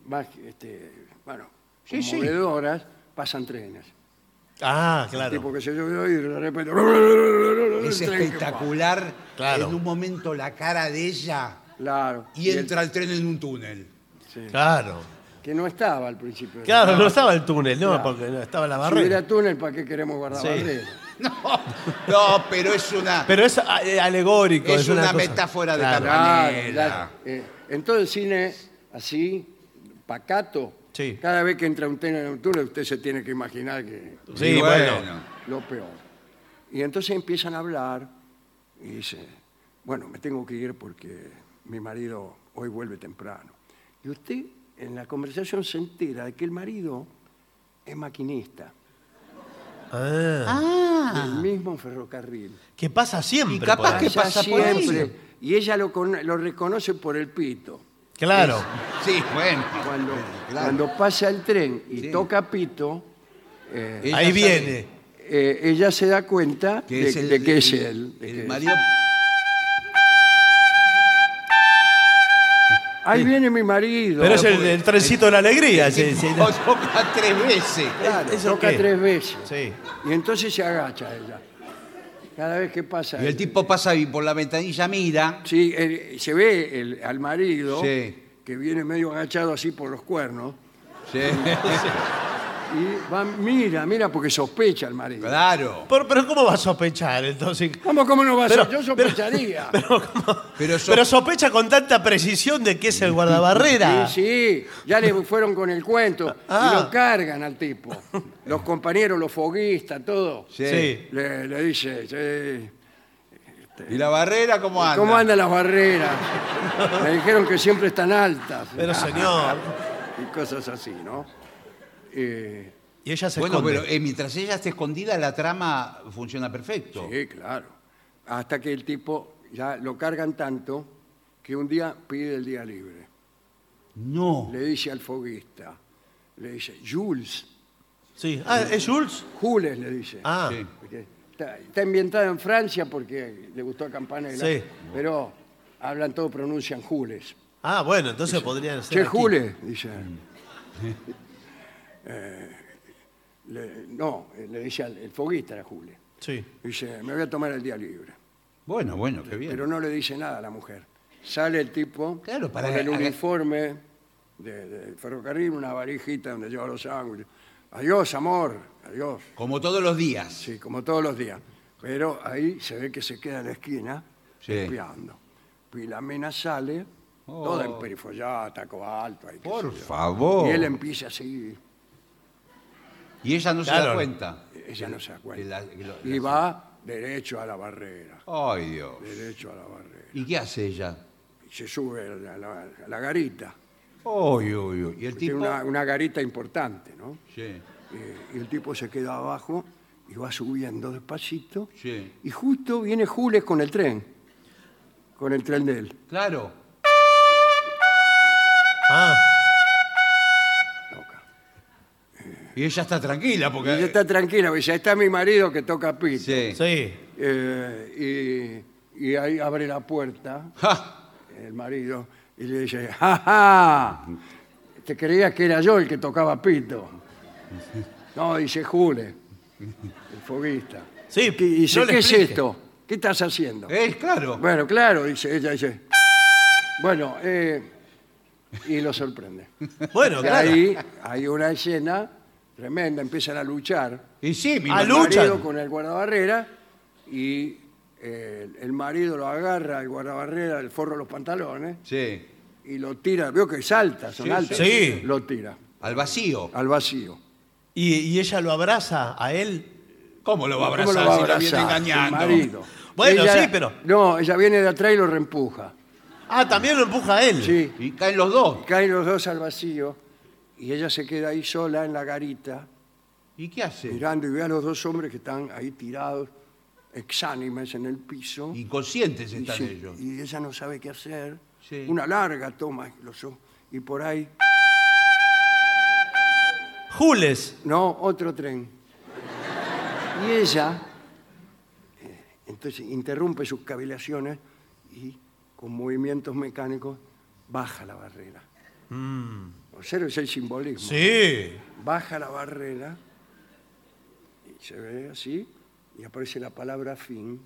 [SPEAKER 1] más, este, bueno,
[SPEAKER 3] Sí, sí.
[SPEAKER 1] conmovedoras, pasan trenes.
[SPEAKER 2] Ah,
[SPEAKER 1] Tipo
[SPEAKER 2] claro.
[SPEAKER 1] que se yo y de repente...
[SPEAKER 3] Es
[SPEAKER 1] el tren que pasa.
[SPEAKER 3] espectacular
[SPEAKER 2] Claro.
[SPEAKER 3] en un momento la cara de ella
[SPEAKER 1] Claro.
[SPEAKER 3] y entra el tren en
[SPEAKER 1] (laughs)
[SPEAKER 3] un túnel.
[SPEAKER 1] sí,
[SPEAKER 2] Claro.
[SPEAKER 1] que no estaba al principio. del
[SPEAKER 2] Claro, no estaba el túnel, no,
[SPEAKER 1] Claro.
[SPEAKER 2] porque no estaba la
[SPEAKER 1] Si
[SPEAKER 2] barrera.
[SPEAKER 1] hubiera túnel, ¿para qué queremos guardar
[SPEAKER 2] Sí.
[SPEAKER 1] barrera?
[SPEAKER 3] No, pero es una.
[SPEAKER 2] Pero es a- eh, alegórico.
[SPEAKER 3] Es una
[SPEAKER 2] cosa-
[SPEAKER 3] metáfora de
[SPEAKER 1] Claro,
[SPEAKER 3] Campanella.
[SPEAKER 1] la- eh, en todo el cine así, pacato,
[SPEAKER 2] Sí.
[SPEAKER 1] cada vez que entra un tren en un túnel, usted se tiene que imaginar que
[SPEAKER 2] Sí, bueno.
[SPEAKER 1] lo peor. Y entonces empiezan a hablar y dice, bueno, me tengo que ir porque mi marido hoy vuelve temprano. Y usted en la conversación se entera de que el marido es maquinista,
[SPEAKER 2] Ah,
[SPEAKER 1] del mismo ferrocarril.
[SPEAKER 2] que pasa siempre.
[SPEAKER 3] Y capaz
[SPEAKER 2] por ahí.
[SPEAKER 3] que-
[SPEAKER 1] Pasa
[SPEAKER 3] pasa por ahí?
[SPEAKER 1] siempre. Y ella lo, con- lo reconoce por el pito.
[SPEAKER 2] Claro.
[SPEAKER 3] Sí, bueno.
[SPEAKER 1] Cuando,
[SPEAKER 3] Eh, Claro.
[SPEAKER 1] cuando pasa el tren y
[SPEAKER 3] Sí.
[SPEAKER 1] toca pito, eh,
[SPEAKER 3] Ella
[SPEAKER 2] Ahí
[SPEAKER 3] sabe
[SPEAKER 2] viene.
[SPEAKER 1] eh, ella se da cuenta
[SPEAKER 3] que
[SPEAKER 1] de,
[SPEAKER 3] es el,
[SPEAKER 1] de que es Eh, él. de
[SPEAKER 3] el
[SPEAKER 1] que es-
[SPEAKER 3] marido.
[SPEAKER 1] Ahí viene mi marido.
[SPEAKER 2] Pero es el, el trencito de la alegría. sí, sí.
[SPEAKER 3] Lo toca tres veces.
[SPEAKER 1] Claro,
[SPEAKER 2] ¿Eso
[SPEAKER 1] toca
[SPEAKER 2] qué?
[SPEAKER 1] tres veces.
[SPEAKER 2] Sí.
[SPEAKER 1] Y entonces se agacha ella. Cada vez que pasa.
[SPEAKER 3] Y el tipo pasa y por la ventanilla, mira.
[SPEAKER 1] Sí, el- se ve el- al marido
[SPEAKER 3] Sí.
[SPEAKER 1] que viene medio agachado así por los cuernos.
[SPEAKER 3] Sí.
[SPEAKER 1] Y va, mira, mira, porque sospecha el marido.
[SPEAKER 3] Claro.
[SPEAKER 2] Pero, pero ¿cómo va a sospechar entonces?
[SPEAKER 1] ¿Cómo, cómo no va a ser?
[SPEAKER 2] Pero-
[SPEAKER 1] Yo sospecharía.
[SPEAKER 3] Pero so-
[SPEAKER 2] Pero sospecha con tanta precisión de que es el guardabarrera.
[SPEAKER 1] Sí, sí, ya le fueron con el cuento y
[SPEAKER 2] Ah.
[SPEAKER 1] lo cargan al tipo. Los compañeros, los foguistas, todo.
[SPEAKER 3] Sí.
[SPEAKER 2] Sí.
[SPEAKER 1] Le, le dice, sí,
[SPEAKER 3] ¿Y la barrera cómo anda?
[SPEAKER 1] ¿cómo andan las
[SPEAKER 2] (laughs)
[SPEAKER 1] barreras? Me dijeron que siempre están altas
[SPEAKER 2] Pero señor.
[SPEAKER 1] y cosas así, ¿no? Eh,
[SPEAKER 2] Y ella se
[SPEAKER 3] Bueno,
[SPEAKER 2] esconde.
[SPEAKER 3] pero eh, mientras ella esté escondida, la trama funciona perfecto.
[SPEAKER 1] sí, claro. Hasta que el tipo ya lo cargan tanto que un día pide el día libre.
[SPEAKER 3] No.
[SPEAKER 1] Le dice al foguista, le dice, Jules,
[SPEAKER 2] Sí. Ah, ¿es Jules?
[SPEAKER 1] Jules le dice.
[SPEAKER 2] Ah.
[SPEAKER 3] Sí.
[SPEAKER 1] Porque Está, está ambientada en Francia porque le gustó a Campanella,
[SPEAKER 2] Sí.
[SPEAKER 1] pero hablan todo, pronuncian Jules.
[SPEAKER 2] Ah, bueno, entonces podrían ser.
[SPEAKER 1] Che,
[SPEAKER 2] aquí.
[SPEAKER 1] Jules, dice.
[SPEAKER 3] Mm.
[SPEAKER 1] Eh, le- no, le dice al el foguista era Jules.
[SPEAKER 2] Sí.
[SPEAKER 1] Dice, me voy a tomar el día libre.
[SPEAKER 3] Bueno, bueno, qué bien.
[SPEAKER 1] Pero no le dice nada a la mujer. Sale el tipo
[SPEAKER 3] Claro, para
[SPEAKER 1] con
[SPEAKER 3] que
[SPEAKER 1] el
[SPEAKER 3] haga-
[SPEAKER 1] uniforme de- del ferrocarril, una varijita donde lleva los sándwiches. Adiós, amor, adiós.
[SPEAKER 3] Como todos los días.
[SPEAKER 1] Sí, como todos los días. Pero ahí se ve que se queda en la esquina
[SPEAKER 3] Sí.
[SPEAKER 1] espiando. Y la mena sale,
[SPEAKER 3] Oh.
[SPEAKER 1] toda emperifollada, taco alto. ahí, qué
[SPEAKER 3] Por
[SPEAKER 1] sé yo.
[SPEAKER 3] favor.
[SPEAKER 1] Y él empieza así,
[SPEAKER 3] Y ella no se da
[SPEAKER 2] Claro.
[SPEAKER 3] cuenta.
[SPEAKER 1] ella no se
[SPEAKER 3] Que
[SPEAKER 1] acuerda.
[SPEAKER 3] la- que lo-
[SPEAKER 1] Y
[SPEAKER 3] la-
[SPEAKER 1] va derecho a la barrera,
[SPEAKER 3] Ay, Dios.
[SPEAKER 1] derecho a la barrera.
[SPEAKER 3] ¿Y qué hace ella?
[SPEAKER 1] Y se sube a la, a la- a la garita.
[SPEAKER 3] Ay, ay, ay. Y
[SPEAKER 1] Tiene
[SPEAKER 3] el tipo.
[SPEAKER 1] una, una garita importante, ¿no?
[SPEAKER 3] Sí,
[SPEAKER 1] Eh, y el tipo se queda abajo y va subiendo despacito.
[SPEAKER 3] sí.
[SPEAKER 1] Y justo viene Jules con el tren, con el tren de él.
[SPEAKER 3] Claro.
[SPEAKER 2] Ah.
[SPEAKER 1] Toca.
[SPEAKER 3] Y ella está tranquila
[SPEAKER 1] Y
[SPEAKER 3] porque.
[SPEAKER 1] ella está tranquila, dice, "Ahí está mi marido que toca pito.
[SPEAKER 3] Sí.
[SPEAKER 2] Sí.
[SPEAKER 1] Eh, y, y ahí abre la puerta
[SPEAKER 3] Ja.
[SPEAKER 1] el marido y le dice, ¡ja, ja! Te creías que era yo el que tocaba pito. No, dice Jule, el foguista.
[SPEAKER 2] Sí,
[SPEAKER 1] Y que- y dice,
[SPEAKER 2] no le
[SPEAKER 1] ¿qué es
[SPEAKER 2] explique". Eh,
[SPEAKER 1] esto? ¿Qué estás haciendo?
[SPEAKER 3] Es claro.
[SPEAKER 1] Bueno, claro, dice ella, dice. Bueno, eh, y lo sorprende. (laughs)
[SPEAKER 2] Bueno,
[SPEAKER 1] Y
[SPEAKER 2] claro.
[SPEAKER 1] ahí hay una escena tremenda, empiezan a luchar.
[SPEAKER 3] Y sí, mi
[SPEAKER 2] Ah,
[SPEAKER 1] el
[SPEAKER 3] mamá-
[SPEAKER 2] luchan.
[SPEAKER 1] marido con el guardabarrera y eh, el marido lo agarra al guardabarrera del forro de los pantalones
[SPEAKER 3] Sí.
[SPEAKER 1] y lo tira, veo que salta, son
[SPEAKER 3] Sí,
[SPEAKER 1] altas,
[SPEAKER 2] sí.
[SPEAKER 1] lo tira
[SPEAKER 3] Al vacío.
[SPEAKER 1] al vacío.
[SPEAKER 2] Y, y ella lo abraza a él.
[SPEAKER 3] ¿Cómo lo va a
[SPEAKER 1] ¿Cómo
[SPEAKER 3] abrazar
[SPEAKER 1] lo va a
[SPEAKER 3] si la viene
[SPEAKER 1] abrazar? El
[SPEAKER 3] engañando?
[SPEAKER 1] marido.
[SPEAKER 2] Bueno, sí, pero-
[SPEAKER 1] No, ella viene de atrás y lo reempuja.
[SPEAKER 2] Ah, también lo empuja a él.
[SPEAKER 1] Sí,
[SPEAKER 3] Y caen los dos.
[SPEAKER 1] caen los dos al vacío y ella se queda ahí sola en la garita
[SPEAKER 3] ¿Y qué hace?
[SPEAKER 1] mirando y ve a los dos hombres que están ahí tirados, exánimes en el piso.
[SPEAKER 3] Inconscientes
[SPEAKER 1] Y,
[SPEAKER 3] están
[SPEAKER 1] sí,
[SPEAKER 3] ellos.
[SPEAKER 1] y ella no sabe qué hacer.
[SPEAKER 3] Sí.
[SPEAKER 1] Una larga toma, los ojos, y por ahí,
[SPEAKER 2] Jules.
[SPEAKER 1] no, otro tren. Y ella, eh, entonces interrumpe sus cavilaciones y con movimientos mecánicos baja la barrera. Observe el simbolismo.
[SPEAKER 2] Sí.
[SPEAKER 1] Baja la barrera, y se ve así, y aparece la palabra fin.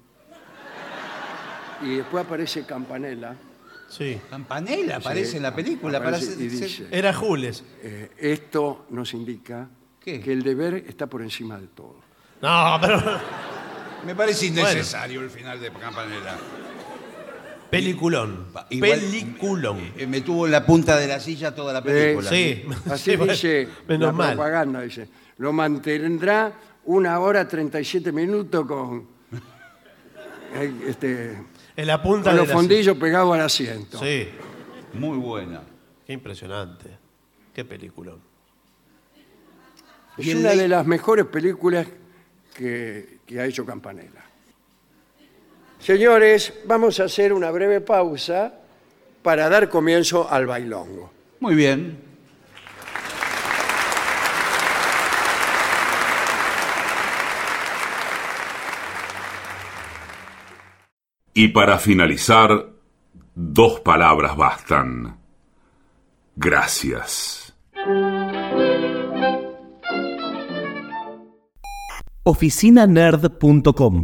[SPEAKER 1] Y después aparece campanela. Eh,
[SPEAKER 2] Sí.
[SPEAKER 3] Campanella aparece en la película. Para
[SPEAKER 1] aparece
[SPEAKER 3] hacer-
[SPEAKER 1] y
[SPEAKER 3] ser-
[SPEAKER 1] dice,
[SPEAKER 2] Era Jules.
[SPEAKER 1] Eh, esto nos indica
[SPEAKER 3] ¿Qué?
[SPEAKER 1] que el deber está por encima de
[SPEAKER 3] (laughs)
[SPEAKER 1] todo.
[SPEAKER 2] No, pero. (laughs)
[SPEAKER 3] Me parece innecesario el final de Campanella.
[SPEAKER 2] Peliculón.
[SPEAKER 3] Igual-
[SPEAKER 2] Peliculón.
[SPEAKER 3] Eh, Me tuvo en la punta de la silla toda la película.
[SPEAKER 2] Sí. (laughs)
[SPEAKER 1] Así
[SPEAKER 2] Sí, bueno,
[SPEAKER 1] dice
[SPEAKER 2] menos
[SPEAKER 1] la
[SPEAKER 2] mal.
[SPEAKER 1] propaganda, dice. Lo mantendrá una hora 37 minutos con, eh, este,
[SPEAKER 2] En la punta
[SPEAKER 1] con
[SPEAKER 2] de
[SPEAKER 1] los
[SPEAKER 2] la-
[SPEAKER 1] fondillos pegados al asiento.
[SPEAKER 2] Sí.
[SPEAKER 3] Muy buena.
[SPEAKER 2] Qué impresionante. Qué peliculón.
[SPEAKER 1] Es
[SPEAKER 3] Y el
[SPEAKER 1] una
[SPEAKER 3] ley-
[SPEAKER 1] de las mejores películas que, que ha hecho Campanella. Señores, vamos a hacer una breve pausa para dar comienzo al bailongo.
[SPEAKER 3] Muy bien.
[SPEAKER 4] Y para finalizar, dos palabras bastan. Gracias.
[SPEAKER 5] oficinanerd.com.